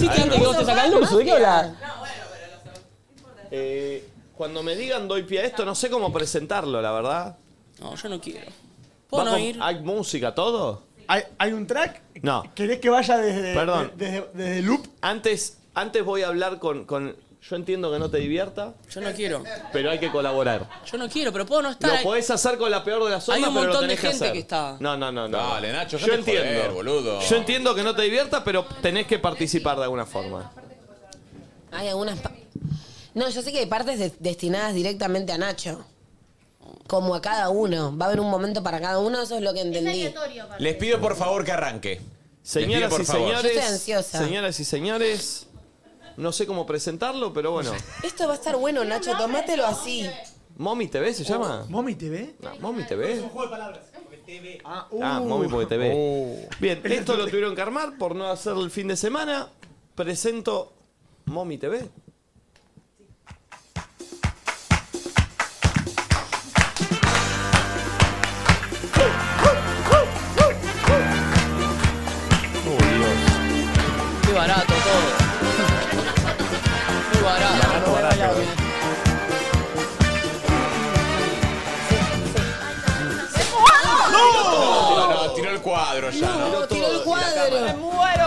Sí, te antes que vos te sacás el uso, ¿de qué hablas? Eh, cuando me digan doy pie a esto, no sé cómo presentarlo, la verdad. No, yo no quiero. ¿Va ¿Puedo no con- ir? ¿Hay música, todo? ¿Hay, hay un track? No. ¿Querés que vaya desde, Perdón. de- desde, desde loop? Antes, antes voy a hablar con, con- Yo entiendo que no te divierta, Yo no quiero. pero hay que colaborar. Yo no quiero, pero puedo no estar. Lo ahí. podés hacer con la peor de las Hay ondas, un pero lo montón de tenés que gente hacer. que está. No, no, no, no. Dale, Nacho, yo dejate de entiendo. joder, boludo. Yo entiendo que no te divierta, pero tenés que participar de alguna forma. Hay algunas. pa- No, yo sé que hay partes de- destinadas directamente a Nacho. como a cada uno. Va a haber un momento para cada uno, eso es lo que entendí. Les pido por favor que arranque. Les pido, Señoras por y favor. señores, Yo estoy ansiosa. señoras y señores, no sé cómo presentarlo, pero bueno. Esto va a estar bueno, Nacho, tomátelo así. ¿Mommy TV se llama? ¿Mommy TV? No, ¿Mommy TV? juego de palabras. TV. Ah, Oh. Ah, uh. Mommy porque TV. Oh. Bien, esto lo tuvieron que armar por no hacerlo el fin de semana. Presento Mommy TV. Qué barato todo. Muy barato. No, no, tiró el cuadro ya. No, tiró el cuadro. ¡Me muero!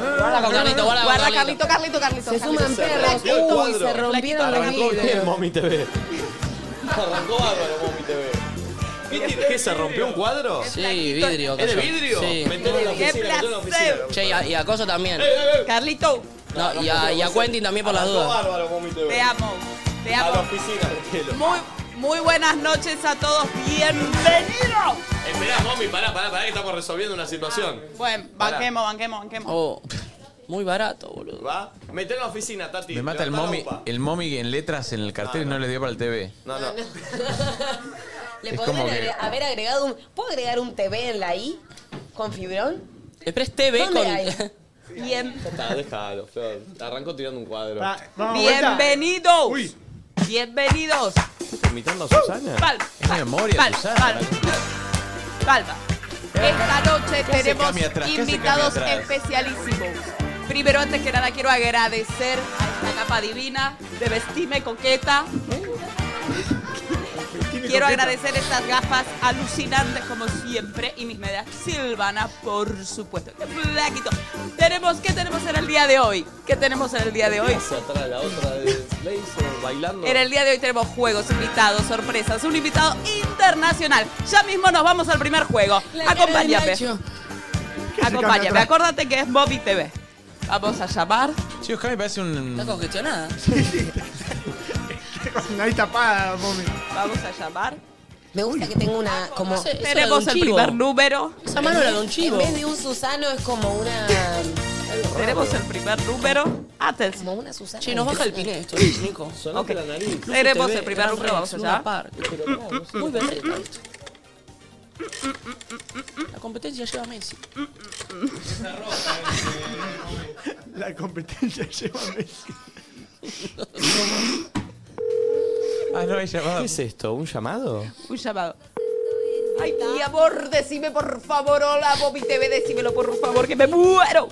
Guarda con Carlito, guarda con Guarda, Carlito. Carlito, Carlito, Carlito. Se Carlito. suman perros. rompió el Uy, cuadro. se rompieron los Arrancó bien vidrios. Mommy TV. Ah. Arrancó bárbaro Mommy TV. ¿Qué, tiene- qué se rompió un cuadro? Sí, vidrio. ¿Es de cayó. vidrio? Sí. Metelo en la ¡Qué oficina, metelo en la oficina. placer! Eh, Che, y a, y a Coso también. Carlito, No, y, a, y a Quentin también por las Arrancó dudas. bárbaro Mommy TV. te amo. Te A la amo. oficina, metelo. Muy, muy buenas noches a todos. ¡Bienvenidos! Esperá, Mommy, pará, pará, pará, que estamos resolviendo una situación. Bueno, banquemos, banquemos, banquemos. Oh, muy barato, boludo. ¿Va? Metelo en la oficina, Tati. Me mata el Levantá la momi, upa. el momi en letras en el cartel y no le dio para el TV. No, no. Le Es podrían como que- agre- haber agregado un. ¿Puedo agregar un TV en la I? ¿Con fibrón? Pero es TV ¿Dónde hay? con. Bien, Está, déjalo, Flor. Arrancó tirando un cuadro. Ah, vamos, vuelta. bienvenidos. Uy. Bienvenidos. ¿Imitando a Susana? Palma, Es memoria, palma, Susana. palma, palma. Esta noche hace tenemos cambia atrás? ¿Qué hace invitados cambia atrás? especialísimos. Primero, antes que nada, quiero agradecer a esta capa divina de Vestime Coqueta. Quiero agradecer estas gafas alucinantes como siempre y mis medias Silvana, por supuesto. ¡Qué flaquito! Tenemos, ¿Qué tenemos en el día de hoy? ¿Qué tenemos en el día de hoy? Hacia atrás, la otra de Blazer bailando. En el día de hoy tenemos juegos, invitados, sorpresas, un invitado internacional. Ya mismo nos vamos al primer juego. Acompáñame. ¿Qué se cambia Acompáñame. atrás? Acuérdate que es Bobby TV. Vamos a llamar. Chicos, acá me parece Está un. congestionada. Ahí tapada, Mommy. Vamos a llamar. Me gusta que tengo una. como No sé, eso era de Tenemos un el chivo. primer número. Esa mano era de un En chivo. vez de un Susano es como una. Tenemos el primer número. Atención. Como una Susana. Che, nos baja el piné esto, Nico. Sonate la nariz. Tenemos el primer número. Vamos allá. Muy berreta esto. La competencia lleva a Messi. La competencia lleva a Messi. Ah, no, es llamado. ¿Qué es esto? ¿Un llamado? Un llamado. Ay, mi amor, decime por favor, hola Bobby TV, decímelo por favor, que me muero.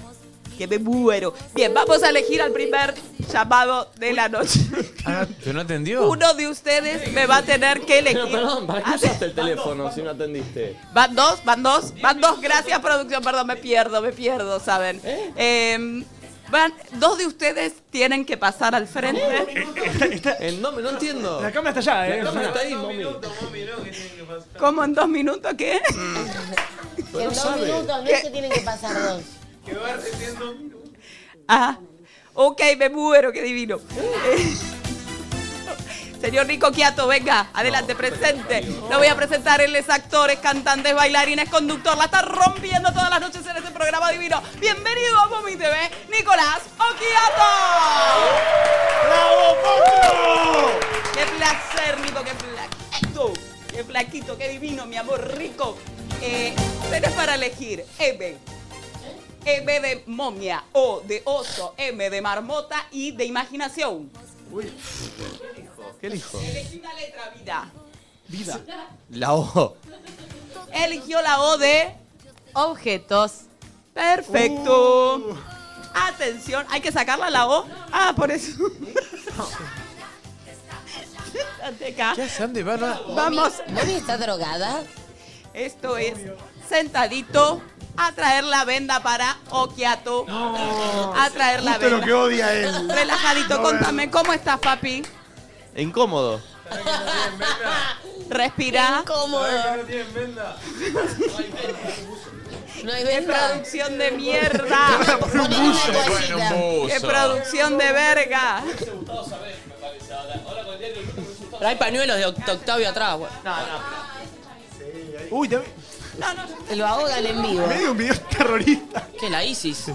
Que me muero. Bien, vamos a elegir al primer llamado de la noche. Ah, ¿Pero no atendió? Uno de ustedes me va a tener que elegir. Pero perdón, ¿para Ah, qué usaste el teléfono si no atendiste? Van dos, van dos, van dos. Gracias, producción. Perdón, me pierdo, me pierdo, ¿saben? Eh, van, dos de ustedes tienen que pasar al ¿Eh? frente El nombre, no entiendo. La cámara está allá, eh. La cámara está ahí, mami. como en dos minutos, ¿qué? En dos minutos, no es que tienen que pasar dos. Ah, ok, me muero, qué divino. Eh, Señor Rico Quiato, venga, adelante, presente. Lo voy a presentar, él es actor, es cantante, es bailarín, es conductor, la está rompiendo todas las noches en este programa divino. Bienvenido a Momi TV, Nicolás Oquiato. ¡Bravo, Pocho! Qué placer, Nico, qué flaquito, qué flaquito, qué divino, mi amor rico. Eh, tenés para elegir, M. M de momia, O de oso, M de marmota y de imaginación. ¿Qué elijo? Elegí una letra, vida. Vida. La O. Eligió la O de objetos. Perfecto. Uh. Atención, hay que sacarla la O. Ah, por eso. Siéntate acá. ¿Qué hace? ¿Dónde va? No- Vamos, ¿Mami está drogada? esto es sentadito a traer la venda para Okiato. a traer la Justo venda. lo que odia él. Relajadito, No, contame, ¿cómo estás, papi? Incómodo. Respira. Incómodo. No hay ¡Qué venda. producción de mierda! Poner una Bueno, un toallita. buzo. ¡Qué producción de verga! Pero hay pañuelos de Oct- Octavio atrás, güey. No, no. Uy, te... Lo ahogan en vivo. Medio un video terrorista. ¿Qué, la ISIS?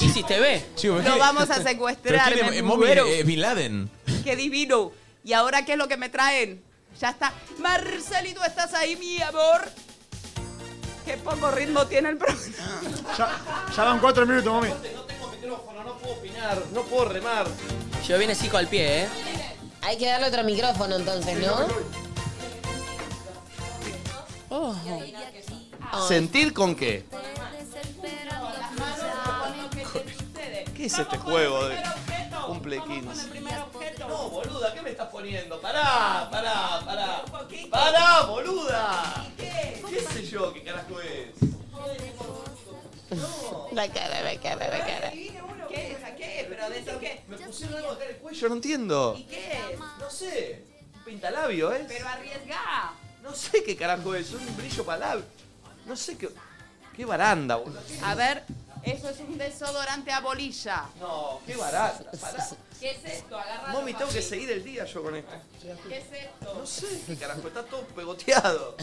ISIS TV. Lo vamos a secuestrar. Eh, Pero me es muero. eh, Bin Laden. ¡Qué divino! ¿Y ahora qué es lo que me traen? Ya está. Marcelito, ¿estás ahí, mi amor? Qué poco ritmo tiene el programa. Ya van cuatro minutos, mami. No puedo remar. Yo viene así al pie, ¿eh? Hay que darle otro micrófono entonces, ¿no? ¿Sentir con qué? ¿Qué es este juego de cumple 15? No, boluda, ¿qué me estás poniendo? Pará, pará, pará. ¡Pará, boluda! ¿Qué sé yo qué carajo es? La cara, la cara, la cara. ¿Qué es? ¿A qué? ¿Pero decir qué? Me pusieron algo acá en el cuello, no entiendo. ¿Qué es? No sé. Un pintalabio, ¿eh? Pero arriesgá. No sé qué carajo es, un brillo palabra. No sé qué. Qué baranda, boludo. A ver, eso es un desodorante a bolilla. No, qué barato. Pará. ¿Qué es esto? Agarra. Mami, tengo que seguir el día yo con esto. ¿Qué es esto? No sé qué carajo, está todo pegoteado.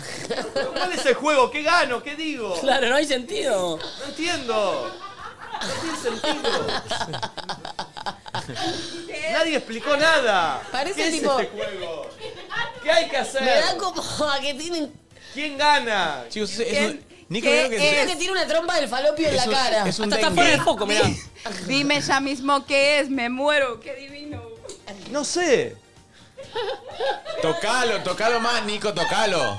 Pero, ¿Cuál es el juego? ¿Qué gano? ¿Qué digo? Claro, no hay sentido. No entiendo. No tiene sentido. Nadie explicó nada. Parece ¿Qué tipo- es este juego? ¿Qué hay que hacer? Me da como a que tienen. ¿Quién gana? Chicos, ¿Quién? Nico, ¿Qué creo que- es? que tiene una trompa del falopio en la Es un- cara. es un Hasta está dengue. fuera de foco, mirá. Dime ya mismo qué es, me muero, qué divino. No sé. Tocalo, tocalo más, Nico, tocalo.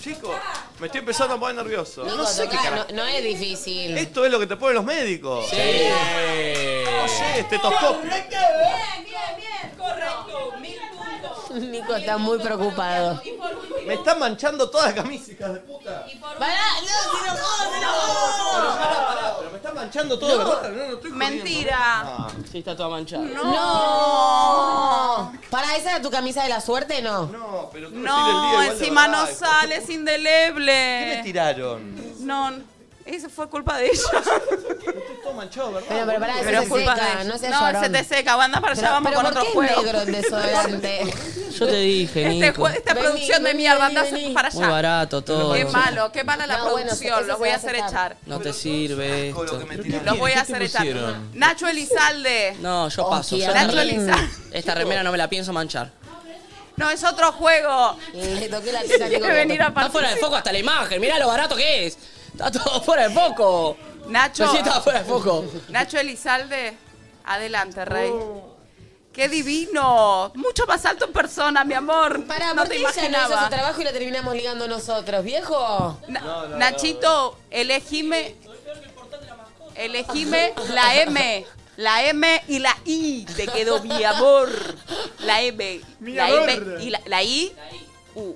Chicos, me estoy empezando a poner nervioso. Nico, No sé qué tocá, carajo. no, no es difícil. Esto es lo que te ponen los médicos. Sí. No sé, estetoscopio. Bien, bien, bien. Correcto, mil puntos. Nico está muy preocupado. Y por último. Me están manchando todas las camisas, hijas de puta. Pará, no, si no jodas, si no jodas. Pará, pará, pero me están manchando todo, No. ¿verdad? No, no estoy Ah. jodiendo. Mentira. Sí, está toda manchada. No. ¿Para esa era tu camisa de la suerte? No. No, pero tú No, encima no sale, es ¿Qué me indeleble. tiraron? No, eso fue culpa de ella. Todo manchado, ¿verdad? Pero, pero pará, eso Pero se culpa seca, de no seas No, llorón. se te seca, anda para allá, Pero- vamos pero con ¿por otro qué juego. es negro el desodorante? Yo te dije, Nico. Este jue- esta Vení, producción de vení, mierda, vení, anda vení. para allá. Muy barato todo. Qué malo, qué mala la No, bueno, producción, eso se los voy va a a hacer aceptar. echar. No te sirve esto. Los voy a hacer echar. Nacho Elizalde. No, yo paso. Yo Nacho esta, Elizalde. esta remera no me la pienso manchar. No, es otro juego. Le toqué la teta a Nico Quiere venir a Cotto. Está fuera de foco hasta la imagen. Mirá lo barato que es. Está todo fuera de foco. Nacho. Sí, está fuera de foco. Nacho Elizalde, adelante, rey. Oh. ¡Qué divino! Mucho más alto en persona, mi amor. Pará, no ¿por te qué ella no hizo su imaginaba. trabajo y la terminamos ligando nosotros, viejo? Na- Nachito, elegime. Elegime la M. La M y la I. Te quedó mi amor. La M. Mi la amor. M y la, la I. U.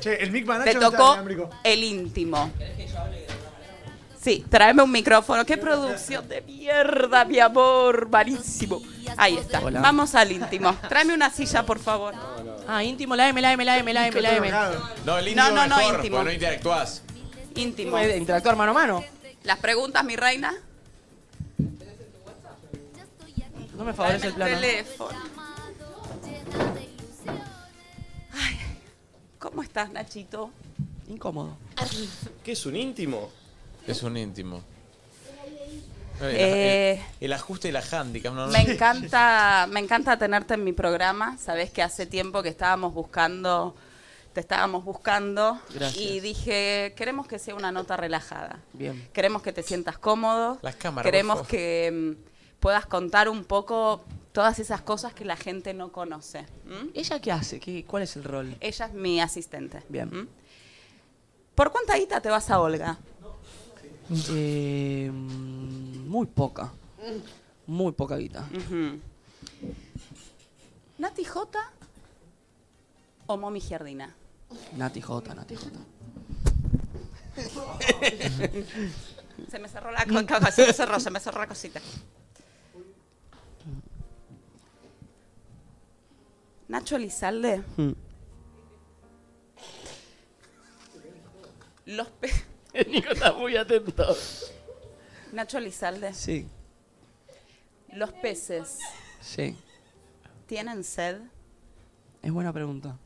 Che, el Mic Te Manacho no está tocó inalámbrico. el íntimo. Sí, tráeme un micrófono. Qué producción de mierda, mi amor. Malísimo. Ahí está. Hola. Vamos al íntimo. Tráeme una silla, por favor. Ah, íntimo, la M, la M, la M, la M, la M. No, el íntimo No, no, no, mejor, íntimo. porque no interactuás. Íntimo. Interactuar mano a mano. Las preguntas, mi reina. No me Tráeme favorece el el plano. teléfono. Ay, ¿Cómo estás, Nachito? Incómodo. ¿Qué es un íntimo? Es un íntimo. Eh. el, el ajuste de la handicap. No, no. Me encanta, me encanta tenerte en mi programa. Sabes que hace tiempo que estábamos buscando, te estábamos buscando Gracias. y dije, queremos que sea una nota relajada. Bien. Queremos que te sientas cómodo. Las cámaras, Queremos por favor. que mm, puedas contar un poco todas esas cosas que la gente no conoce. ¿m? ¿Ella qué hace? ¿Qué, ¿Cuál es el rol? Ella es mi asistente. Bien. ¿m? ¿Por cuánta guita te vas a Olga? Eh, mm, muy poca. Muy poca guita. Ujú. ¿Nati J o Momi Giardina? Nati J, Nati J. Se me cerró la co- co- se me cerró, se me cerró la cosita. Nacho Elizalde. Mm. Los pe- Nico está muy atento. Nacho Elizalde. Sí, Los peces sí. tienen sed? Es buena pregunta.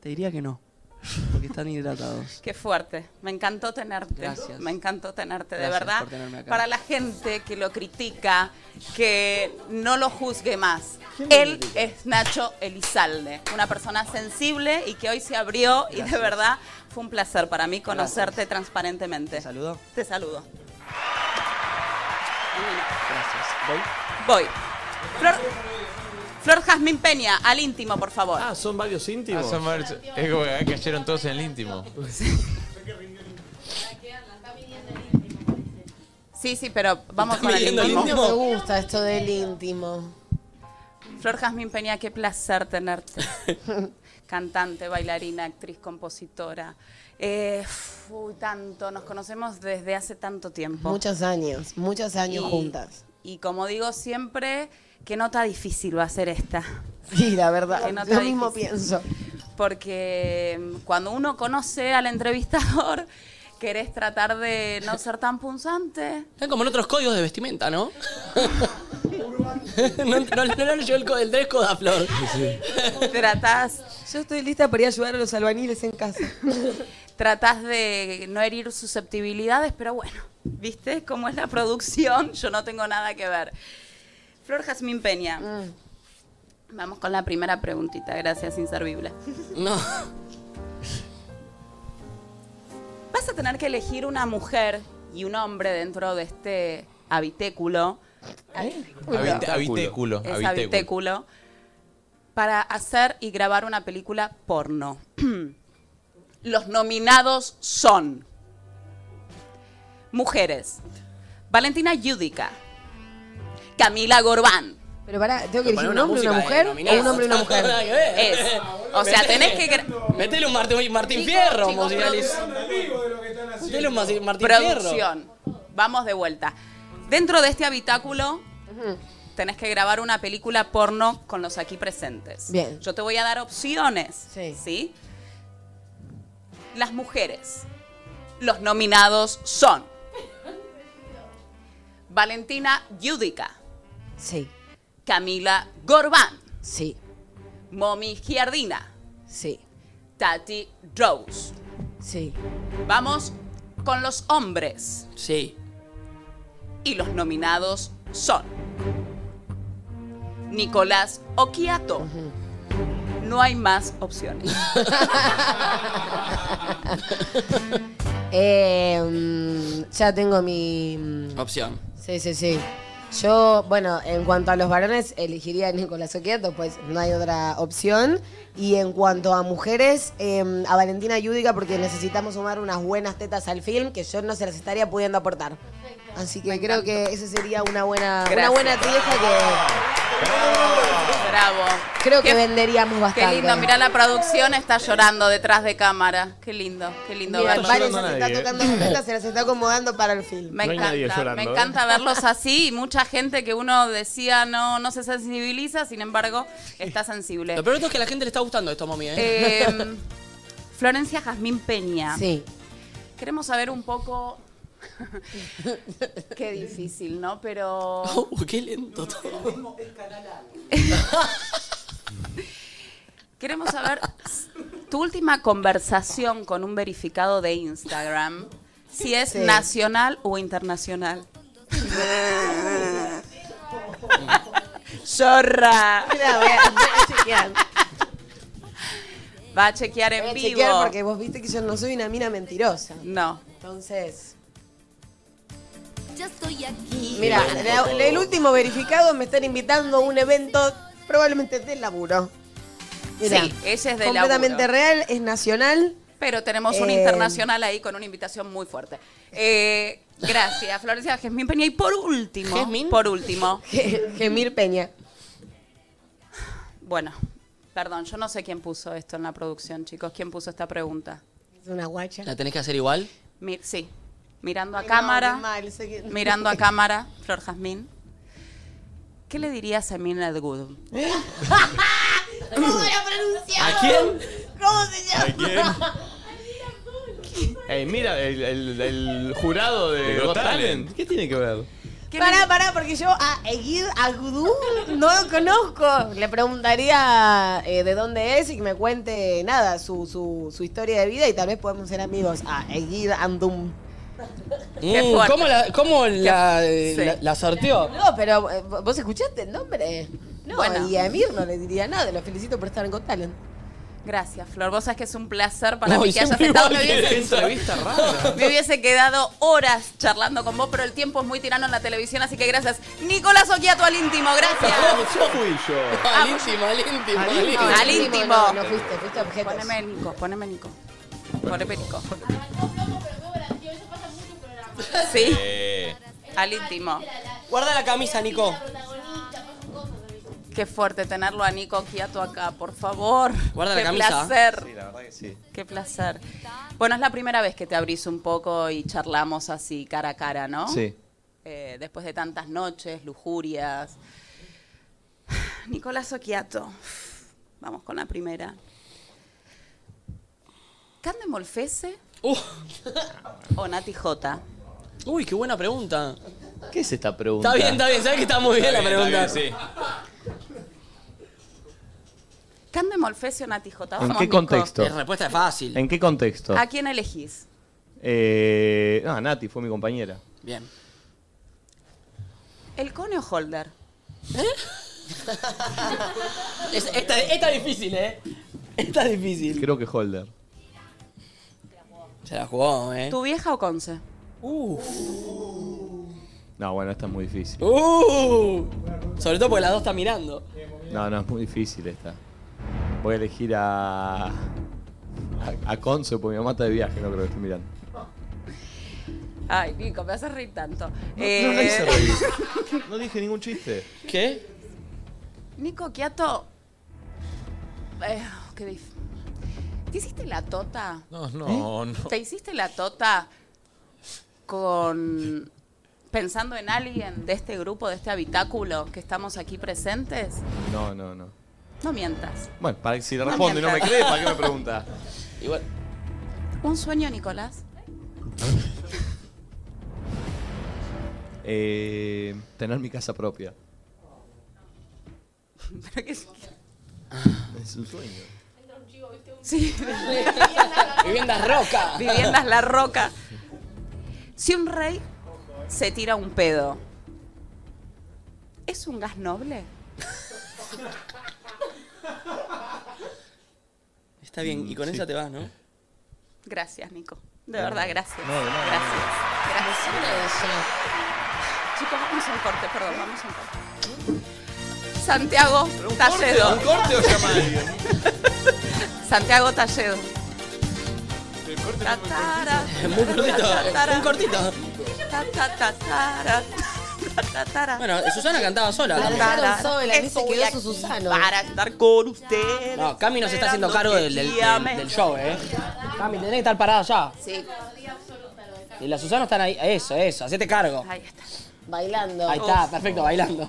Te diría que no, porque están hidratados. Qué fuerte. Me encantó tenerte. Gracias. Me encantó tenerte, de Gracias verdad. por tenerme acá. Para la gente que lo critica, que no lo juzgue más. Él es Nacho Elizalde, una persona sensible y que hoy se abrió y de Gracias. verdad fue un placer para mí conocerte transparentemente. Te saludo. Te saludo. Gracias. ¿Voy? Voy. Flor, Flor Jazmín Peña, al íntimo, por favor. Ah, son varios Ah, íntimos. son varios- es como que cayeron todos en el íntimo. Sí, sí, pero vamos ¿Está con el midiendo el íntimo. Me gusta esto del íntimo. Flor Jazmín Peña, qué placer tenerte. Cantante, bailarina, actriz, compositora. Eh, uy, tanto, nos conocemos desde hace tanto tiempo. Muchos años, muchos años Y- juntas. Y como digo siempre, qué nota difícil va a ser esta. Sí, la verdad. Qué nota Yo Ah, mismo difícil. pienso. Porque mm, cuando uno conoce al entrevistador, querés tratar de no ser tan punzante. Están como en otros códigos de vestimenta, ¿no? no, no, no, no llegó el, co- el dress code a Flor. Tratás, Yo estoy lista para ir a ayudar a los albaniles en casa. tratás de no herir susceptibilidades, pero bueno, ¿viste cómo es la producción? Yo no tengo nada que ver. Flor Jazmín Peña. Vamos con la primera preguntita, gracias, inservible. No. Vas a tener que elegir una mujer y un hombre dentro de este habitéculo. Habite- habitéculo, Es habitéculo. habitéculo. Para hacer y grabar una película porno. Los nominados son mujeres. Valentina Yudica. Camila Gorbán. Pero pará, ¿tengo que Pero elegir un para una hombre, una música mujer? de ¿O un hombre y una mujer? Nada que ver. Es. O sea, tenés que gra- Metele un Martín, Martín Chicos, Fierro, chicos, musicaliz- Metele un Martín Martín Fierro. Producción. Vamos de vuelta. Dentro de este habitáculo tenés que grabar una película porno con los aquí presentes. Bien. Yo te voy a dar opciones. Sí. Las mujeres. Los nominados son Valentina Yudica. Sí. Camila Gorbán. Sí. Momi Giardina. Sí. Tati Rose. Sí. Vamos con los hombres. Sí. Y los nominados son Nicolás Okiato. No hay más opciones. Ah, Eh, mm, ya tengo mi... mm, Opción. Sí, sí, sí. Yo, bueno, en cuanto a los varones, elegiría a Nicolás Oquieto, pues no hay otra opción. Y en cuanto a mujeres, eh, a Valentina Yudica, porque necesitamos sumar unas buenas tetas al film que yo no se las estaría pudiendo aportar. Así que creo que esa sería una buena, una Gracias. buena trieja que Bravo. creo que Qué- venderíamos Qué bastante. lindo, mira la producción está llorando detrás de cámara. Qué lindo, qué lindo Mira, verlo. Valen se las está tocando las tetas, se las está acomodando para el film. Me No hay encanta, nadie llorando, me ¿eh? encanta verlos así y mucha gente que uno decía no, no se sensibiliza, sin embargo, está sensible. Lo peor de todo es que a la gente le está gustando esto, mami, ¿eh? Eh, Florencia Jazmín Peña. Sí. Queremos saber un poco. Qué difícil, ¿no? Pero. Uy, qué lento todo. Queremos saber tu última conversación con un verificado de Instagram, si es Sí. nacional o internacional. Zorra. Mira, voy a- voy a chequear. Va a chequear en Voy a vivo. chequear porque vos viste que yo no soy una mina mentirosa. No. Entonces, Ya estoy aquí. mira, la- la- el último verificado me están invitando a un evento probablemente de laburo. Mira, sí, ella es de completamente laburo. real, es nacional. Pero tenemos un Eh, internacional ahí con una invitación muy fuerte. Eh, gracias, Florencia Jasmine Peña. Y por último, por último, Gemir Peña. bueno, perdón, yo no sé quién puso esto en la producción, chicos. ¿Quién puso esta pregunta? Es una guacha. ¿La tenés que hacer igual? Mi- sí, mirando a Ay, no, cámara. qué mal, sé que- Mirando a cámara, Flor Jazmín. ¿Qué le dirías a Mina Edgudum? ¿Cómo la pronuncia? ¿A quién? ¿Cómo se ¿A Ey, mira, el, el- el jurado de De Got Got Talent. Talent. ¿Qué tiene que ver? Pará, pará, porque yo a Egid Agudú no lo conozco. Le preguntaría eh, de dónde es y que me cuente nada, su, su, su historia de vida y tal vez podemos ser amigos. A Egid Andum. Qué Mm, fuerte. ¿cómo la- cómo la- la- la sorteó? No, pero eh, vos escuchaste el nombre. No, Bueno. y a Emir no le diría nada. Lo felicito por estar en Got Talent. Gracias, Flor. Vos sabés que es un placer para Ay, mí que hayas siempre estado. Me igual que hubiese, esa entrevista me hubiese quedado horas charlando con vos, pero el tiempo es muy tirano en la televisión, así que gracias. Nicolás Oquiato al íntimo, gracias. Yo fui yo. Al íntimo, al íntimo, al íntimo. íntimo. Al íntimo. No, no fuiste, fuiste objeto. Poneme Nico, poneme Nico. Poneme Nico. Sí. Eh. Al íntimo. Guarda la camisa, Nico. Qué fuerte tenerlo a Nico Oquiato acá, por favor. Guarda la Qué camisa. placer. Sí, la verdad que sí. Qué placer. Bueno, es la primera vez que te abrís un poco y charlamos así cara a cara, ¿no? Sí. Eh, después de tantas noches, lujurias. Nicolás Oquiato. Vamos con la primera. ¿Cande Molfese o Nati J? Uy, qué buena pregunta. ¿Qué es esta pregunta? Está bien, está bien. Sabes que está muy bien la pregunta. ¿Cande Molfese o Nati J? ¿En Vamos, qué Nico. contexto? respuesta es fácil. ¿En qué contexto? ¿A quién elegís? Eh, ah, Nati fue mi compañera. Bien. ¿El Cone o Holder? ¿Eh? Es- esta, esta es difícil, ¿eh? Esta es difícil. Creo que Holder. Se la jugó, ¿eh? ¿Tu vieja o Conce? No, bueno, esta es muy difícil. Uh, sobre todo porque las dos están mirando. No, no, es muy difícil esta. Voy a elegir a. A, a Conce, porque mi mamá está de viaje, no creo que esté mirando. Ay, Nico, me haces reír tanto. No, no la Eh, hice reír. No dije ningún chiste. ¿Qué? Nico Quiato. Eh, qué dif- ¿Te hiciste la tota? No, no, no. ¿Te hiciste la tota con. pensando en alguien de este grupo, de este habitáculo que estamos aquí presentes? No, no, no. No mientas. Bueno, para que si le No responde y no me mientas. cree, ¿para qué me pregunta? Igual. ¿Un sueño, Nicolás? Eh, tener mi casa propia. ¿Pero qué- Es un sueño. Sí. Viviendas Roca. Viviendas La Roca. Si un rey se tira un pedo, ¿es un gas noble? Está bien, y con sí. esa te vas, ¿no? Gracias, Nico. De No, verdad, no. gracias. No, de nada, gracias. no. Gracias. Chicos, vamos a un corte, perdón, vamos a un corte. Santiago Talledo. ¿Un corte o llama a alguien? Santiago Talledo. Tatara. Muy cortito. Tatara. Un cortito. Tatatatara. Tatatara. Bueno, Susana cantaba sola. La también. dejaron sola, ni se Estoy quedó aquí su Susano. Para estar con ustedes. No, Cami no se está haciendo cargo del, del- Esperando que del- del show, ¿eh? Cami, tenés que estar parada ya. Sí. Y las Susana están ahí. Eso, eso, hacete cargo. Ahí está. Oh. Bailando. Oh. Ahí está, perfecto, bailando.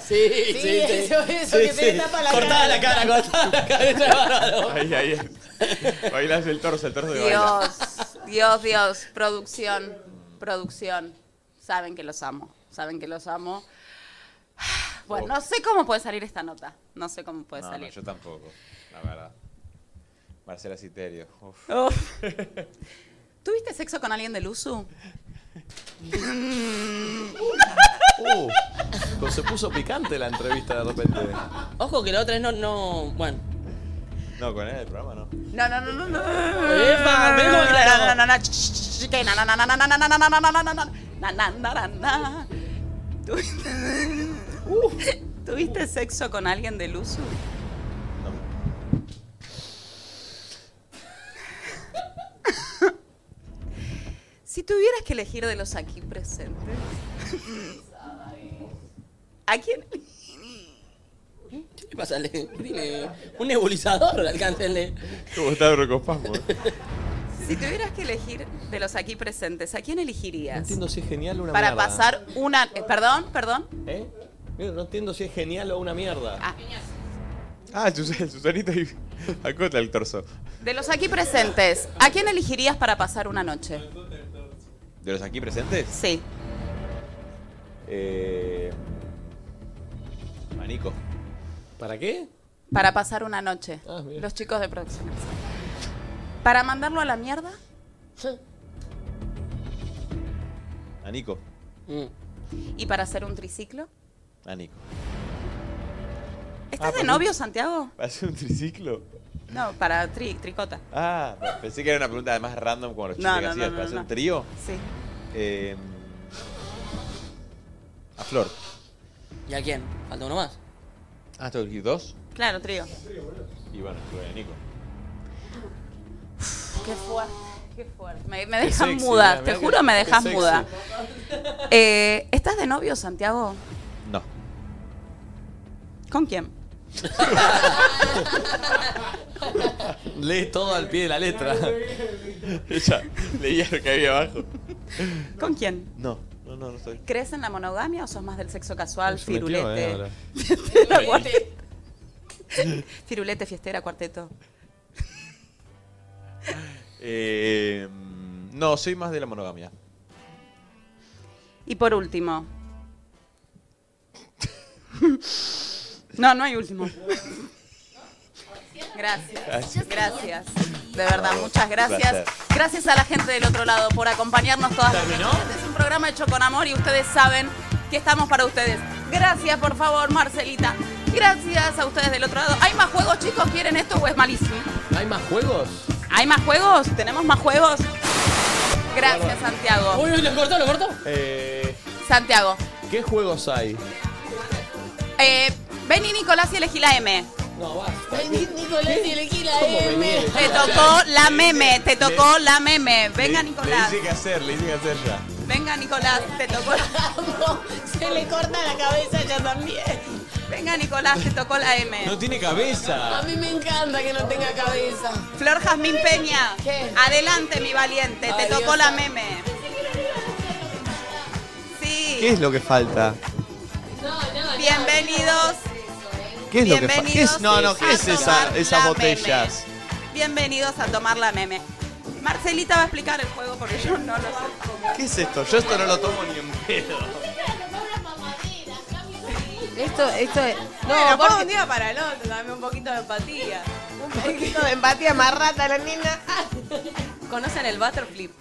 Sí, Sí, eso, eso, que te tapa la Cortada la cara, cortada la cabeza. Ahí, ahí. Bailás el torso, el torso de baila. Dios, Dios, Dios, producción, producción. Saben que los amo, saben que los amo. Bueno, no sé cómo puede salir esta nota, no sé cómo puede No, no, salir. yo tampoco, la verdad. Marcela Citerio. uf. Uf. ¿Tuviste sexo con alguien del USU? Uh, pues se puso picante la entrevista de repente. Ojo que la otra es no, no. Bueno. No, con él el programa no. No, no, no, no, no. Epa, pero ¿cómo que no? No, no, no, ch- ch- ch- que na, na, na, na, na, na, na, na, na, na, na, na, na, na, na, na, na, na, na. ¿Tuviste- uh, ¿Tuviste sexo con alguien del USU? Si tuvieras que elegir de los aquí presentes, ¿a quién? ¿Qué le pasa? Le- ¿Qué tiene? Un nebulizador, alcáncenle. ¿Cómo está Brocopasmo? Si tuvieras que elegir de los aquí presentes, ¿a quién elegirías? No entiendo si es genial o una Para mierda. pasar una. eh, perdón, perdón. ¿Eh? Mira, no entiendo si es genial o una mierda. Ah, Ah, el Sus- el Susanito y acota el torso. de los aquí presentes, ¿a quién elegirías para pasar una noche? ¿De los aquí presentes? Sí. Eh, manico. ¿Para qué? Para pasar una noche. Ah, Los chicos de producción. Para mandarlo a la mierda. Manico. Y para hacer un triciclo. Manico. ¿Estás Ah, de para- novio, Santiago? ¿Para hacer un triciclo? No, para tri- tricota. Ah, pensé que era una pregunta además random como los chistes No, que no, hacías. no, ¿Para no, hacer un no. trío? Sí. Eh, a Flor. ¿Y a quién? ¿Falta uno más? Ah, tengo que ir dos. Claro, trío. Y bueno, Flor y a Nico. Qué fuerte, qué fuerte. Me, me Qué dejas sexy, muda, mira, te mira que- juro me qué dejas sexy. muda. Eh, ¿Estás de novio, Santiago? No. ¿Con quién? Lee todo al pie de la letra. Ella leía lo que había abajo. ¿Con quién? No, no, no, no estoy. ¿Crees en la monogamia o sos más del sexo casual, Se metió, eh, firulete? ahora. La cuarte- firulete, fiestera, cuarteto. Eh, mm, no, soy más de la monogamia. Y por último. No, no hay último. Gracias, gracias. De verdad, muchas placer. gracias. Gracias a la gente del otro lado por acompañarnos todas las noches. Este es un programa hecho con amor y ustedes saben que estamos para ustedes. Gracias, por favor, Marcelita. Gracias a ustedes del otro lado. ¿Hay más juegos, chicos? ¿Quieren esto o es malísimo? ¿Hay más juegos? ¿Hay más juegos? ¿Tenemos más juegos? Gracias, Santiago. Uy, uy, lo cortó, lo cortó. Eh, Santiago. ¿Qué juegos hay? Eh, ven y Nicolás y elegí la M. No, basta. Nicolás y elegí la M. Te tocó la meme, te tocó la meme. Venga, Le- Nicolás. Le hice que hacer, le hice que hacer ya. Venga, Nicolás, te tocó la Se le corta la cabeza ya también. Venga, Nicolás, te tocó la M. No tiene cabeza. mí me encanta que no tenga cabeza. Flor Jazmín Peña. Adelante, mi valiente. Te Ay, tocó Dios. la meme. Sí. ¿Qué es lo que falta? Bienvenidos. ¿Qué es lo que falta? Bienvenidos No, no, ¿qué a es esa, tomar esas la botellas? meme. Bienvenidos a tomar la meme. Marcelita va a explicar el juego porque yo no lo sé. ¿Qué es esto? Yo esto no lo tomo ni en pedo. Esto, esto es. No, Bueno, porque- pon un día para el otro, dame un poquito de empatía. Un poquito de empatía más rata la nena. ¿Conocen el butterflip?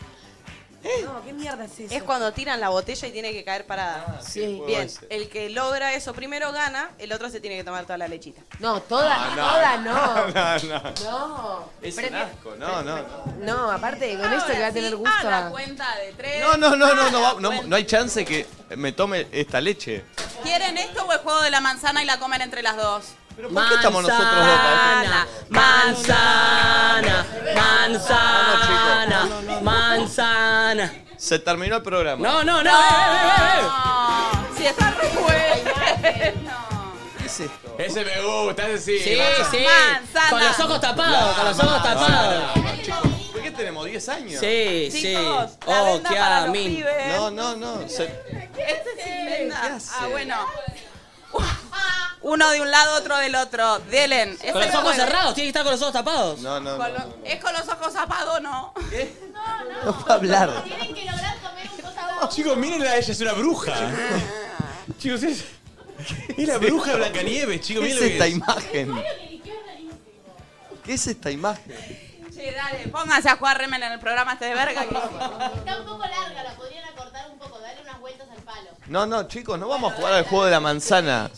No, ¿qué mierda ¿Eh? es eso? Es cuando tiran la botella y tiene que caer parada. Ah, sí. Bien, el que logra eso primero gana, el otro se tiene que tomar toda la lechita. No, toda, No, Ah, no. toda no. No, no. No. Es Pero un asco, no, no. no. No, aparte, con esto Ahora que va a sí, tener gusto. a la a- cuenta de tres. No, no, no, no, a la no, va- no, cuenta- no hay chance que me tome esta leche. ¿Quieren esto o el juego de la manzana y la comen entre las dos? ¿Por qué estamos nosotros dos? para esto? Manzana, manzana, manzana. Se terminó el programa. No, no, no. eh, eh, eh, eh. Si está re bueno. ¿Qué es esto? Ese me gusta, ese sí. Sí, Manzana. sí. Manzana. Con los ojos tapados, con los ojos tapados. ¿Por qué tenemos 10 años? Sí, sí. Chicos, la Oh, venda qué para los amin. pibes. No, no, no. se- Este sin venda. Ah, bueno. Uno de un lado, otro del otro. Delen. Es Con los el ojos juego. cerrados, tiene que estar con los ojos tapados. No, no, Con no. lo- ¿Es con los ojos zapados No no? puedo hablar. Tienen que lograr comer un Chicos, mírenla a ella, es una bruja. Ah. Chicos, es. Es la bruja Blancanieves, chicos, ¿Qué es miren lo que esta imagen? ¿Qué es esta imagen? Che, dale, pónganse a jugar remel en el programa este de verga. que- Está un poco larga, la podrían acortar un poco, darle unas vueltas al palo. No, no, chicos, no vamos a jugar al juego de la manzana.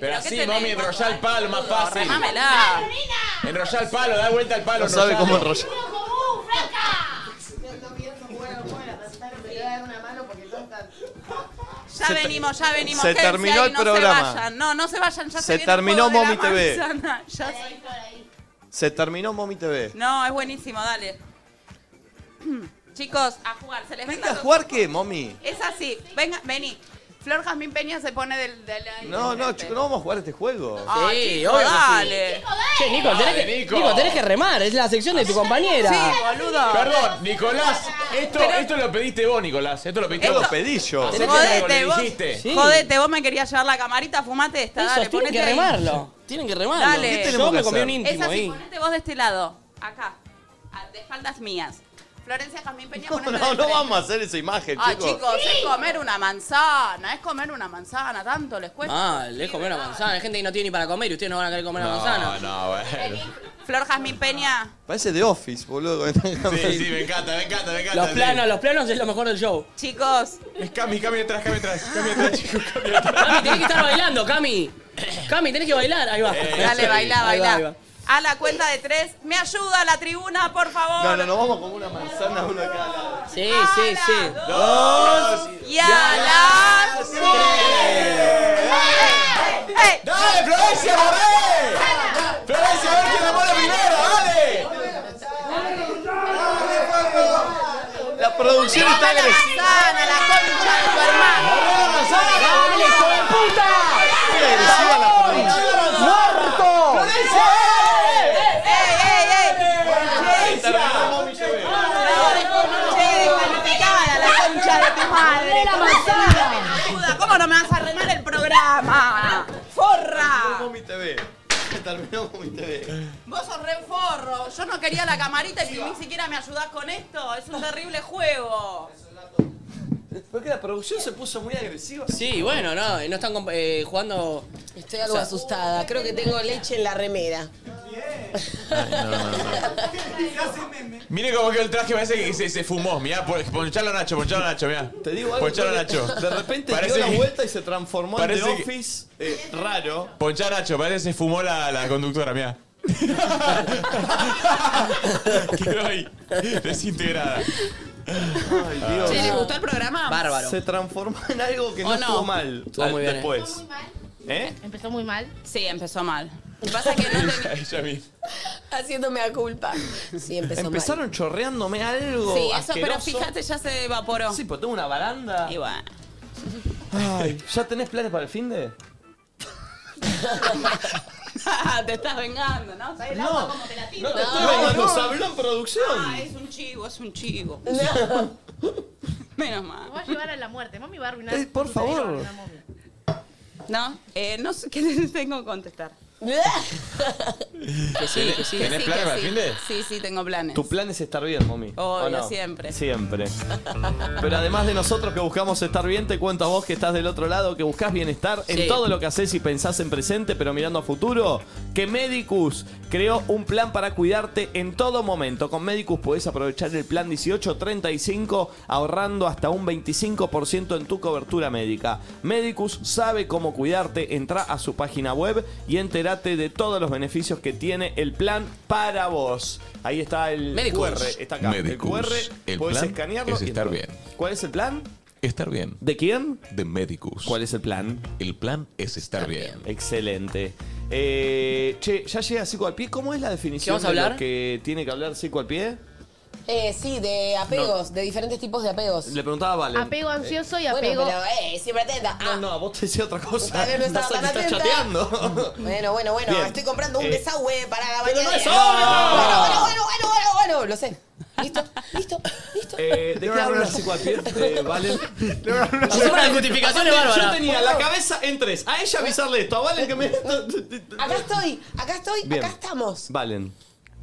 Pero ¿qué así, tenés? mami, enrollá el palo, más fácil. Remámela. Enrollá el palo, da vuelta al palo. No sabe enrollalo. cómo enrollar. ¡Uh, Ya Se te- venimos, ya venimos. se quédense terminó ahí, el no se programa. vayan. No, no se vayan, ya se, Se viene el terminó juego de la Momi TV. manzana. Ya se- Se terminó Momi TV. No, es buenísimo, dale. Chicos, a jugar, se les ¿Venga a los- jugar qué, Momi? Es así, venga, vení. Flor Jazmín Peña se pone del... del No, no, chicos, no vamos a jugar a este juego. Ah, Sí, chicos, obvio que sí. dale. Che, Nico, tenés que, Dale, Nico. Nico, tenés que remar, es la sección de tu compañera. Sí, boludo. Perdón, Nicolás, esto, Pero- esto lo pediste vos, Nicolás. Esto lo pediste Esto vos. lo pedí yo. Hacete cargo, Jodete le vos, dijiste. jodete, vos me querías llevar la camarita, fumate esta, Ellos dale, tienen ponete que ahí. remarlo. Tienen que remarlo. Dale. ¿Qué tenemos Yo que me comí hacer? un Es íntimo así, ahí. ponete vos de este lado, acá, a- de espaldas mías. Florencia Jazmín No, Peña con este no, no desprecio. vamos a hacer esa imagen, Ah, chicos. chicos, es comer una manzana, es comer una manzana, tanto les cuesta. Mal, es comer una Ah, manzana. Hay gente que no tiene ni para comer y ustedes no van a querer comer una manzana. No, bueno. Flor Jazmín Peña, Parece de Office, boludo. Sí, sí, me encanta, me encanta, me encanta. Los planos, los planos es lo mejor del show. chicos. Es Cami, Cami atrás, Cami atrás, Cami atrás, chicos. Cami, tenés que estar bailando, Cami. Cami, tenés que bailar. Ahí va. Eh, Dale, baila, Ahí va, ahí baila. va. A la cuenta de tres, me ayuda la tribuna, por favor. No, no, nos vamos como una manzana, uno acá al lado. Sí, sí, sí. Dos. Y a las tres. ¡Dale, Florencia, moré! ¡Florencia, a ver quién la pone primero! ¡Dale! La producción está agresiva. Sana, la concha de tu hermano. ¡Dale, hijo de puta! agresiva la producción. ¡Muerto! ¡Florencia! ¡Ey, ey, ey! Che, descalificada, la concha de tu madre. la ¿Cómo manzana! se me ayuda? ¿Cómo no me vas a remar el programa? ¡Forra! Terminó mi TV. Terminó mi TV. Vos sos re forro. Yo no quería la camarita y ni siquiera me ayudás con esto. Es un terrible juego. ¿Por qué la producción se puso muy agresiva? Sí, bueno, no, no están comp- eh, jugando. Estoy algo asustada. Creo que tengo leche en la remera. Mire cómo quedó el traje, parece que se, se fumó. Mirá, pon- ponchalo a Nacho, ponchalo a Nacho, mirá. Te digo algo. Ponchalo a Pues Nacho. De repente Parece dio la que- vuelta y se transformó en The Parece que- Office eh, raro. Ponchá a Nacho, parece que se fumó la, la conductora, mirá. Quedó ahí, desintegrada. Ay, Ah. Dios. Che, ¿les gustó el programa? Se transformó en algo que ¿O no, no? estuvo mal. Estuvo muy bien, eh. Después. ¿Eh? ¿Empezó muy mal? Sí, empezó mal. Lo que pasa es que no tenía... Ella misma. Haciéndome a culpa. Sí, empezó Empezaron chorreándome algo. Sí, eso, pero asqueroso. fíjate, ya se evaporó. Sí, pero tengo una baranda. Y bueno. Ay, ¿ya tenés planes para el fin de? te estás vengando, ¿no? ¿Sabes el No, agua como te la tiro? no te estoy vengando, se habló en producción. Ah, es un chivo, es un chivo. Menos mal. Lo voy a llevar a la muerte. Mami va a arruinar. Eh, por su cerebro, favor. la momia. No, eh, no sé qué les tengo que contestar. Que sí, que sí. ¿Tenés planes Que sí, que para el sí. fin de? Sí, sí, tengo planes. Tu plan es estar bien, mami. Obvio, ¿o no? siempre. Siempre. Pero además de nosotros que buscamos estar bien, te cuento a vos que estás del otro lado, que buscas bienestar Sí. en todo lo que haces y pensás en presente, pero mirando a futuro, que Medicus creó un plan para cuidarte en todo momento. Con Medicus podés aprovechar el plan 1835 ahorrando hasta un 25% en tu cobertura médica. Medicus sabe cómo cuidarte, entra a su página web y entérate de todos los beneficios que tiene el plan para vos. Ahí está el Medicus. QR, está acá. Medicus. El QR, El podés plan escanearlo es y estar entrar. bien. ¿Cuál es el plan? Estar bien. ¿De quién? De Medicus. ¿Cuál es el plan? El plan es estar bien. Excelente. Eh, che, ya llega Psico al pie. ¿Cómo es la definición ¿Qué vamos a de lo hablar? que tiene que hablar Psico al pie? Eh, sí, de apegos, de diferentes tipos de apegos. Le preguntaba a Vale. Apego ansioso y apego- Bueno, pero, eh, siempre atenta. Ah, No, no, a vos te decía otra cosa. Todavía no estaba Estás- tan estás atenta. chateando. Bueno, bueno, bueno, Bien. estoy comprando un Eh, desagüe para la pero bañera. no es bueno, ahora. bueno, bueno, bueno, bueno, bueno, lo sé. ¿Listo? ¿Listo? Eh, ¿De qué habla Psico al pie? Eh, vale. Hacemos las justificaciones Aparte, Yo bárbaras. tenía la cabeza en tres. A ella avisarle esto. A Valen que me. Acá estoy, acá estoy, Bien. acá estamos. Valen.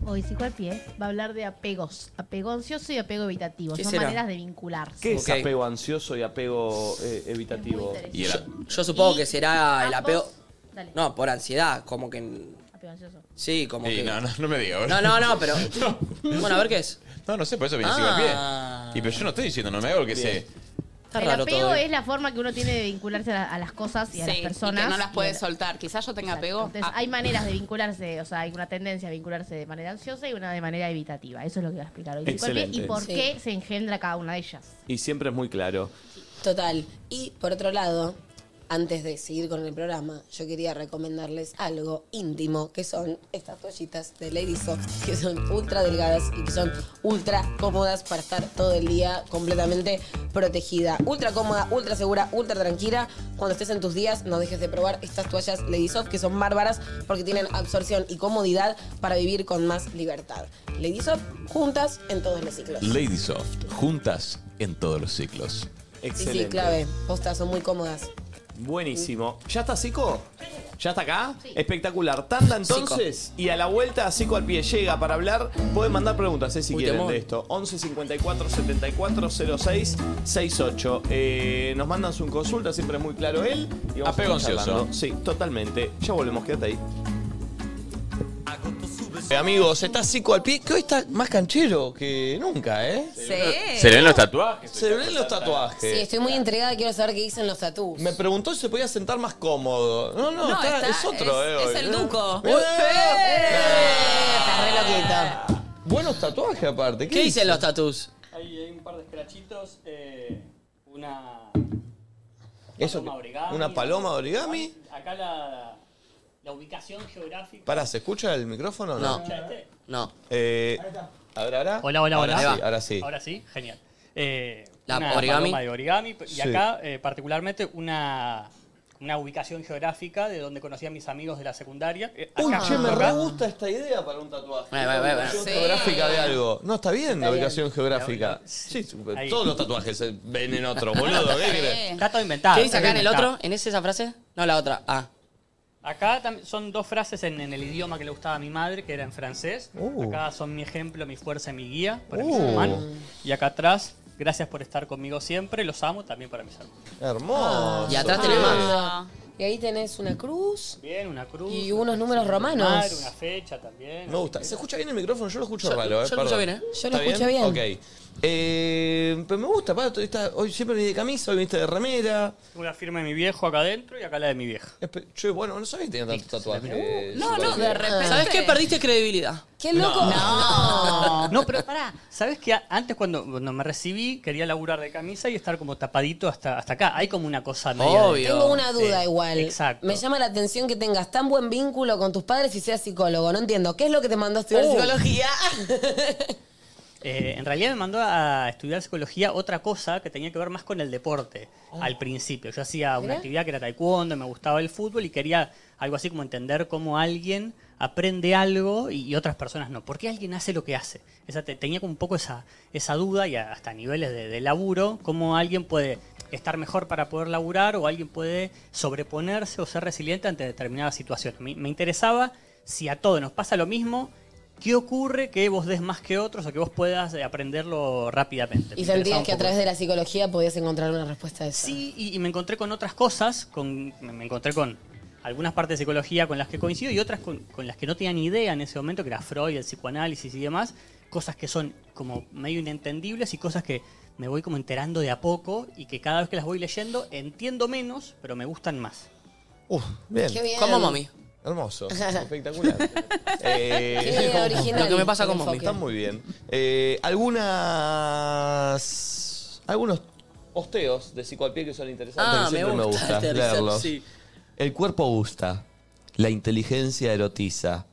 Hoy Psico al Pie va a hablar de apegos. Apego ansioso y apego evitativo. ¿Qué Son será? maneras de vincularse. ¿Qué es apego ansioso y apego eh, evitativo? Yo supongo que será el apego. Dale, No, por ansiedad, como que. apego ansioso. Sí, como que. No, no, no me digas. No, no, no, pero. Bueno, a ver qué es. Ah. No, no sé, por eso viene Psico al pie. Y pero yo no estoy diciendo, no me hago el que sé. Está el raro apego eh. todo. eh. es la forma que uno tiene de vincularse a, la- a las cosas y a Sí, las y personas. que no las puede y a la- soltar. Quizás yo tenga Exacto. apego. Entonces, a- hay maneras de vincularse, o sea, hay una tendencia a vincularse de manera ansiosa y una de manera evitativa. Eso es lo que va a explicar hoy. Psico al Pie Y Excelente. por Sí. qué se engendra cada una de ellas. Y siempre es muy claro. Total. Y por otro lado, antes de seguir con el programa, yo quería recomendarles algo íntimo, que son estas toallitas de Lady Soft, que son ultra delgadas y que son ultra cómodas para estar todo el día completamente protegida. Ultra cómoda, ultra segura, ultra tranquila. Cuando estés en tus días, no dejes de probar estas toallas Lady Soft, que son bárbaras porque tienen absorción y comodidad para vivir con más libertad. Lady Soft, juntas en todos los ciclos. Ladysoft, juntas en todos los ciclos. Sí, sí, clave. Postas son muy cómodas. Mm. Buenísimo. ¿Ya está Sico? ¿Ya está acá? Espectacular. Tanda entonces y a la vuelta, Cico al pie llega para hablar. Pueden mandar preguntas eh, si Uy, quieren temón. de esto. 11 54 74 06 68. Eh, nos mandan su consulta, siempre es muy claro él. Y vamos Apego a estar ansioso. charlando. Sí, totalmente. Ya volvemos, quédate ahí. Eh, amigos, está Zico al pie, que hoy está más canchero que nunca, ¿eh? Sí. ¿Se le ven los tatuajes? Se ven los tatuajes. Sí, estoy muy intrigada, quiero saber qué dicen los tatús. Eh, Me preguntó si se podía sentar más cómodo. No, no, No, está- está- es otro, es- ¿eh? hoy, es el ¿eh? Duco. Mirá, Uy, Está re loquito. Buenos tatuajes aparte. ¿Qué, ¿Qué dicen los tatús? Hay, hay un par de escrachitos, eh, una Eso, paloma origami. ¿Una paloma origami? Acá la, la ubicación geográfica. Pará, ¿se escucha el micrófono o no? ¿Se escucha este? No. Eh, a ver, ahora. Hola, hola, ahora hola. Sí, ahora sí. Ahora sí, genial. Eh, La una origami. paloma de origami. Y Sí. acá, eh, particularmente, una, una ubicación geográfica de donde conocí a mis amigos de la secundaria. Eh, Uy, acá, che, me re acá. gusta esta idea para un tatuaje. Ahí va, ahí va, ahí va. Una ubicación Sí. geográfica de algo. No, está bien la bien. ubicación geográfica. Sí, Ahí. todos los tatuajes se ven en otro, boludo. ¿qué querés? Está todo inventado. ¿Qué dice está acá en todo el inventado. otro? ¿En ese esa frase? No, la otra. Ah. Acá tam- son dos frases en, en el idioma que le gustaba a mi madre, que era en francés. Uh. Acá son mi ejemplo, mi fuerza y mi guía para mis Uh. hermanos. Y acá atrás, gracias por estar conmigo siempre, los amo también para mis hermanos. Hermoso. Y atrás tenés Ah. Y ahí tenés una cruz. Bien, una cruz. Y Una unos números fecha de romanos. madre, una fecha también. Me gusta. ¿Se escucha bien el micrófono? Yo lo escucho Yo- raro, ¿eh? yo lo escucho Perdón. bien, ¿eh? Yo lo ¿Está escucho bien. Ok. Eh, pero me gusta, pa, tú estás- hoy siempre vení de camisa, hoy viniste de remera. Tengo la firma de mi viejo acá adentro y acá la de mi vieja. Che, bueno, no sabía que tenía tantos tatuajes. No, no, de repente. ¿Sabes qué? Perdiste credibilidad. ¡Qué loco! No. No, pero pará. ¿Sabes qué? Antes cuando, cuando me recibí quería laburar de camisa y estar como tapadito hasta, hasta acá. Hay como una cosa media. de- Tengo una duda Sí, igual. Exacto. Me llama la atención que tengas tan buen vínculo con tus padres y seas psicólogo. No entiendo. ¿Qué es lo que te mandó a estudiar Uh. psicología? Eh, en realidad me mandó a estudiar psicología otra cosa que tenía que ver más con el deporte al principio. Yo hacía una Mirá. actividad que era taekwondo, me gustaba el fútbol y quería algo así como entender cómo alguien aprende algo y, y otras personas no. ¿Por qué alguien hace lo que hace? Esa, te- tenía como un poco esa, esa duda y a- hasta niveles de, de laburo, cómo alguien puede estar mejor para poder laburar o alguien puede sobreponerse o ser resiliente ante determinadas situaciones. Me, me interesaba si a todos nos pasa lo mismo ¿Qué ocurre que vos des más que otros o que vos puedas eh, aprenderlo rápidamente? Me y interesaba sentías un que a poco través eso. de la psicología podías encontrar una respuesta a eso. Sí, y, y me encontré con otras cosas, con, me me encontré con algunas partes de psicología con las que coincido y otras con, con las que no tenía ni idea en ese momento, que era Freud, el psicoanálisis y demás, cosas que son como medio inentendibles y cosas que me voy como enterando de a poco y que cada vez que las voy leyendo entiendo menos, pero me gustan más. Uf, bien. Qué bien. Como mami. Hermoso. Espectacular. Eh, Qué como- original Lo que me pasa el con Mommy. enfoque. Está muy bien. Eh, algunas. Algunos posteos de Cico al pie que son interesantes. Ah, que siempre me me gusta gusta, este research, leerlos. sí. El cuerpo gusta. La inteligencia erotiza.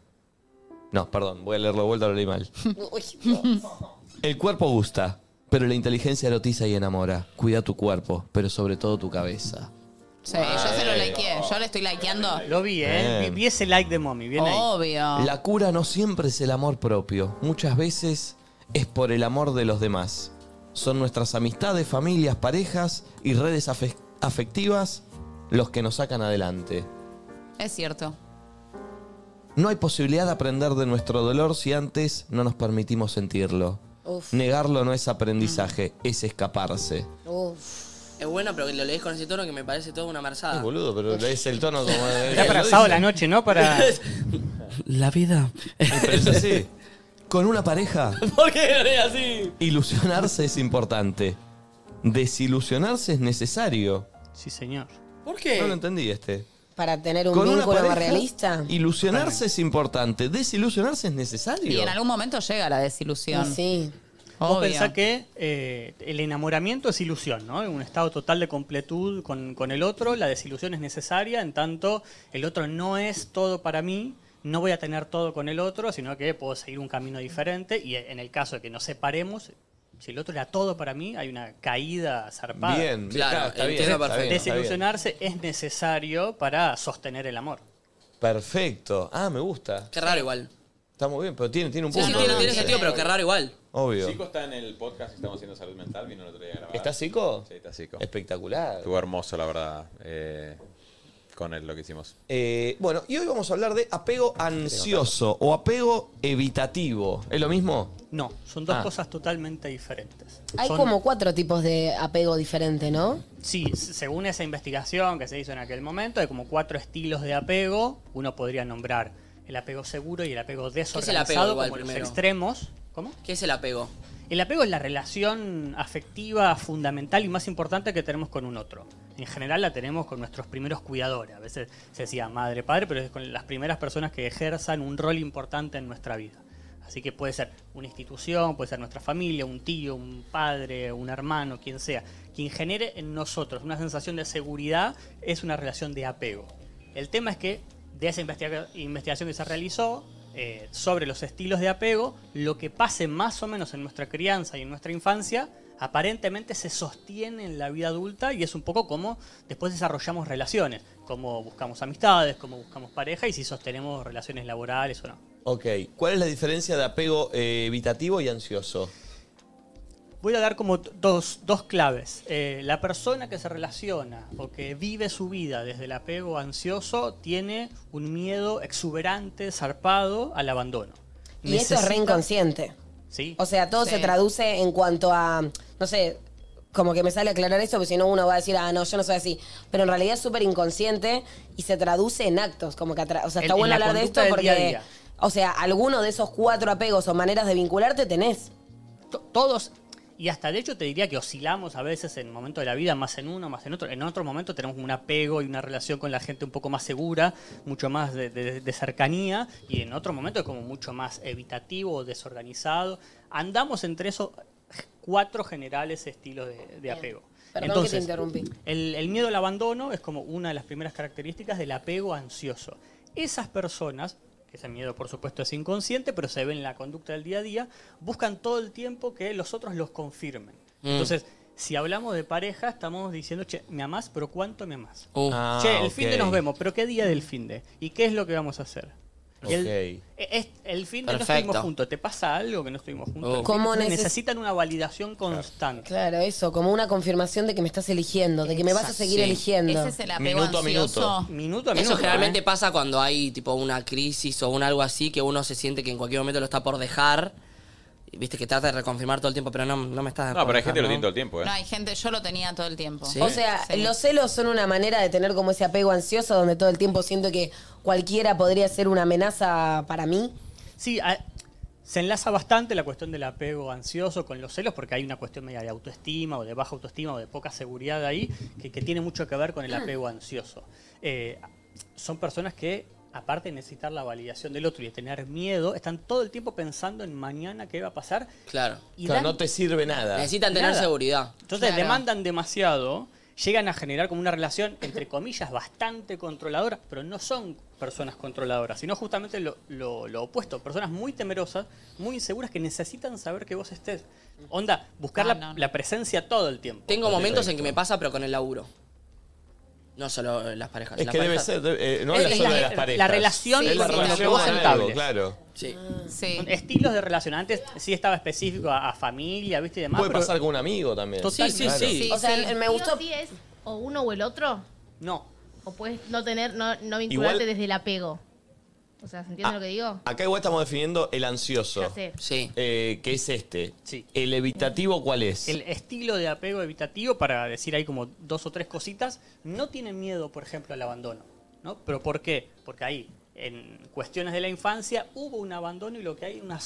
No, perdón, voy a leerlo de vuelta, lo leí mal. El cuerpo gusta, pero la inteligencia erotiza y enamora. Cuida tu cuerpo, pero sobre todo tu cabeza. Sí, yo se Eh, lo likeé. Yo le estoy likeando. Lo vi, ¿eh? Bien. Vi, vi ese like de mommy, bien ahí. Obvio. La cura no siempre es el amor propio, muchas veces es por el amor de los demás. Son nuestras amistades, familias, parejas y redes afe- afectivas los que nos sacan adelante. Es cierto. No hay posibilidad de aprender de nuestro dolor si antes no nos permitimos sentirlo. Uf. Negarlo no es aprendizaje, es escaparse. Es buena, pero que lo lees con ese tono que me parece toda una marzada. boludo, pero es el tono como... Está para sábado la noche, ¿no? Para... La vida. Pero es así. Con una pareja ¿Por qué lo lees así? Ilusionarse es importante. Desilusionarse es necesario. Sí, señor. ¿Por qué? No lo entendí este. Para tener un Con una vínculo más pareja, realista. Ilusionarse es importante. Desilusionarse es Y necesario. en algún momento llega la desilusión. Sí. Vos Obvio. pensás que eh, el enamoramiento es ilusión, ¿no? Un estado total de completud con, con el otro, la desilusión es necesaria, en tanto el otro no es todo para mí, no voy a tener todo con el otro, sino que puedo seguir un camino diferente y en el caso de que nos separemos, si el otro era todo para mí, hay una caída zarpada. Bien, Claro, está- está bien, entiendo está bien, perfecto. está bien. Desilusionarse es necesario para sostener el amor. Perfecto. Ah, me gusta. Qué raro igual. Está muy bien, pero tiene, tiene un Sí, punto. sí, tiene- tiene sentido, pero qué raro igual. Obvio. Chico está en el podcast que estamos haciendo salud mental, vino el otro día a grabar. ¿Está Zico? Sí, está Zico. Espectacular. Estuvo hermoso, la verdad. Eh, con él lo que hicimos. Eh, bueno, y hoy vamos a hablar de apego ansioso o apego evitativo. ¿Es lo mismo? No, son dos Ah. cosas totalmente diferentes. Hay Son- como cuatro tipos de apego diferente, ¿no? Sí, s- según esa investigación que se hizo en aquel momento, hay como cuatro estilos de apego. Uno podría nombrar el apego seguro y el apego es el apego desorganizado igual como los primero? extremos. ¿Cómo? ¿Qué es el apego? El apego es la relación afectiva fundamental y más importante que tenemos con un otro. En general la tenemos con nuestros primeros cuidadores. A veces se decía madre, padre, pero es con las primeras personas que ejerzan un rol importante en nuestra vida. Así que puede ser una institución, puede ser nuestra familia, un tío, un padre, un hermano, quien sea. Quien genere en nosotros una sensación de seguridad es una relación de apego. El tema es que de esa investiga- investigación que se realizó eh, sobre los estilos de apego, lo que pase más o menos en nuestra crianza y en nuestra infancia, aparentemente se sostiene en la vida adulta y es un poco como después desarrollamos relaciones, como buscamos amistades, como buscamos pareja y si sostenemos relaciones laborales o no. Ok. ¿Cuál es la diferencia de apego eh, evitativo y ansioso? Voy a dar como t- dos, dos claves. Eh, la persona que se relaciona o que vive su vida desde el apego ansioso tiene un miedo exuberante, zarpado al abandono. Y esto es re Necesita- inconsciente. Sí. O sea, todo Sí. se traduce en cuanto a, no sé, como que me sale aclarar esto, porque si no uno va a decir, ah, no, yo no soy así. Pero en realidad es súper inconsciente y se traduce en actos. Como que atra- o sea, En- está en bueno la hablar de conducta esto del porque, día a día. o sea, alguno de esos cuatro apegos o maneras de vincularte tenés. todos. Y hasta de hecho te diría que oscilamos a veces en el momento de la vida, más en uno, más en otro. En otro momento tenemos un apego y una relación con la gente un poco más segura, mucho más de, de- de cercanía, y en otro momento es como mucho más evitativo o desorganizado. Andamos entre esos cuatro generales estilos de, de apego. Perdón que te interrumpí. El, el miedo al abandono es como una de las primeras características del apego ansioso. Esas personas, que ese miedo por supuesto es inconsciente, pero se ve en la conducta del día a día, buscan todo el tiempo que los otros los confirmen. Mm. Entonces, si hablamos de pareja, estamos diciendo, che, me amás, pero ¿cuánto me amás? Uh. Ah, che, el ok. fin de nos vemos, pero ¿qué día del fin de? ¿Y qué es lo que vamos a hacer? Y El, Ok. e- es- el fin de no Perfecto. estuvimos juntos. ¿Te pasa algo que no estuvimos juntos? Oh. ¿Cómo neces- Necesitan una validación constante. Claro, eso, como una confirmación de que me estás eligiendo, de que me vas a Exacto. seguir Sí. eligiendo. Ese es el apego Minuto a ansioso. minuto. Minuto a Eso minuto, generalmente ¿eh? pasa cuando hay tipo una crisis o un algo así que uno se siente que en cualquier momento lo está por dejar. Y Viste que trata de reconfirmar todo el tiempo, pero no, no me estás No, pero hay gente que lo tiene todo el ¿eh? tiempo, No, hay gente, yo lo tenía todo el tiempo. O sea, los celos son una manera de tener como ese apego ansioso donde todo el tiempo siento que cualquiera podría ser una amenaza para mí. Sí, a- se enlaza bastante la cuestión del apego ansioso con los celos, porque hay una cuestión media de autoestima o de baja autoestima o de poca seguridad ahí, que, que tiene mucho que ver con el apego ansioso. Eh, son personas que, aparte de necesitar la validación del otro y de tener miedo, están todo el tiempo pensando en mañana qué va a pasar. Claro. Y Claro, dan- no te sirve nada. Necesitan tener Nada. seguridad. Entonces Claro. demandan demasiado, llegan a generar como una relación, entre comillas, bastante controladora, pero no son personas controladoras, sino justamente lo, lo- lo opuesto, personas muy temerosas, muy inseguras, que necesitan saber que vos estés. Onda, buscar la, la presencia todo el tiempo. Tengo momentos en que me pasa, pero con el laburo. No solo en las parejas. Es en la que debe pareja. ser, debe- eh, no habla Es solo la- de las la parejas. relación es la con la relación que vos con algo, entables. claro. Sí. Sí. Estilos de relación. Antes sí estaba específico a, a familia, ¿viste? Y demás. Puede pero- pasar con un amigo también. Total, Sí, sí, claro. sí. O sea, Sí me o gustó. sí es o uno o el otro. No. O puedes no tener, no, no vincularte Igual- desde el apego. O sea, ¿se entiende Ah. lo que digo? Acá igual estamos definiendo el ansioso. Ya sé. Sí. Eh, que es este. ¿El evitativo cuál es? el estilo de apego evitativo, para decir ahí como dos o tres cositas, no tienen miedo, por ejemplo, al abandono. ¿no? ¿Pero por qué? Porque ahí, en cuestiones de la infancia, hubo un abandono y lo que hay es una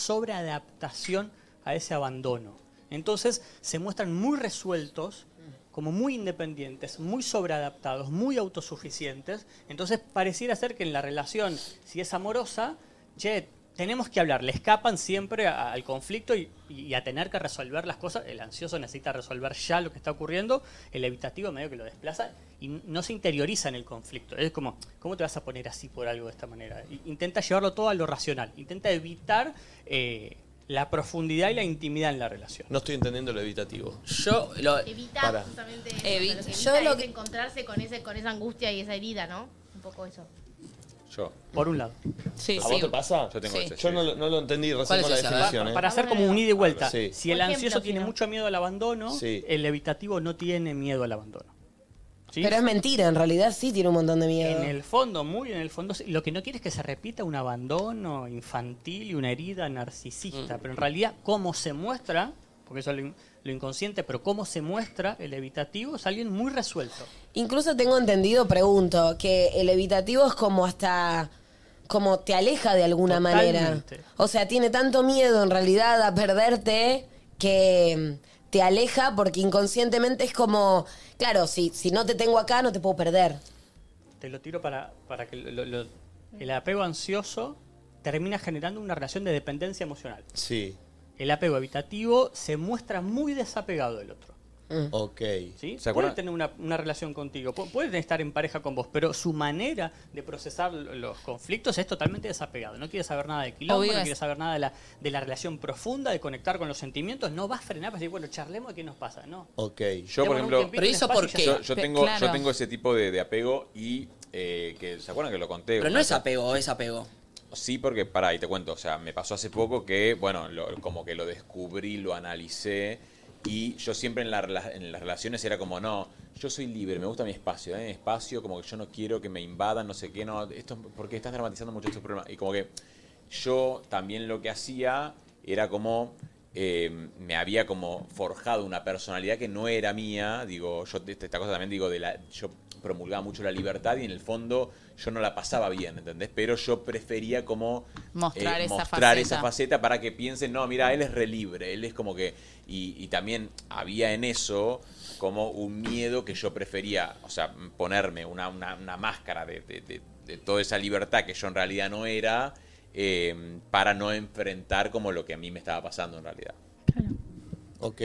sobreadaptación a ese abandono. Entonces, se muestran muy resueltos, como muy independientes, muy sobreadaptados, muy autosuficientes. Entonces, pareciera ser que en la relación, si es amorosa, che, tenemos que hablar, le escapan siempre a- al conflicto y, y a tener que resolver las cosas. El ansioso necesita resolver ya lo que está ocurriendo, el evitativo medio que lo desplaza y n- no se interioriza en el conflicto. Es como, ¿cómo te vas a poner así por algo de esta manera? I- Intenta llevarlo todo a lo racional, intenta evitar eh, la profundidad y la intimidad en la relación. No estoy entendiendo lo evitativo. Yo lo... Evita Pará. justamente eso, Evi- pero se yo evita lo es que- encontrarse con, ese, con esa angustia y esa herida, ¿no? Un poco eso. Yo. Por un lado. Sí, ¿A vos te pasa? Yo tengo Sí. ese, Yo no, lo- no lo entendí recién con la definición. ¿eh? Para hacer como un ida y vuelta. Sí. Si el Por ejemplo, ansioso tiene Fino. mucho miedo al abandono, Sí. el evitativo no tiene miedo al abandono. ¿sí? Pero es mentira, en realidad sí tiene un montón de miedo. En el fondo, muy en el fondo, sí. lo que no quiere es que se repita un abandono infantil y una herida narcisista. Mm. Pero en realidad, cómo se muestra, porque eso es lo, in- lo inconsciente, pero cómo se muestra el evitativo es alguien muy resuelto. Incluso tengo entendido, pregunto, que el evitativo es como hasta. como te aleja de alguna Totalmente. manera. O sea, tiene tanto miedo en realidad a perderte que mm, te aleja porque inconscientemente es como. Claro, si, si no te tengo acá, no te puedo perder. Te lo tiro para, para que lo- lo- lo- el apego ansioso termina generando una relación de dependencia emocional. Sí. El apego evitativo se muestra muy desapegado del otro. Mm. Ok. ¿sí? ¿Se puede acuerdan? tener una, una relación contigo, pu- puede estar en pareja con vos, pero su manera de procesar lo- los conflictos es totalmente desapegado. No quiere saber nada de quilombo, Obvio no es. quiere saber nada de la, de la relación profunda, de conectar con los sentimientos. No vas a frenar para decir, bueno, charlemos de qué nos pasa. No. Ok. Yo, por Digamos, un ejemplo. tiempito, Pero un eso espacio y ya Yo, está. yo Pe- tengo, yo claro. tengo ese tipo de, de apego y. eh, que, ¿Se acuerdan que lo conté? Pero no Una es apego, es apego. Sí, porque, pará, y te cuento, o sea, me pasó hace poco que, bueno, lo- como que lo descubrí, lo analicé, y yo siempre en, la rela- en las relaciones era como, no, yo soy libre, me gusta mi espacio, dame mi espacio, como que yo no quiero que me invadan, no sé qué, no, esto es porque estás dramatizando mucho estos problemas. Y como que yo también lo que hacía era como, eh, me había como forjado una personalidad que no era mía, digo, yo de- esta cosa también digo, de la, yo promulgaba mucho la libertad y en el fondo yo no la pasaba bien, ¿entendés? Pero yo prefería como Mostrar eh, esa mostrar faceta. esa faceta para que piensen, no, mira, él es re libre, él es como que... Y, y también había en eso como un miedo que yo prefería, o sea, ponerme una, una- una máscara de, de- de- de toda esa libertad que yo en realidad no era, eh, para no enfrentar como lo que a mí me estaba pasando en realidad. Ok.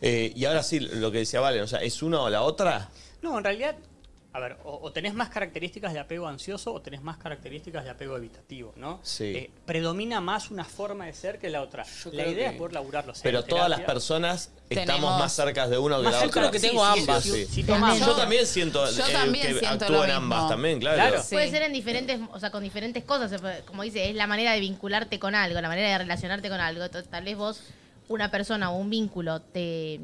Eh, y ahora sí, lo que decía Valen, o sea, ¿es una o la otra? No, en realidad, a ver, o, o tenés más características de apego ansioso o tenés más características de apego evitativo, ¿no? Sí. Eh, predomina más una forma de ser que la otra. la creo idea que- es poder laburarlo. sea Pero en todas las terapia. personas estamos Tenemos- más cerca de una que de Más la yo otra. creo que tengo Sí, sí, ambas. sí, sí. Si tomás- Yo también siento Yo eh, también que siento actúan lo mismo. ambas también, claro. Puede ser en diferentes, o sea, con diferentes cosas, se puede- como dice, es la manera de vincularte con algo, la manera de relacionarte con algo. T- Tal vez vos, una persona o un vínculo te,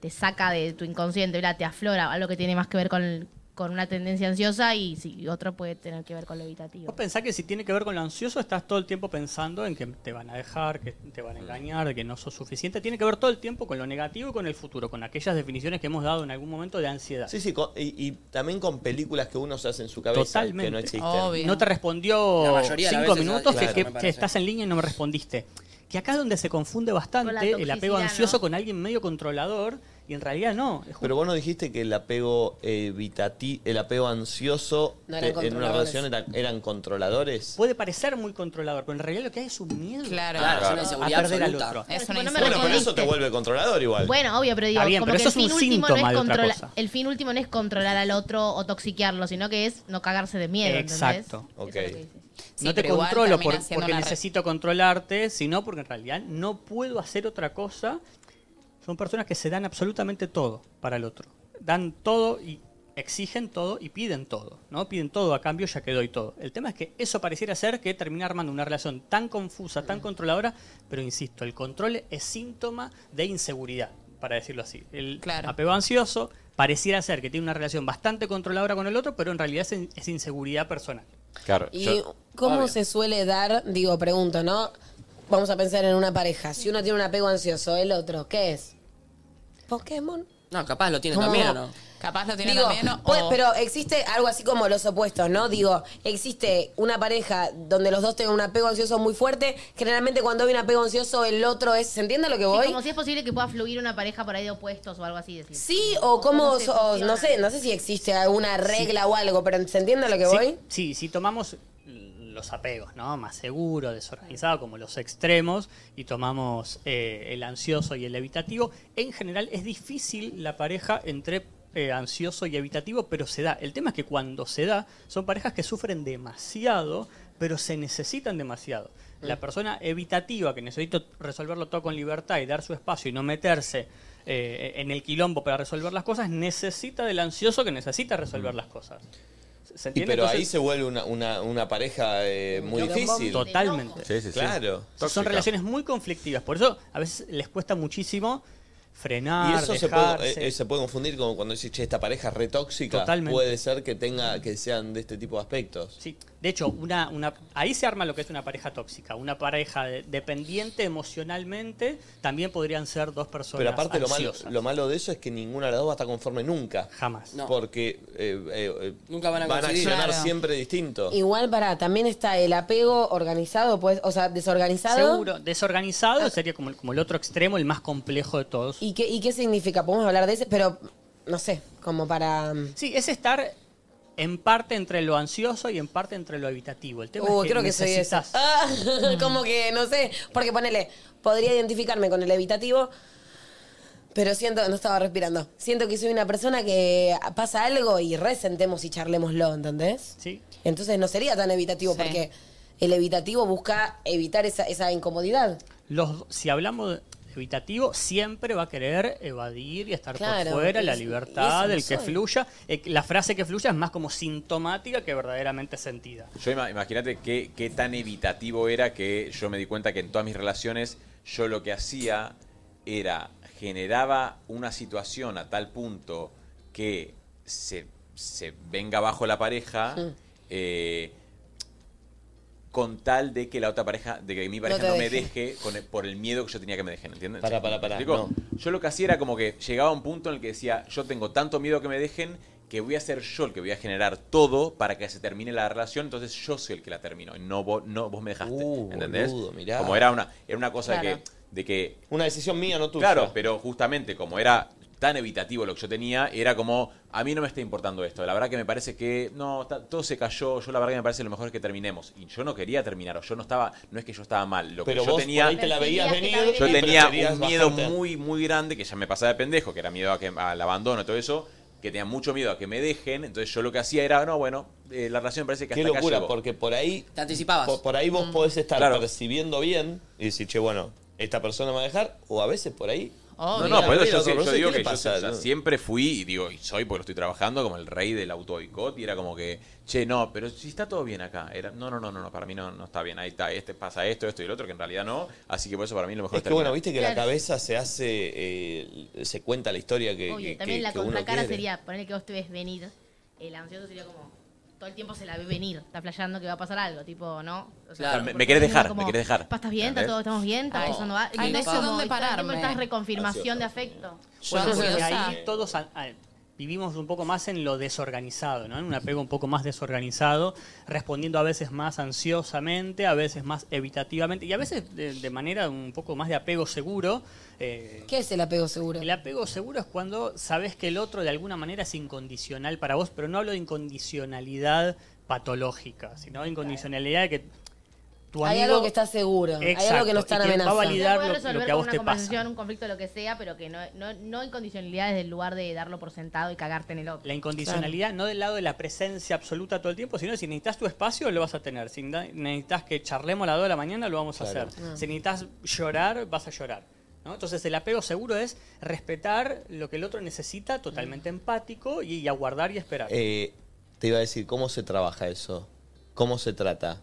te saca de tu inconsciente, ¿verdad? te aflora algo que tiene más que ver con, con una tendencia ansiosa y si otro puede tener que ver con lo evitativo. Vos pensás que si tiene que ver con lo ansioso, estás todo el tiempo pensando en que te van a dejar, que te Mm. van a engañar, que no sos suficiente. Tiene que ver todo el tiempo con lo negativo y con el futuro, con aquellas definiciones que hemos dado en algún momento de ansiedad. Sí, sí, con- y, y también con películas que uno se hace en su cabeza Totalmente. que no existen. No te La respondió mayoría de las cinco veces, minutos que- claro, que, me que parece. estás en línea y no me respondiste. Que acá es donde se confunde Con la bastante el apego toxicidad, ansioso con alguien medio controlador y en realidad no. Es ju- Pero vos no dijiste que el apego evitati, el apego ansioso No eh, eran en una controladores. relación era- eran controladores. Puede parecer muy controlador, pero en realidad lo que hay es un miedo Claro. a- Claro, es una a inseguridad perder al absoluta. otro. Es una Bueno, pero eso te vuelve controlador igual. Bueno, obvio, pero digo, Está bien, como pero que eso el es un fin, último no síntoma es de otra controla- cosa. el fin último no es controlar al otro o toxiquearlo, sino que es no cagarse de miedo. ¿entendés? Exacto. Ok. Sí, no te pero igual controlo termina por- siendo porque una re- necesito controlarte, sino porque en realidad no puedo hacer otra cosa. Son personas que se dan absolutamente todo para el otro. Dan todo y exigen todo y piden todo, ¿no? Piden todo a cambio ya que doy todo. El tema es que eso pareciera ser que termina armando una relación tan confusa, Mm. tan controladora, pero insisto, el control es síntoma de inseguridad, para decirlo así. El apego ansioso pareciera ser que tiene una relación bastante controladora con el otro, pero en realidad es, in- es inseguridad personal. Claro. ¿Y cómo Obvio. se suele dar? Digo, pregunto, ¿no? Vamos a pensar en una pareja. Si uno tiene un apego ansioso, el otro, ¿qué es? Pokémon. No, capaz lo tiene No. también o no. Capaz lo tiene también, o- Pero existe algo así como los opuestos, ¿no? Digo, existe una pareja donde los dos tengan un apego ansioso muy fuerte. Generalmente cuando hay un apego ansioso, el otro es... ¿Se entiende a lo que Sí, voy? como si es posible que pueda fluir una pareja por ahí de opuestos o algo así. decís. Sí, o cómo... se o funciona? no sé, no sé si existe alguna regla o algo, pero ¿se entiende a lo que Sí, voy? Sí, si tomamos los apegos, ¿no? Más seguro, desorganizado, como los extremos, y tomamos eh, el ansioso y el evitativo, en general es difícil la pareja entre eh, ansioso y evitativo, pero se da. El tema es que cuando se da, son parejas que sufren demasiado, pero se necesitan demasiado. La Mm. persona evitativa, que necesita resolverlo todo con libertad y dar su espacio y no meterse eh, en el quilombo para resolver las cosas, necesita del ansioso que necesita Mm. resolver las cosas. Y ¿Se entiende? pero ahí Entonces- se vuelve una, una- una pareja eh, muy difícil. Totalmente. Claro. Son relaciones muy conflictivas. Por eso a veces les cuesta muchísimo frenar, y eso se puede, dejarse. eh, eh, se puede confundir con cuando decís, che, esta pareja es re tóxica. Totalmente. Puede ser que tenga, que sean de este tipo de aspectos. Sí. De hecho, una, una, ahí se arma lo que es una pareja tóxica. Una pareja de- dependiente emocionalmente también podrían ser dos personas Pero aparte lo malo, ansiosas. lo malo de eso es que ninguna de las dos va a estar conforme nunca. Jamás. No. Porque eh, eh, eh, Nunca van a coincidir. accionar Claro. siempre distinto. Igual para, también está el apego organizado, pues, o sea, desorganizado. Ah. Seguro. Desorganizado sería como, el- como el otro extremo, el más complejo de todos. ¿Y qué, ¿Y qué significa? Podemos hablar de ese, pero no sé, como para. mm. Sí, es estar en parte entre lo ansioso y en parte entre lo evitativo. El tema Uh, es que creo que soy esa. necesitas Ah, como que, no sé, porque ponele, podría identificarme con el evitativo, pero siento, no estaba respirando, siento que soy una persona que pasa algo y resentemos y charlémoslo, ¿entendés? Sí. Entonces no sería tan evitativo, porque el evitativo busca evitar esa, esa incomodidad. Los, si hablamos de evitativo, siempre va a querer evadir y estar Claro, por fuera, y- la y libertad, eso no el que soy. fluya. Eh, la frase que fluya es más como sintomática que verdaderamente sentida. Yo ima- imagínate qué, qué tan evitativo era que yo me di cuenta que en todas mis relaciones yo lo que hacía era generaba una situación a tal punto que se, se venga abajo la pareja Sí. eh, con tal de que la otra pareja, de que mi No pareja te no, me deje. deje con el- por el miedo que yo tenía que me dejen, ¿entiendes? Pará, ¿Me pará, pará, explico? Yo lo que hacía era como que llegaba a un punto en el que decía, yo tengo tanto miedo que me dejen que voy a ser yo el que voy a generar todo para que se termine la relación, entonces yo soy el que la termino, y no vos, no, vos me dejaste, ¿entendés? Uh, boludo, mirá. Como era una, era una cosa Claro. que, de que... Una decisión mía, no tuya. Claro, pero justamente como era tan evitativo lo que yo tenía, era como, a mí no me está importando esto, la verdad que me parece que, no, ta- todo se cayó, yo la verdad que me parece lo mejor es que terminemos, y yo no quería terminar, o yo no estaba, no es que yo estaba mal, lo Pero que yo vos tenía... por ahí te la veías venir, Yo y tenía preferías un miedo bajarte. muy, muy grande, que ya me pasaba de pendejo, que era miedo a que, al abandono y todo eso, que tenía mucho miedo a que me dejen. Entonces yo lo que hacía era, no, bueno, eh, la relación me parece que Qué hasta acá locura, llegó. porque por ahí. Te anticipabas. Por, por ahí vos Mm. podés estar Claro. percibiendo bien y decir, che, bueno, esta persona me va a dejar, o a veces por ahí. Oh, No, no, por eso yo, yo digo que yo o sea, siempre fui y digo, y soy porque lo estoy trabajando como el rey del auto boicot y era como que, che, no, pero si está todo bien acá. Era, no, no, no, no, no, para mí no, no está bien. Ahí está, este pasa esto, esto y el otro, que en realidad no. Así que por eso para mí lo mejor Es que bueno, viste que la terminar. cabeza se hace, eh, se cuenta la historia que, Obvio, que- también que- la que uno contracara quiere. sería poner que vos te ves venir. El ansioso sería como. Todo el tiempo se la ve venir. Está flasheando que va a pasar algo, tipo, ¿no? O sea, Claro, me- porque me querés es dejar, como, me querés dejar. "Pa, ¿Estás bien? ¿Está ¿Entendés? todo, ¿Estamos bien? ¿Está- Ay. eso no va? Ay, no es sé como, dónde todo el tiempo pararme. Estás reconfirmación de afecto. Bueno, Yo porque ansiosa. ahí todos a- a- vivimos un poco más en lo desorganizado, ¿no? En un apego un poco más desorganizado, respondiendo a veces más ansiosamente, a veces más evitativamente y a veces de, de manera un poco más de apego seguro. eh, ¿Qué es el apego seguro? El apego seguro es cuando sabes que el otro de alguna manera es incondicional para vos, pero no hablo de incondicionalidad patológica, sino de incondicionalidad de que tu Hay amigo- algo que está seguro, hay Exacto, algo que no y está en que va a amenaza. validar Puedes lo- lo, resolver que a con vos una te pasa. conversación, un conflicto, lo que sea, pero que no, no, no incondicionalidad desde el lugar de darlo por sentado y cagarte en el otro. La incondicionalidad no del lado de la presencia absoluta todo el tiempo, sino si necesitas tu espacio, lo vas a tener. Si na- necesitas que charlemos a las 2 de la mañana, lo vamos a Claro. hacer. Ah. Si necesitas llorar, vas a llorar. ¿no? Entonces el apego seguro es respetar lo que el otro necesita, totalmente empático, y, y aguardar y esperar. Eh, te iba a decir, ¿cómo se trabaja eso? ¿Cómo se trata?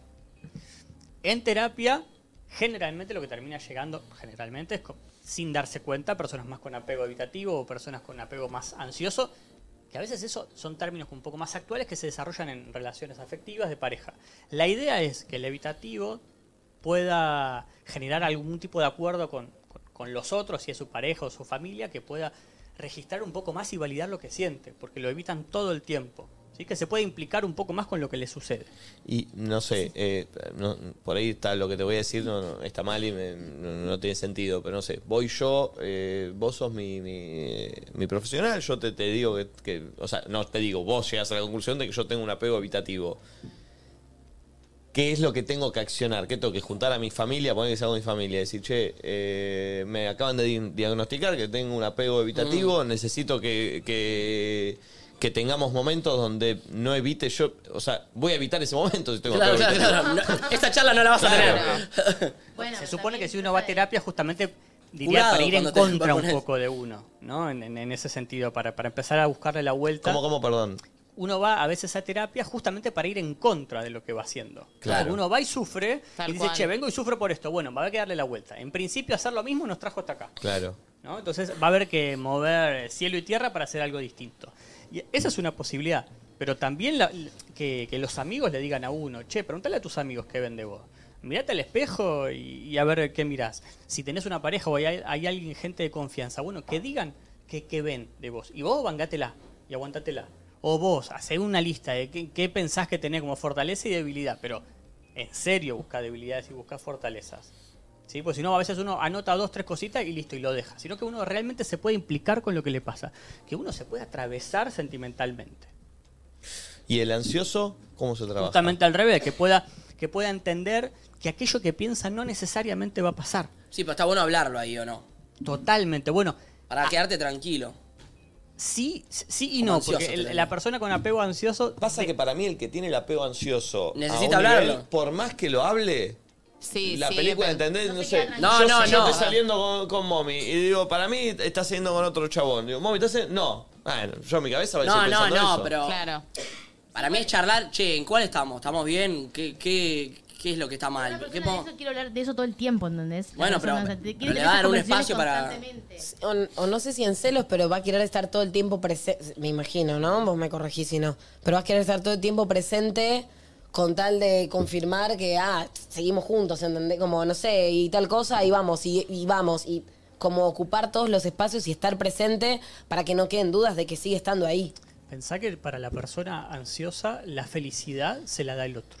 En terapia, generalmente lo que termina llegando, generalmente es co- sin darse cuenta, personas más con apego evitativo o personas con apego más ansioso, que a veces eso son términos un poco más actuales que se desarrollan en relaciones afectivas de pareja. La idea es que el evitativo pueda generar algún tipo de acuerdo con, con- con los otros, si es su pareja o su familia, que pueda registrar un poco más y validar lo que siente, porque lo evitan todo el tiempo. ¿sí? Que se puede implicar un poco más con lo que le sucede. Y no sé, eh, no- por ahí está lo que te voy a decir, no, no, está mal y me- no, no tiene sentido, pero no sé, voy yo, eh, vos sos mi, mi- mi profesional, yo te, te digo que, que- o sea, no te digo, vos llegas a la conclusión de que yo tengo un apego habitativo. ¿Qué es lo que tengo que accionar? ¿Qué tengo que juntar a mi familia? Poner que sea con mi familia. Decir, che, eh, me acaban de di- diagnosticar que tengo un apego Mm. evitativo, necesito que, que, que tengamos momentos donde no evite yo. O sea, voy a evitar ese momento si tengo Claro, apego claro, evitativo. claro. No, esta charla no la vas a tener. se supone que si uno va a terapia, justamente diría Curado para ir en cuando te contra un pones. poco de uno, ¿no? En, en- en ese sentido, para, para empezar a buscarle la vuelta. ¿Cómo, cómo, perdón? Uno va a veces a terapia justamente para ir en contra de lo que va haciendo. Claro. Porque uno va y sufre Tal y dice, cual. che, vengo y sufro por esto. Bueno, va a darle la vuelta. En principio, hacer lo mismo nos trajo hasta acá. Claro. ¿no? Entonces va a haber que mover eh, cielo y tierra para hacer algo distinto. Y esa es una posibilidad, pero también la- que, que los amigos le digan a uno, che, pregúntale a tus amigos qué ven de vos. Mirate al espejo y, y a ver qué mirás. Si tenés una pareja o hay, hay alguien, gente de confianza, bueno, que digan qué qué ven de vos. Y vos vangátela y aguantátela. O vos, haced una lista de qué, qué pensás que tenés como fortaleza y debilidad, pero en serio busca debilidades y busca fortalezas. ¿Sí? Pues si no, a veces uno anota dos, tres cositas y listo, y lo deja. Sino que uno realmente se puede implicar con lo que le pasa. Que uno se puede atravesar sentimentalmente. ¿Y el ansioso cómo se trabaja? Justamente al revés, que pueda, que pueda entender que aquello que piensa no necesariamente va a pasar. Sí, pero está bueno hablarlo ahí, ¿o no? Totalmente. Bueno, Para quedarte tranquilo. sí, sí y Como no, ansioso porque el- te la persona con apego ansioso... Pasa que para mí el que tiene el apego ansioso... a Necesita un hablarlo. por más que lo hable... Sí, la sí, película, pero- ¿entendés? No sé. No, yo, no, si yo no. estoy saliendo con, con mommy y digo, para mí estás saliendo con otro chabón. Digo, mommy, ¿estás saliendo? No. Bueno, yo en mi cabeza voy a No, seguir no, pensando no, eso. pero. Para mí es charlar, che, ¿en cuál estamos? ¿Estamos bien? ¿Qué, qué, qué es lo que está mal? ¿Qué Yo podemos- de eso quiero hablar de eso todo el tiempo, ¿entendés? La Bueno, pero- persona, o sea, te- quiere pero le tener va a esas dar un conversaciones espacio para- constantemente. O, o no sé si en celos, pero va a querer estar todo el tiempo presente. Me imagino, ¿no? Vos me corregís si no. Pero va a querer estar todo el tiempo presente con tal de confirmar que, ah, seguimos juntos, ¿entendés? Como, no sé, y tal cosa, y vamos, y, y vamos. Y como ocupar todos los espacios y estar presente para que no queden dudas de que sigue estando ahí. Pensá que para la persona ansiosa la felicidad se la da el otro.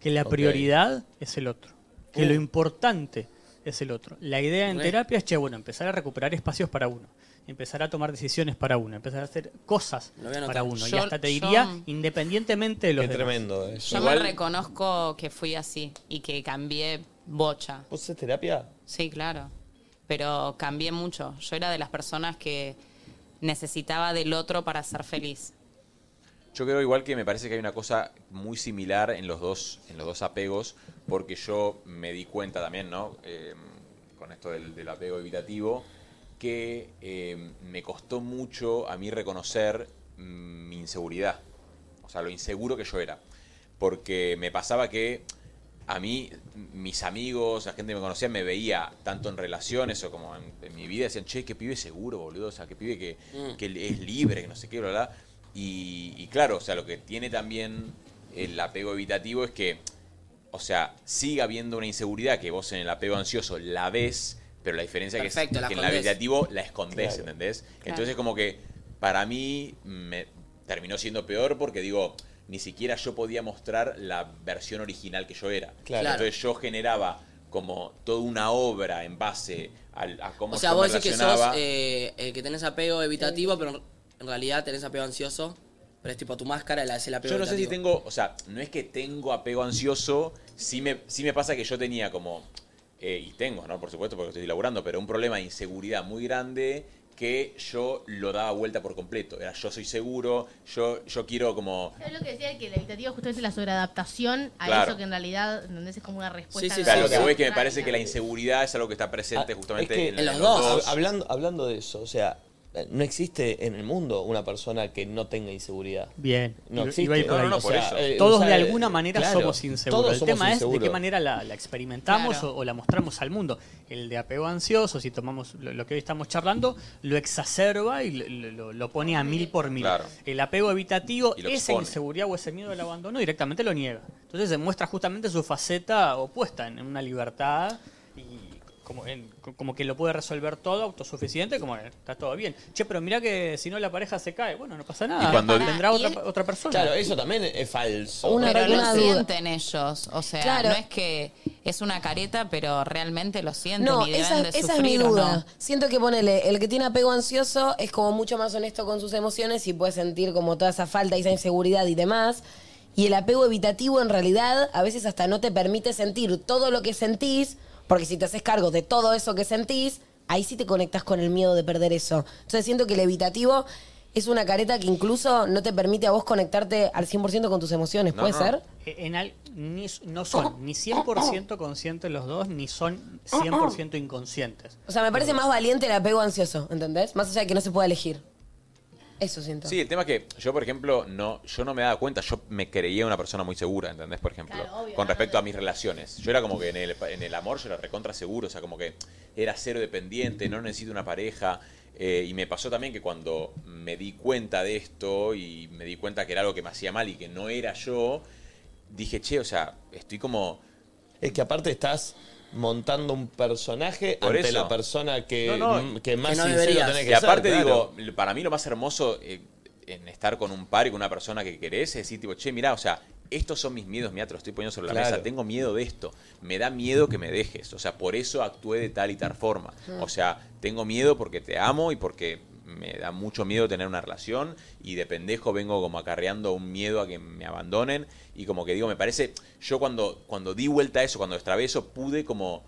Que la Ok. prioridad es el otro. Que Uh. lo importante es el otro. La idea en Re. terapia es, che, bueno, empezar a recuperar espacios para uno. Empezar a tomar decisiones para uno. Empezar a hacer cosas Lo voy a anotar. para uno. y Yo- hasta te yo- diría, independientemente de los Qué demás. tremendo eh. eso. Yo me reconozco que fui así y que cambié bocha. ¿Vos haces terapia? Sí, claro. Pero cambié mucho. Yo era de las personas que necesitaba del otro para ser feliz. Yo creo igual que me parece que hay una cosa muy similar en los dos, en los dos apegos, porque yo me di cuenta también, ¿no? Eh, con esto del, del apego evitativo, que eh, me costó mucho a mí reconocer mm, mi inseguridad. O sea, lo inseguro que yo era. Porque me pasaba que a mí, mis amigos, la gente que me conocía, me veía tanto en relaciones o como en, en mi vida, decían, che, qué pibe seguro, boludo, o sea, qué pibe que, Mm. que es libre, que no sé qué, bla, bla. bla". Y, y claro, o sea, lo que tiene también el apego evitativo es que, o sea, sigue habiendo una inseguridad que vos en el apego ansioso la ves, pero la diferencia que Perfecto, es la que en el escondés. evitativo la escondés, Claro. ¿entendés? Claro. Entonces, como que para mí me terminó siendo peor porque digo, ni siquiera yo podía mostrar la versión original que yo era. Claro. Entonces yo generaba como toda una obra en base al- a, cómo O sea, yo vos me decís que sos relacionaba. eh, el que tenés apego Eh. evitativo, pero en realidad tenés apego ansioso. Pero es tipo tu máscara, la es el apego Yo no sé si evitativo. tengo, o sea, no es que tengo apego ansioso, sí me, sí me pasa que yo tenía como, eh, y tengo, ¿no? Por supuesto, porque estoy laburando, pero un problema de inseguridad muy grande que yo lo daba vuelta por completo. Era yo soy seguro, yo, yo quiero como... Es lo que decía que la evitativa es justamente la sobreadaptación a Claro. eso que en realidad, ¿entendés? Es como una respuesta. O sea, lo que voy es que me parece que la inseguridad es algo que está presente Ah, justamente es que en, en en los dos. Hablando, hablando de eso, o sea, no existe en el mundo una persona que no tenga inseguridad. Bien. No Iba- existe. iba a ir por ahí. O sea, eh, Todos o sea, de alguna manera claro, somos inseguros. todos El somos tema es de inseguros. qué manera la, la experimentamos Claro. o, o la mostramos al mundo. El de apego ansioso, si tomamos lo, lo que hoy estamos charlando, lo exacerba y lo, lo- lo pone a mil por mil. Claro. El apego evitativo, Y lo esa expone. inseguridad o ese miedo al abandono, directamente lo niega. Entonces se muestra justamente su faceta opuesta en una libertad y como, en- como que lo puede resolver todo, autosuficiente, como que está todo bien. Che, pero mirá que si no la pareja se cae, bueno, no pasa nada. cuando- tendrá Y otra, él- otra persona. Claro, eso también es falso. pero lo sienten ellos. O sea, Claro. no es que es una careta, pero realmente lo sienten No, y deben esa, de esa es mi sufrir, ¿o duda. no? Siento que ponele, el que tiene apego ansioso es como mucho más honesto con sus emociones y puede sentir como toda esa falta y esa inseguridad y demás. Y el apego evitativo en realidad a veces hasta no te permite sentir todo lo que sentís, porque si te haces cargo de todo eso que sentís, ahí sí te conectas con el miedo de perder eso. Entonces siento que el evitativo es una careta que incluso no te permite a vos conectarte al 100% con tus emociones, ¿puede ser? Eh, En al- ni, no son ni 100% conscientes los dos, ni son 100% inconscientes. O sea, me parece más valiente el apego ansioso, ¿entendés? Más allá de que no se pueda elegir. Eso siento. Sí, el tema es que yo, por ejemplo, no, yo no me daba cuenta, yo me creía una persona muy segura, ¿entendés? Por ejemplo, con respecto a mis relaciones. Yo era como que en el, en el amor yo era recontra seguro, o sea, como que era cero dependiente, no necesito una pareja. Eh, y me pasó también que cuando me di cuenta de esto y me di cuenta que era algo que me hacía mal y que no era yo, dije, che, o sea, estoy como... Es que aparte estás montando un personaje Por ante eso. la persona que, No, no, mm, que más no sincero deberías. tenés que Y ser, aparte claro. digo, para mí lo más hermoso eh, en estar con un par y con una persona que querés es decir, tipo, che, mirá, o sea, estos son mis miedos, mirá, te lo estoy poniendo sobre la Claro. mesa, tengo miedo de esto, me da miedo que me dejes, o sea, por eso actué de tal y tal forma, Mm. o sea, tengo miedo porque te amo y porque me da mucho miedo tener una relación y de pendejo vengo como acarreando un miedo a que me abandonen y como que digo, me parece, yo cuando, cuando di vuelta a eso, cuando destrabé eso, pude como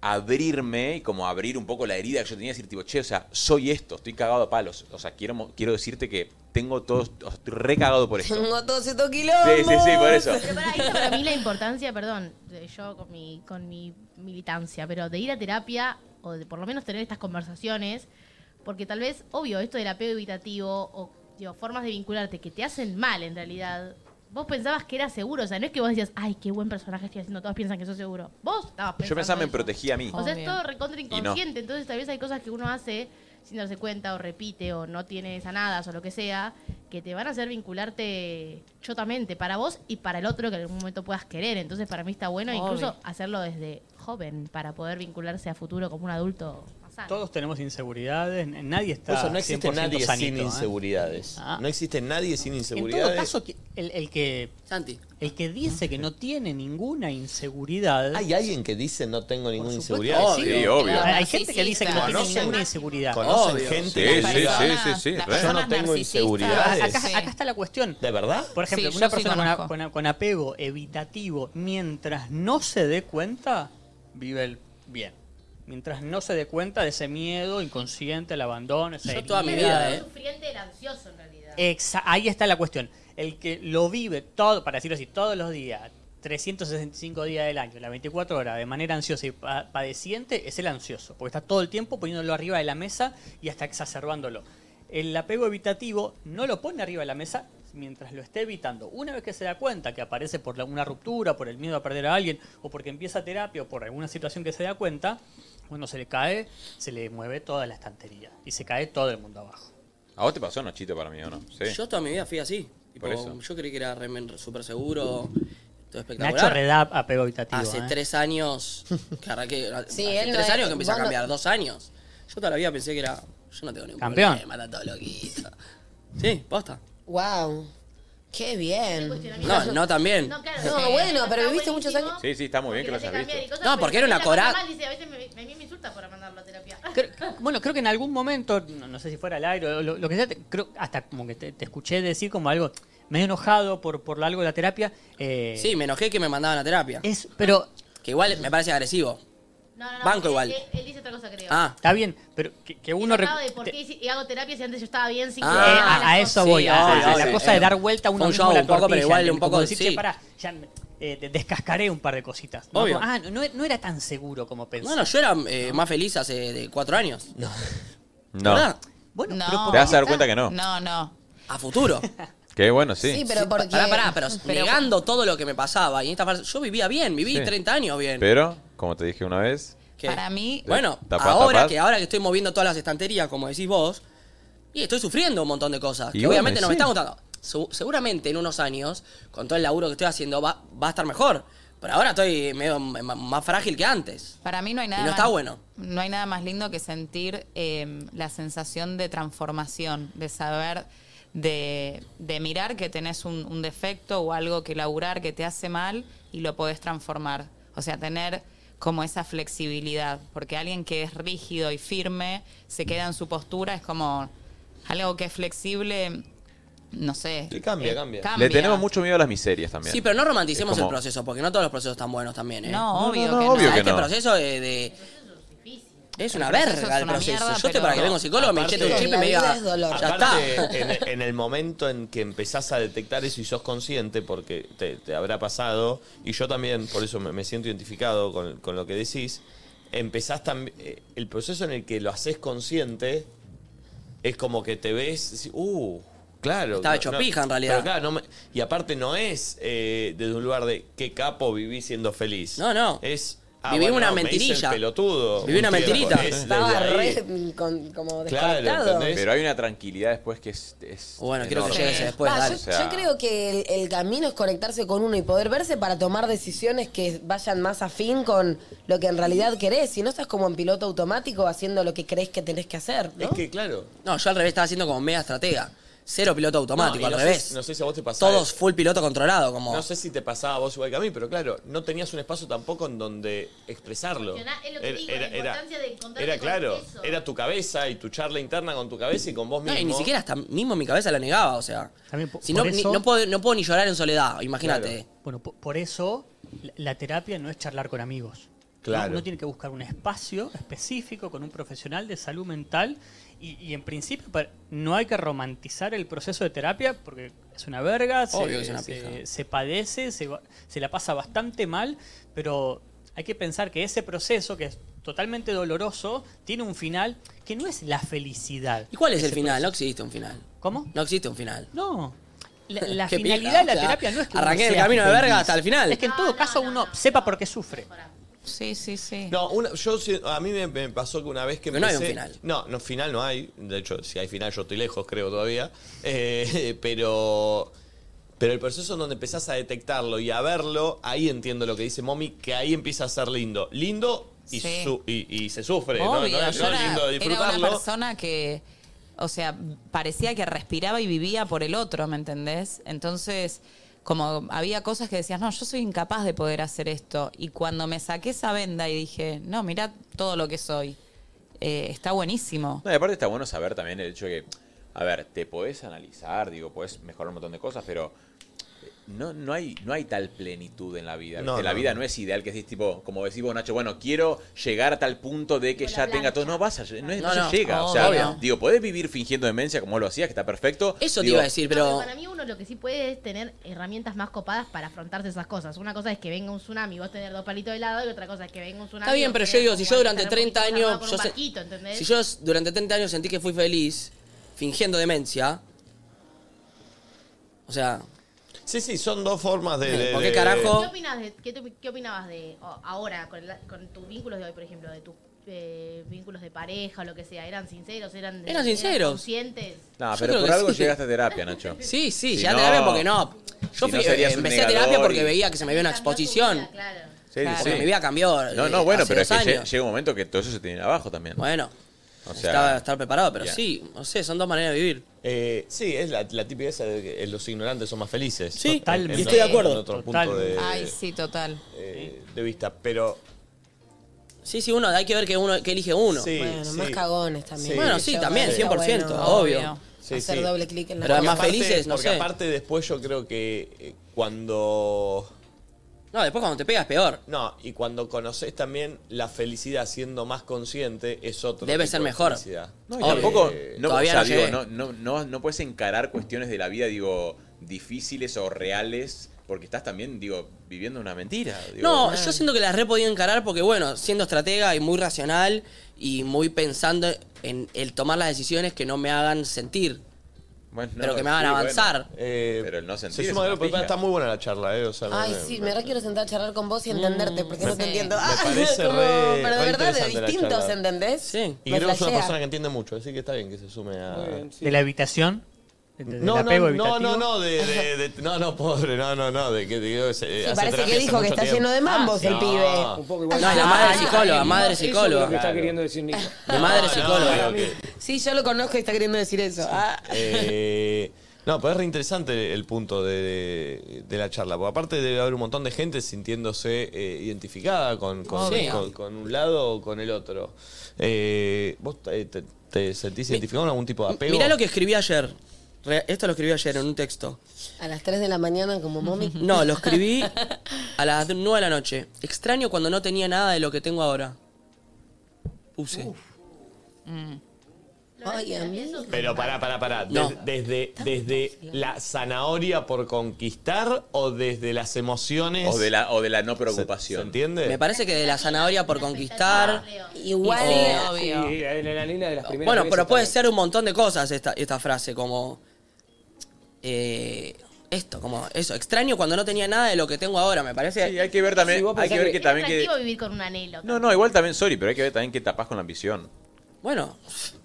abrirme y como abrir un poco la herida que yo tenía, decir, tipo, che, o sea, soy esto, estoy cagado a palos. O sea, quiero, mo- quiero decirte que tengo todo, o sea, estoy re cagado por esto. Tengo todos estos Sí, sí, sí, por eso. Pero pará, ahí está para mí la importancia, perdón, de yo con mi, con mi militancia, pero de ir a terapia o de por lo menos tener estas conversaciones, porque tal vez, obvio, esto del apego evitativo o digo, formas de vincularte que te hacen mal en realidad. Vos pensabas que era seguro, o sea, no es que vos decías, ay, qué buen personaje estoy haciendo, todos piensan que sos seguro. Vos estabas pensando. Yo pensaba me eso. protegía a mí. O sea, es todo recontra Y no. inconsciente, entonces tal vez hay cosas que uno hace sin darse cuenta o repite o no tiene sanadas o lo que sea, que te van a hacer vincularte chotamente para vos y para el otro que en algún momento puedas querer. Entonces para mí está bueno Obvio. incluso hacerlo desde joven para poder vincularse a futuro como un adulto más sano. Todos tenemos inseguridades, n- nadie está. Por eso no existe 100% nadie sanito, sin ¿eh? inseguridades. No existe nadie sin En inseguridades. todo caso, que- el, el que. El que dice que no tiene ninguna inseguridad. ¿Hay alguien que dice no tengo ninguna inseguridad? Obvio, Sí, obvio. claro, Hay gente que dice que no tiene narcisista. ninguna inseguridad. ¿Conocen Obvio. gente Sí, que sí, diga, sí, sí, sí, las re. Yo personas no tengo narcisistas, inseguridades. acá- acá está la cuestión. ¿De verdad? Por ejemplo, una persona con a- con, a- con apego evitativo, mientras no se dé cuenta, vive el bien. Mientras no se dé cuenta de ese miedo inconsciente, el abandono, esa Yo toda mi herida vida, de- ¿eh? Sufriente era ansioso en realidad. Exa- ahí está la cuestión. El que lo vive todo, para decirlo así, todos los días, 365 días del año, las 24 horas, de manera ansiosa y pa- padeciente, es el ansioso, porque está todo el tiempo poniéndolo arriba de la mesa y hasta exacerbándolo. El apego evitativo no lo pone arriba de la mesa mientras lo esté evitando. Una vez que se da cuenta que aparece por la- una ruptura, por el miedo a perder a alguien, o porque empieza terapia, o por alguna situación que se da cuenta, cuando se le cae, se le mueve toda la estantería y se cae todo el mundo abajo. ¿A vos te pasó, Nachito, para mí o no? Sí. Yo toda mi vida fui así. Tipo, Por eso. Yo creí que era remen- súper seguro, todo espectacular. Nacho Redap, apego evitativo. Hace ¿eh? tres años que arranqué. Sí, hace él no tres es- años que empecé a vos no- cambiar, dos años. Yo todavía pensé que era. Yo no tengo ningún Campeón. problema, está todo loquito. Sí, posta. Wow. Qué bien. No, no también. No, claro, No, sí. bueno, pero viviste muchos años. Sí, sí, está muy bien que lo Te hayas cambian y visto. cosas, No, pero porque era si una la cora- cosa mal, dice, a veces me, me- me insulta por mandarlo a terapia. Bueno, creo que en algún momento, no, no sé si fuera al aire, o lo, lo que sea, te- creo hasta como que te, te escuché decir como algo medio enojado por, por algo de la terapia. eh, Sí, me enojé que me mandaban a terapia. Es, pero. Que igual me parece agresivo. No, no, no, Banco él- igual. Él, él dice otra cosa, creo. Ah. Está bien, pero que, que uno. Hablaba rec- de por te- qué hice- y hago terapia si antes yo estaba bien sin Ah, querer, eh, a- las a cosas. eso voy, Sí, a, a- a obvio, la obvio, cosa de eh. dar vuelta a uno Fue un mismo show la un poco, pero tortilla, igual de un poco, como decir, sí. "Che, pará, ya me- eh, de- descascaré un par de cositas. ¿no? Obvio. Como, ah, no, no era tan seguro como pensé. Bueno, yo era eh, más feliz hace de cuatro años. No. No. Bueno, No. Te vas a dar cuenta que no. No, no. A futuro. Qué bueno, sí. pero porque- Pará, pará, pero, pero- negando todo lo que me pasaba. Y en esta fase, yo vivía bien, viví Sí. 30 años bien. Pero, como te dije una vez, ¿Qué? Para mí- Bueno, Tapá, ahora, tapá. Que, ahora que estoy moviendo todas las estanterías, como decís vos, y estoy sufriendo un montón de cosas. Y que bueno, obviamente no me sí. están gustando. Su- seguramente en unos años, con todo el laburo que estoy haciendo, va, va a estar mejor. Pero ahora estoy medio m- m- más frágil que antes. Para mí no hay nada. Y no más- está bueno. No hay nada más lindo que sentir eh, la sensación de transformación, de saber, de, de mirar que tenés un, un defecto o algo que laburar que te hace mal y lo podés transformar. O sea, tener como esa flexibilidad. Porque alguien que es rígido y firme se queda en su postura, es como algo que es flexible, no sé. cambia, eh, cambia. le tenemos mucho miedo a las miserias también. Sí, pero no romanticemos Es como- el proceso, porque no todos los procesos están buenos también, ¿eh? No, No, obvio no, no, que no. obvio que Este no. proceso de... de- es una El proceso verga es el una proceso. mierda, Yo estoy pero- para que venga un psicólogo, me Aparte- inyecte un chip y me diga... Ya Aparte, está. En, en el momento en que empezás a detectar eso y sos consciente, porque te, te habrá pasado, y yo también, por eso me, me siento identificado con, con lo que eh, decís, empezás también. El proceso en el que lo haces consciente es como que te ves. decís, Uh, claro. Estaba hecho pija, en realidad. pero claro, no me- y aparte no es eh, desde un lugar de qué capo viví siendo feliz. No, no. Es. "Ah, Viví bueno, una me hice el mentirilla. pelotudo. Viví una un tiempo. mentirita. Es desde Estaba ahí. re mm, con- como desconectado. Pero hay una tranquilidad después que es. es Bueno, quiero que enorme. llegue ese después, Va, yo, O sea, yo creo que el, el camino es conectarse con uno y poder verse para tomar decisiones que vayan más afín con lo que en realidad querés. Si no estás como en piloto automático haciendo lo que crees que tenés que hacer. ¿no? Que claro. No, yo al revés estaba haciendo como mega estratega. Cero piloto automático, No, y al no sé- revés. no sé si a vos te pasaba. Todos full piloto controlado, como. No sé si te pasaba a vos igual que a mí, pero claro, no tenías un espacio tampoco en donde expresarlo. Cuestionar, es lo que digo, la importancia de encontrarte era con claro, eso. era tu cabeza y tu charla interna con tu cabeza y con vos No, mismo. y ni siquiera hasta mismo mi cabeza la negaba, o sea. si no, por ni- eso- no, puedo, no puedo ni llorar en soledad, imagínate. Bueno, po- por eso la, la terapia no es charlar con amigos. Claro. ¿no? Uno tiene que buscar un espacio específico con un profesional de salud mental y, y en principio pa- no hay que romantizar el proceso de terapia porque es una verga, se, Obvio que es una se- pija. se padece, se, va- se la pasa bastante mal, pero hay que pensar que ese proceso que es totalmente doloroso tiene un final que no es la felicidad. ¿Y cuál es Ese el final? proceso- No existe un final. ¿Cómo? No existe un final. No. La, la Qué pija, finalidad de la o sea, terapia no es que arranqué uno el sea camino de verga feliz. hasta el final. Es que en todo caso uno sepa por qué sufre. Ah, Sí, sí, sí. No, una- yo sí- a mí me, me pasó que una vez que Pero no hay un empecé- final. No, no, final no hay. De hecho, si hay final yo estoy lejos, creo todavía. Eh, pero pero el proceso en donde empezás a detectarlo y a verlo, ahí entiendo lo que dice Momi, que ahí empieza a ser lindo. Lindo y, Sí. su- y, y se sufre. ¿no? no, Obvio, no, yo es Ah, era, lindo de era disfrutarlo. una persona que, o sea, parecía que respiraba y vivía por el otro, ¿me entendés? Entonces, como había cosas que decías, no, yo soy incapaz de poder hacer esto. Y cuando me saqué esa venda y dije, no, mirá todo lo que soy, eh, está buenísimo. No, y aparte está bueno saber también el hecho de que, a ver, te podés analizar, digo, podés mejorar un montón de cosas, pero eh, no, no, hay, no hay tal plenitud en la vida. No, ¿viste? la no, vida no. no. es ideal, que decís, tipo, como decís vos, Nacho, bueno, quiero llegar a tal punto de que ya tenga todo. No vas a lle- no, es- no No, se no, llega. o obvio. sea, digo, podés vivir fingiendo demencia como vos lo hacías, que está perfecto. Eso te Digo, iba a decir, No, pero. Para mí uno lo que sí puede es tener herramientas más copadas para afrontarse esas cosas. Una cosa es que venga un tsunami y vos tener dos palitos de lado y otra cosa es que venga un tsunami. Está bien, pero yo digo, si yo durante 30 años. yo sé- si yo s- durante 30 años sentí que fui feliz, fingiendo demencia. O sea, Sí, sí, son dos formas de. de- ¿Por qué de- ¿Qué, carajo? opinas de- qué, te- qué opinabas de o- ahora con, la- con tus vínculos de hoy, por ejemplo, de tus eh, vínculos de pareja o lo que sea? ¿Eran sinceros? ¿Eran, Eran sinceros. conscientes? No, Yo pero creo por que algo sí. llegaste a terapia, Nacho. Sí, sí, Si ya terapia porque no. si Yo fui- eh, no serías un empecé negador terapia porque y- veía que se me había una exposición. Sí, sí, Porque sí. mi vida cambió. No, eh, no, bueno, hace pero es dos que lle- años. llega un momento que todo eso se tiene abajo también. Bueno, o estaba, estar preparado, pero bien. sí, no sé, son dos maneras de vivir. Eh, sí, es la, la típica esa de que eh, los ignorantes son más felices. Sí, Totalmente. En- en estoy de otro- acuerdo. en otro punto Totalmente. de- Ay, sí, total. eh, de vista, pero Sí, sí, uno, hay que ver que uno que elige uno. Sí, Bueno, más cagones también. Sí. Bueno, sí, Yo, también, está 100%, obvio. Sí, Hacer sí. doble clic en la Pero cosa. además felices, no porque sé. aparte después yo creo que eh, cuando... No, después cuando te pegas peor. No, y cuando conoces también la felicidad siendo más consciente es otro Debe tipo ser de mejor. felicidad. No, y Obvio. eh, tampoco, no, Todavía o sea, no digo, llegué. no, no, no, no puedes encarar cuestiones de la vida, digo, difíciles o reales, porque estás también, digo, viviendo una mentira. digo. No, yo siento que las re podía encarar porque, bueno, siendo estratega y muy racional y muy pensando en el tomar las decisiones que no me hagan sentir. Bueno, no, pero que me hagan sí, bueno. avanzar. pero el no sentir eh, Se es suma una algo, pero pija. está muy buena la charla, ¿eh? O sea, Ay, me- sí, me- me re quiero sentar a charlar con vos y entenderte, porque Me- no te sí. entiendo. me Ah, parece como- re- pero de re verdad, de interesante la distintos, charla. ¿entendés? Sí. Y creo que Me es una flashea. persona que entiende mucho, así que está bien que se sume a... eh, De la habitación, de- de- del No, apego no, evitativo. no, no, no, de, de- de- no, no, pobre, no, no, no, de que de que se- eh, hace parece terapia que hace dijo que mucho está tiempo. Ah, lleno de mambos el No. pibe. Un No, es la madre psicóloga, madre Eso es psicóloga. lo que está queriendo decir Nico. Mi Ah, madre No, psicóloga. no, ok. Sí, yo lo conozco y está queriendo decir eso. Ah. Eh, no, pero es reinteresante interesante el punto de, de la charla, porque aparte debe haber un montón de gente sintiéndose eh, identificada con, con, Obvio. con- con un lado o con el otro. Eh, ¿Vos eh, te, te sentís identificado con algún tipo de apego? Mirá lo que escribí ayer. Re- Esto lo escribí ayer en un texto. A las 3 de la mañana, como mommy. No, lo escribí a las 9 de la noche. Extraño cuando no tenía nada de lo que tengo ahora. Puse. Ay, a mí. Pero pará, pará, pará. No. Des- desde, desde la zanahoria por conquistar o desde las emociones. O de la, o de la no ¿Se preocupación. entiende? Me parece que de la zanahoria por conquistar. Igual. o- Oh, Sí, en la línea de las primeras Bueno, veces pero puede ser un montón de cosas esta, esta frase, como. eh, esto, como eso. Extraño cuando no tenía nada de lo que tengo ahora, me parece. Sí, hay que ver también. hay que ver que también que. Atractivo vivir con un anhelo. No, no, igual también, sorry, pero hay que ver también que tapás con la ambición. Bueno,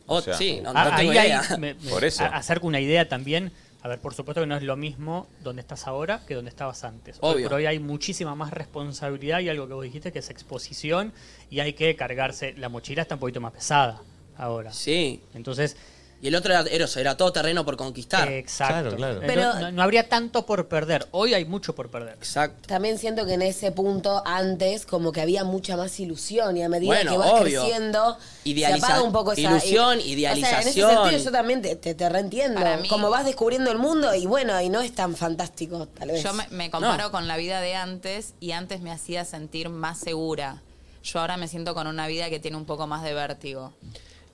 O sea, Oh, sí, no, Ah, no tengo ahí- idea. ahí me- me Por eso. a- acerco una idea también. A ver, por supuesto que no es lo mismo donde estás ahora que donde estabas antes. Hoy Obvio. por hoy hay muchísima más responsabilidad y algo que vos dijiste que es exposición y hay que cargarse. La mochila está un poquito más pesada ahora. Sí. Entonces. Y el otro era, era, eso, era todo terreno por conquistar. Exacto. Eh, Claro, claro. no- Pero- no, no habría tanto por perder. Hoy hay mucho por perder. Exacto. También siento que en ese punto antes como que había mucha más ilusión y a medida Bueno, que vas obvio. creciendo Idealiza- se apaga un poco esa ilusión, o sea, en ese idealización. sentido yo también te, te, te reentiendo. Para mí- Como vas descubriendo el mundo y bueno, y no es tan fantástico tal vez. Yo me, me comparo con la vida de antes y antes me hacía sentir más segura. Yo ahora me siento con una vida que tiene un poco más de vértigo.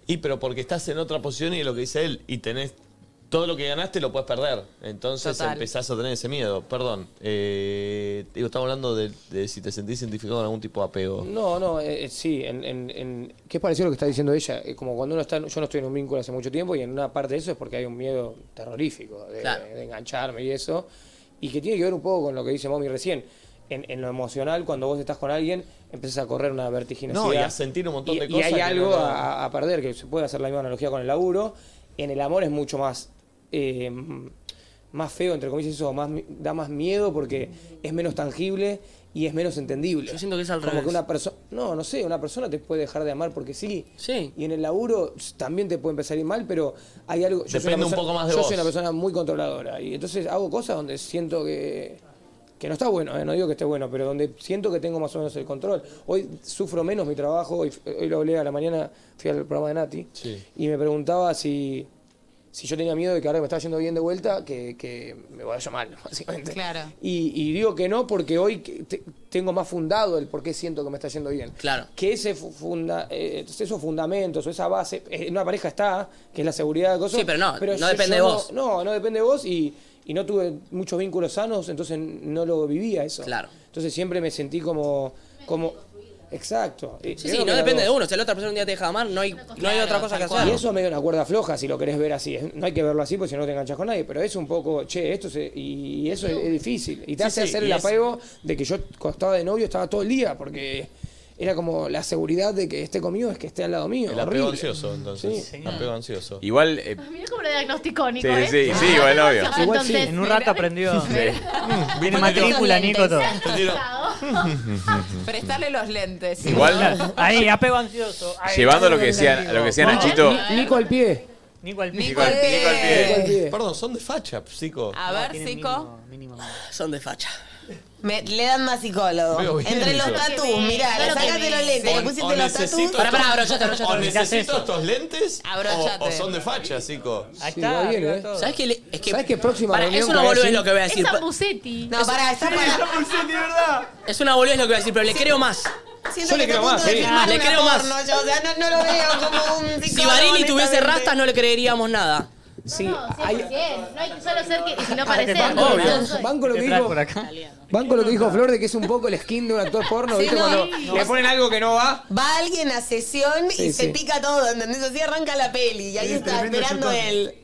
Y pero porque estás en otra posición y es lo que dice él, y tenés todo lo que ganaste lo puedes perder. Entonces Total. empezás a tener ese miedo. Perdón. Eh, digo, estamos hablando de, de si te sentís identificado con algún tipo de apego. No, no, eh, eh, sí, en, en, en- que es parecido a lo que está diciendo ella. eh, como cuando uno está, en- yo no estoy en un vínculo hace mucho tiempo y en una parte de eso es porque hay un miedo terrorífico de, Claro. de engancharme y eso. Y que tiene que ver un poco con lo que dice Mommy recién. En, en lo emocional, cuando vos estás con alguien, empezás a correr una vertiginosidad. No, y a sentir un montón Y- de y cosas hay que algo no- a, a perder, que se puede hacer la misma analogía con el laburo. En el amor es mucho más. eh, más feo, entre comillas, eso más, mi- da más miedo porque es menos tangible y es menos entendible. Yo siento que es al Como revés. que una persona. No, no sé, una persona te puede dejar de amar porque sí. Sí. Y en el laburo s- también te puede empezar a ir mal, pero hay algo. yo soy Depende una un persona- poco más de Yo vos. soy una persona muy controladora y entonces hago cosas donde siento que. Que no está bueno, eh, no digo que esté bueno, pero donde siento que tengo más o menos el control. Hoy sufro menos mi trabajo, hoy, hoy lo hablé a la mañana, fui al programa de Nati, Sí. y me preguntaba si, si yo tenía miedo de que ahora que me estaba yendo bien de vuelta, que, que me vaya mal, básicamente. Claro. Y, y digo que no porque hoy que te- tengo más fundado el por qué siento que me está yendo bien. Claro. Que ese fu- funda, eh, entonces esos fundamentos o esa base, eh, en una pareja está, que es la seguridad de cosas. Sí, pero no, no yo- depende yo de no- vos. No, no, depende de vos y, y no tuve muchos vínculos sanos, entonces no lo vivía eso. Claro. Entonces siempre me sentí como... como Exacto. Y Sí, creo sí, que no las depende dos. de uno. Si la otra persona un día te deja de amar, no hay, no hay otra cosa que hacer. Y eso es medio una cuerda floja si lo querés ver así. Es- No hay que verlo así porque si no te enganchas con nadie. Pero es un poco, che, esto se- y eso es, es difícil. Y te Sí, hace sí, hacer y el es- apego de que yo cuando estaba de novio estaba todo el día porque era como la seguridad de que esté conmigo es que esté al lado mío. El apego Horrible. ansioso, entonces. Sí. Apego ansioso. Igual. eh, Mira como lo diagnosticó, Nico, sí, ¿eh? sí, sí, igual obvio. Ah, entonces, En un rato aprendió. Viene matrícula, Nico, todo. Prestarle los lentes. Igual- Ahí, apego ansioso. Ahí. Llevando lo que decía, lo que decía Nachito. Nico al pie. Nico al Nico al- Nico al pie. Nico al pie. Perdón, son de facha, psico. A ver, Zico. Son de facha. Me- le dan más Veo psicólogo. bien Entre los eso. tatús, mirá, le Claro que sacaste sí. los lentes, O- le o pusiste los necesito tatús. estos- Pará, pará, O necesito estos lentes. o- Abrochate. O, son de facha, psico. Ahí Sí, va bien, eh. ¿Sabes qué? le- Es que, ¿Sabes qué próxima Pará, reunión es que una voy a boludez decir? lo que voy a decir. Es Zambucetti. No, pará, está para. Es una boludez lo que voy a decir, pero le creo más. Ah, Siento le que creo está a punto más, de sí. firmar Le una creo más. porno, yo, o sea, no, no lo veo como un Si psicólogo. Barili tuviese honestamente. rastas, no le creeríamos nada. Sí, No, hay- 100%. No hay que solo ser Ah, que, sino Ahora te parecer. banco lo que- No soy. banco lo que dijo- banco lo que dijo Flor de que es un poco el skin de un actor porno, Sí, ¿viste? no, Cuando sí. le ponen algo que no va. Va alguien a sesión Sí, y se sí. pica todo, ¿entendés? Así arranca la peli y ahí está tremendo esperando chutazo. él.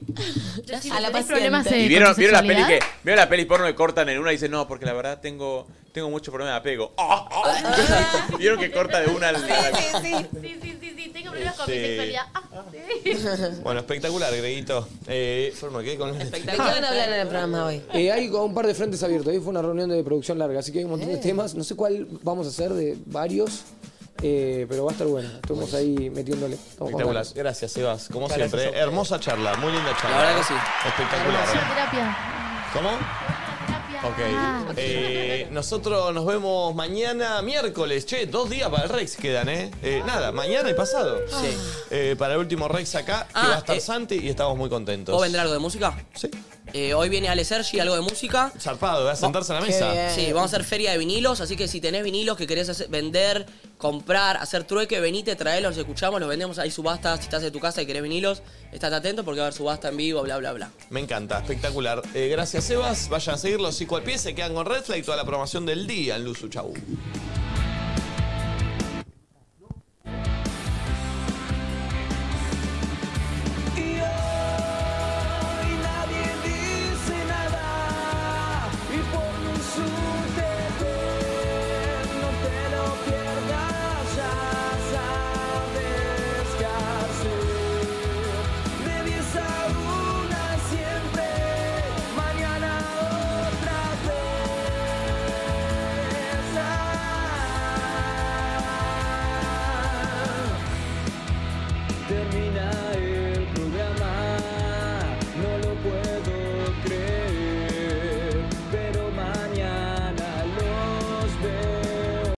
A la tenés problemas paciente. Y Eh, vieron, ¿con tu vieron la peli que. sexualidad? Vieron la peli porno que cortan en una y dicen, no, porque la verdad tengo, tengo mucho problema de apego. Ah, ah. vieron que corta de una al. Sí, sí, sí, sí, tengo problemas con Sí. mi sexualidad. Ah, sí. Bueno, espectacular, Greguito. Eh, pero me quedé con ¿De qué van a hablar en el programa hoy? Eh, hay como un par de frentes abiertos. Hoy fue una reunión de producción larga, así que hay un montón de Eh. temas. No sé cuál vamos a hacer de varios, eh, pero va a estar bueno. Estamos ahí metiéndole. Estamos con Espectacular. ganas. Gracias, Sebas. Como Gracias a siempre, ustedes. hermosa charla, muy linda charla. La verdad que sí. Espectacular. Terapia. ¿Cómo? Ok. Eh, nosotros nos vemos mañana miércoles. Che, dos días para el Rex quedan, ¿eh? Eh, nada, mañana y pasado. Sí. Eh, para el último Rex acá, que va a estar Santi y estamos muy contentos. ¿Vos vendrá algo de música? Sí. Eh, hoy viene Ale Sergi, algo de música. Zarpado, va a sentarse a la mesa. Sí, vamos a hacer feria de vinilos, así que si tenés vinilos que querés hacer- vender, comprar, hacer trueque, venite, traelos, los escuchamos, los vendemos, hay subastas, si estás en tu casa y querés vinilos, estás atento porque va a haber subasta en vivo, bla, bla, bla. Me encanta, espectacular. Eh, gracias, Sebas. Vayan a seguirlo. Si cual pie se quedan con Red Flag y toda la programación del día en Luzu. Chau.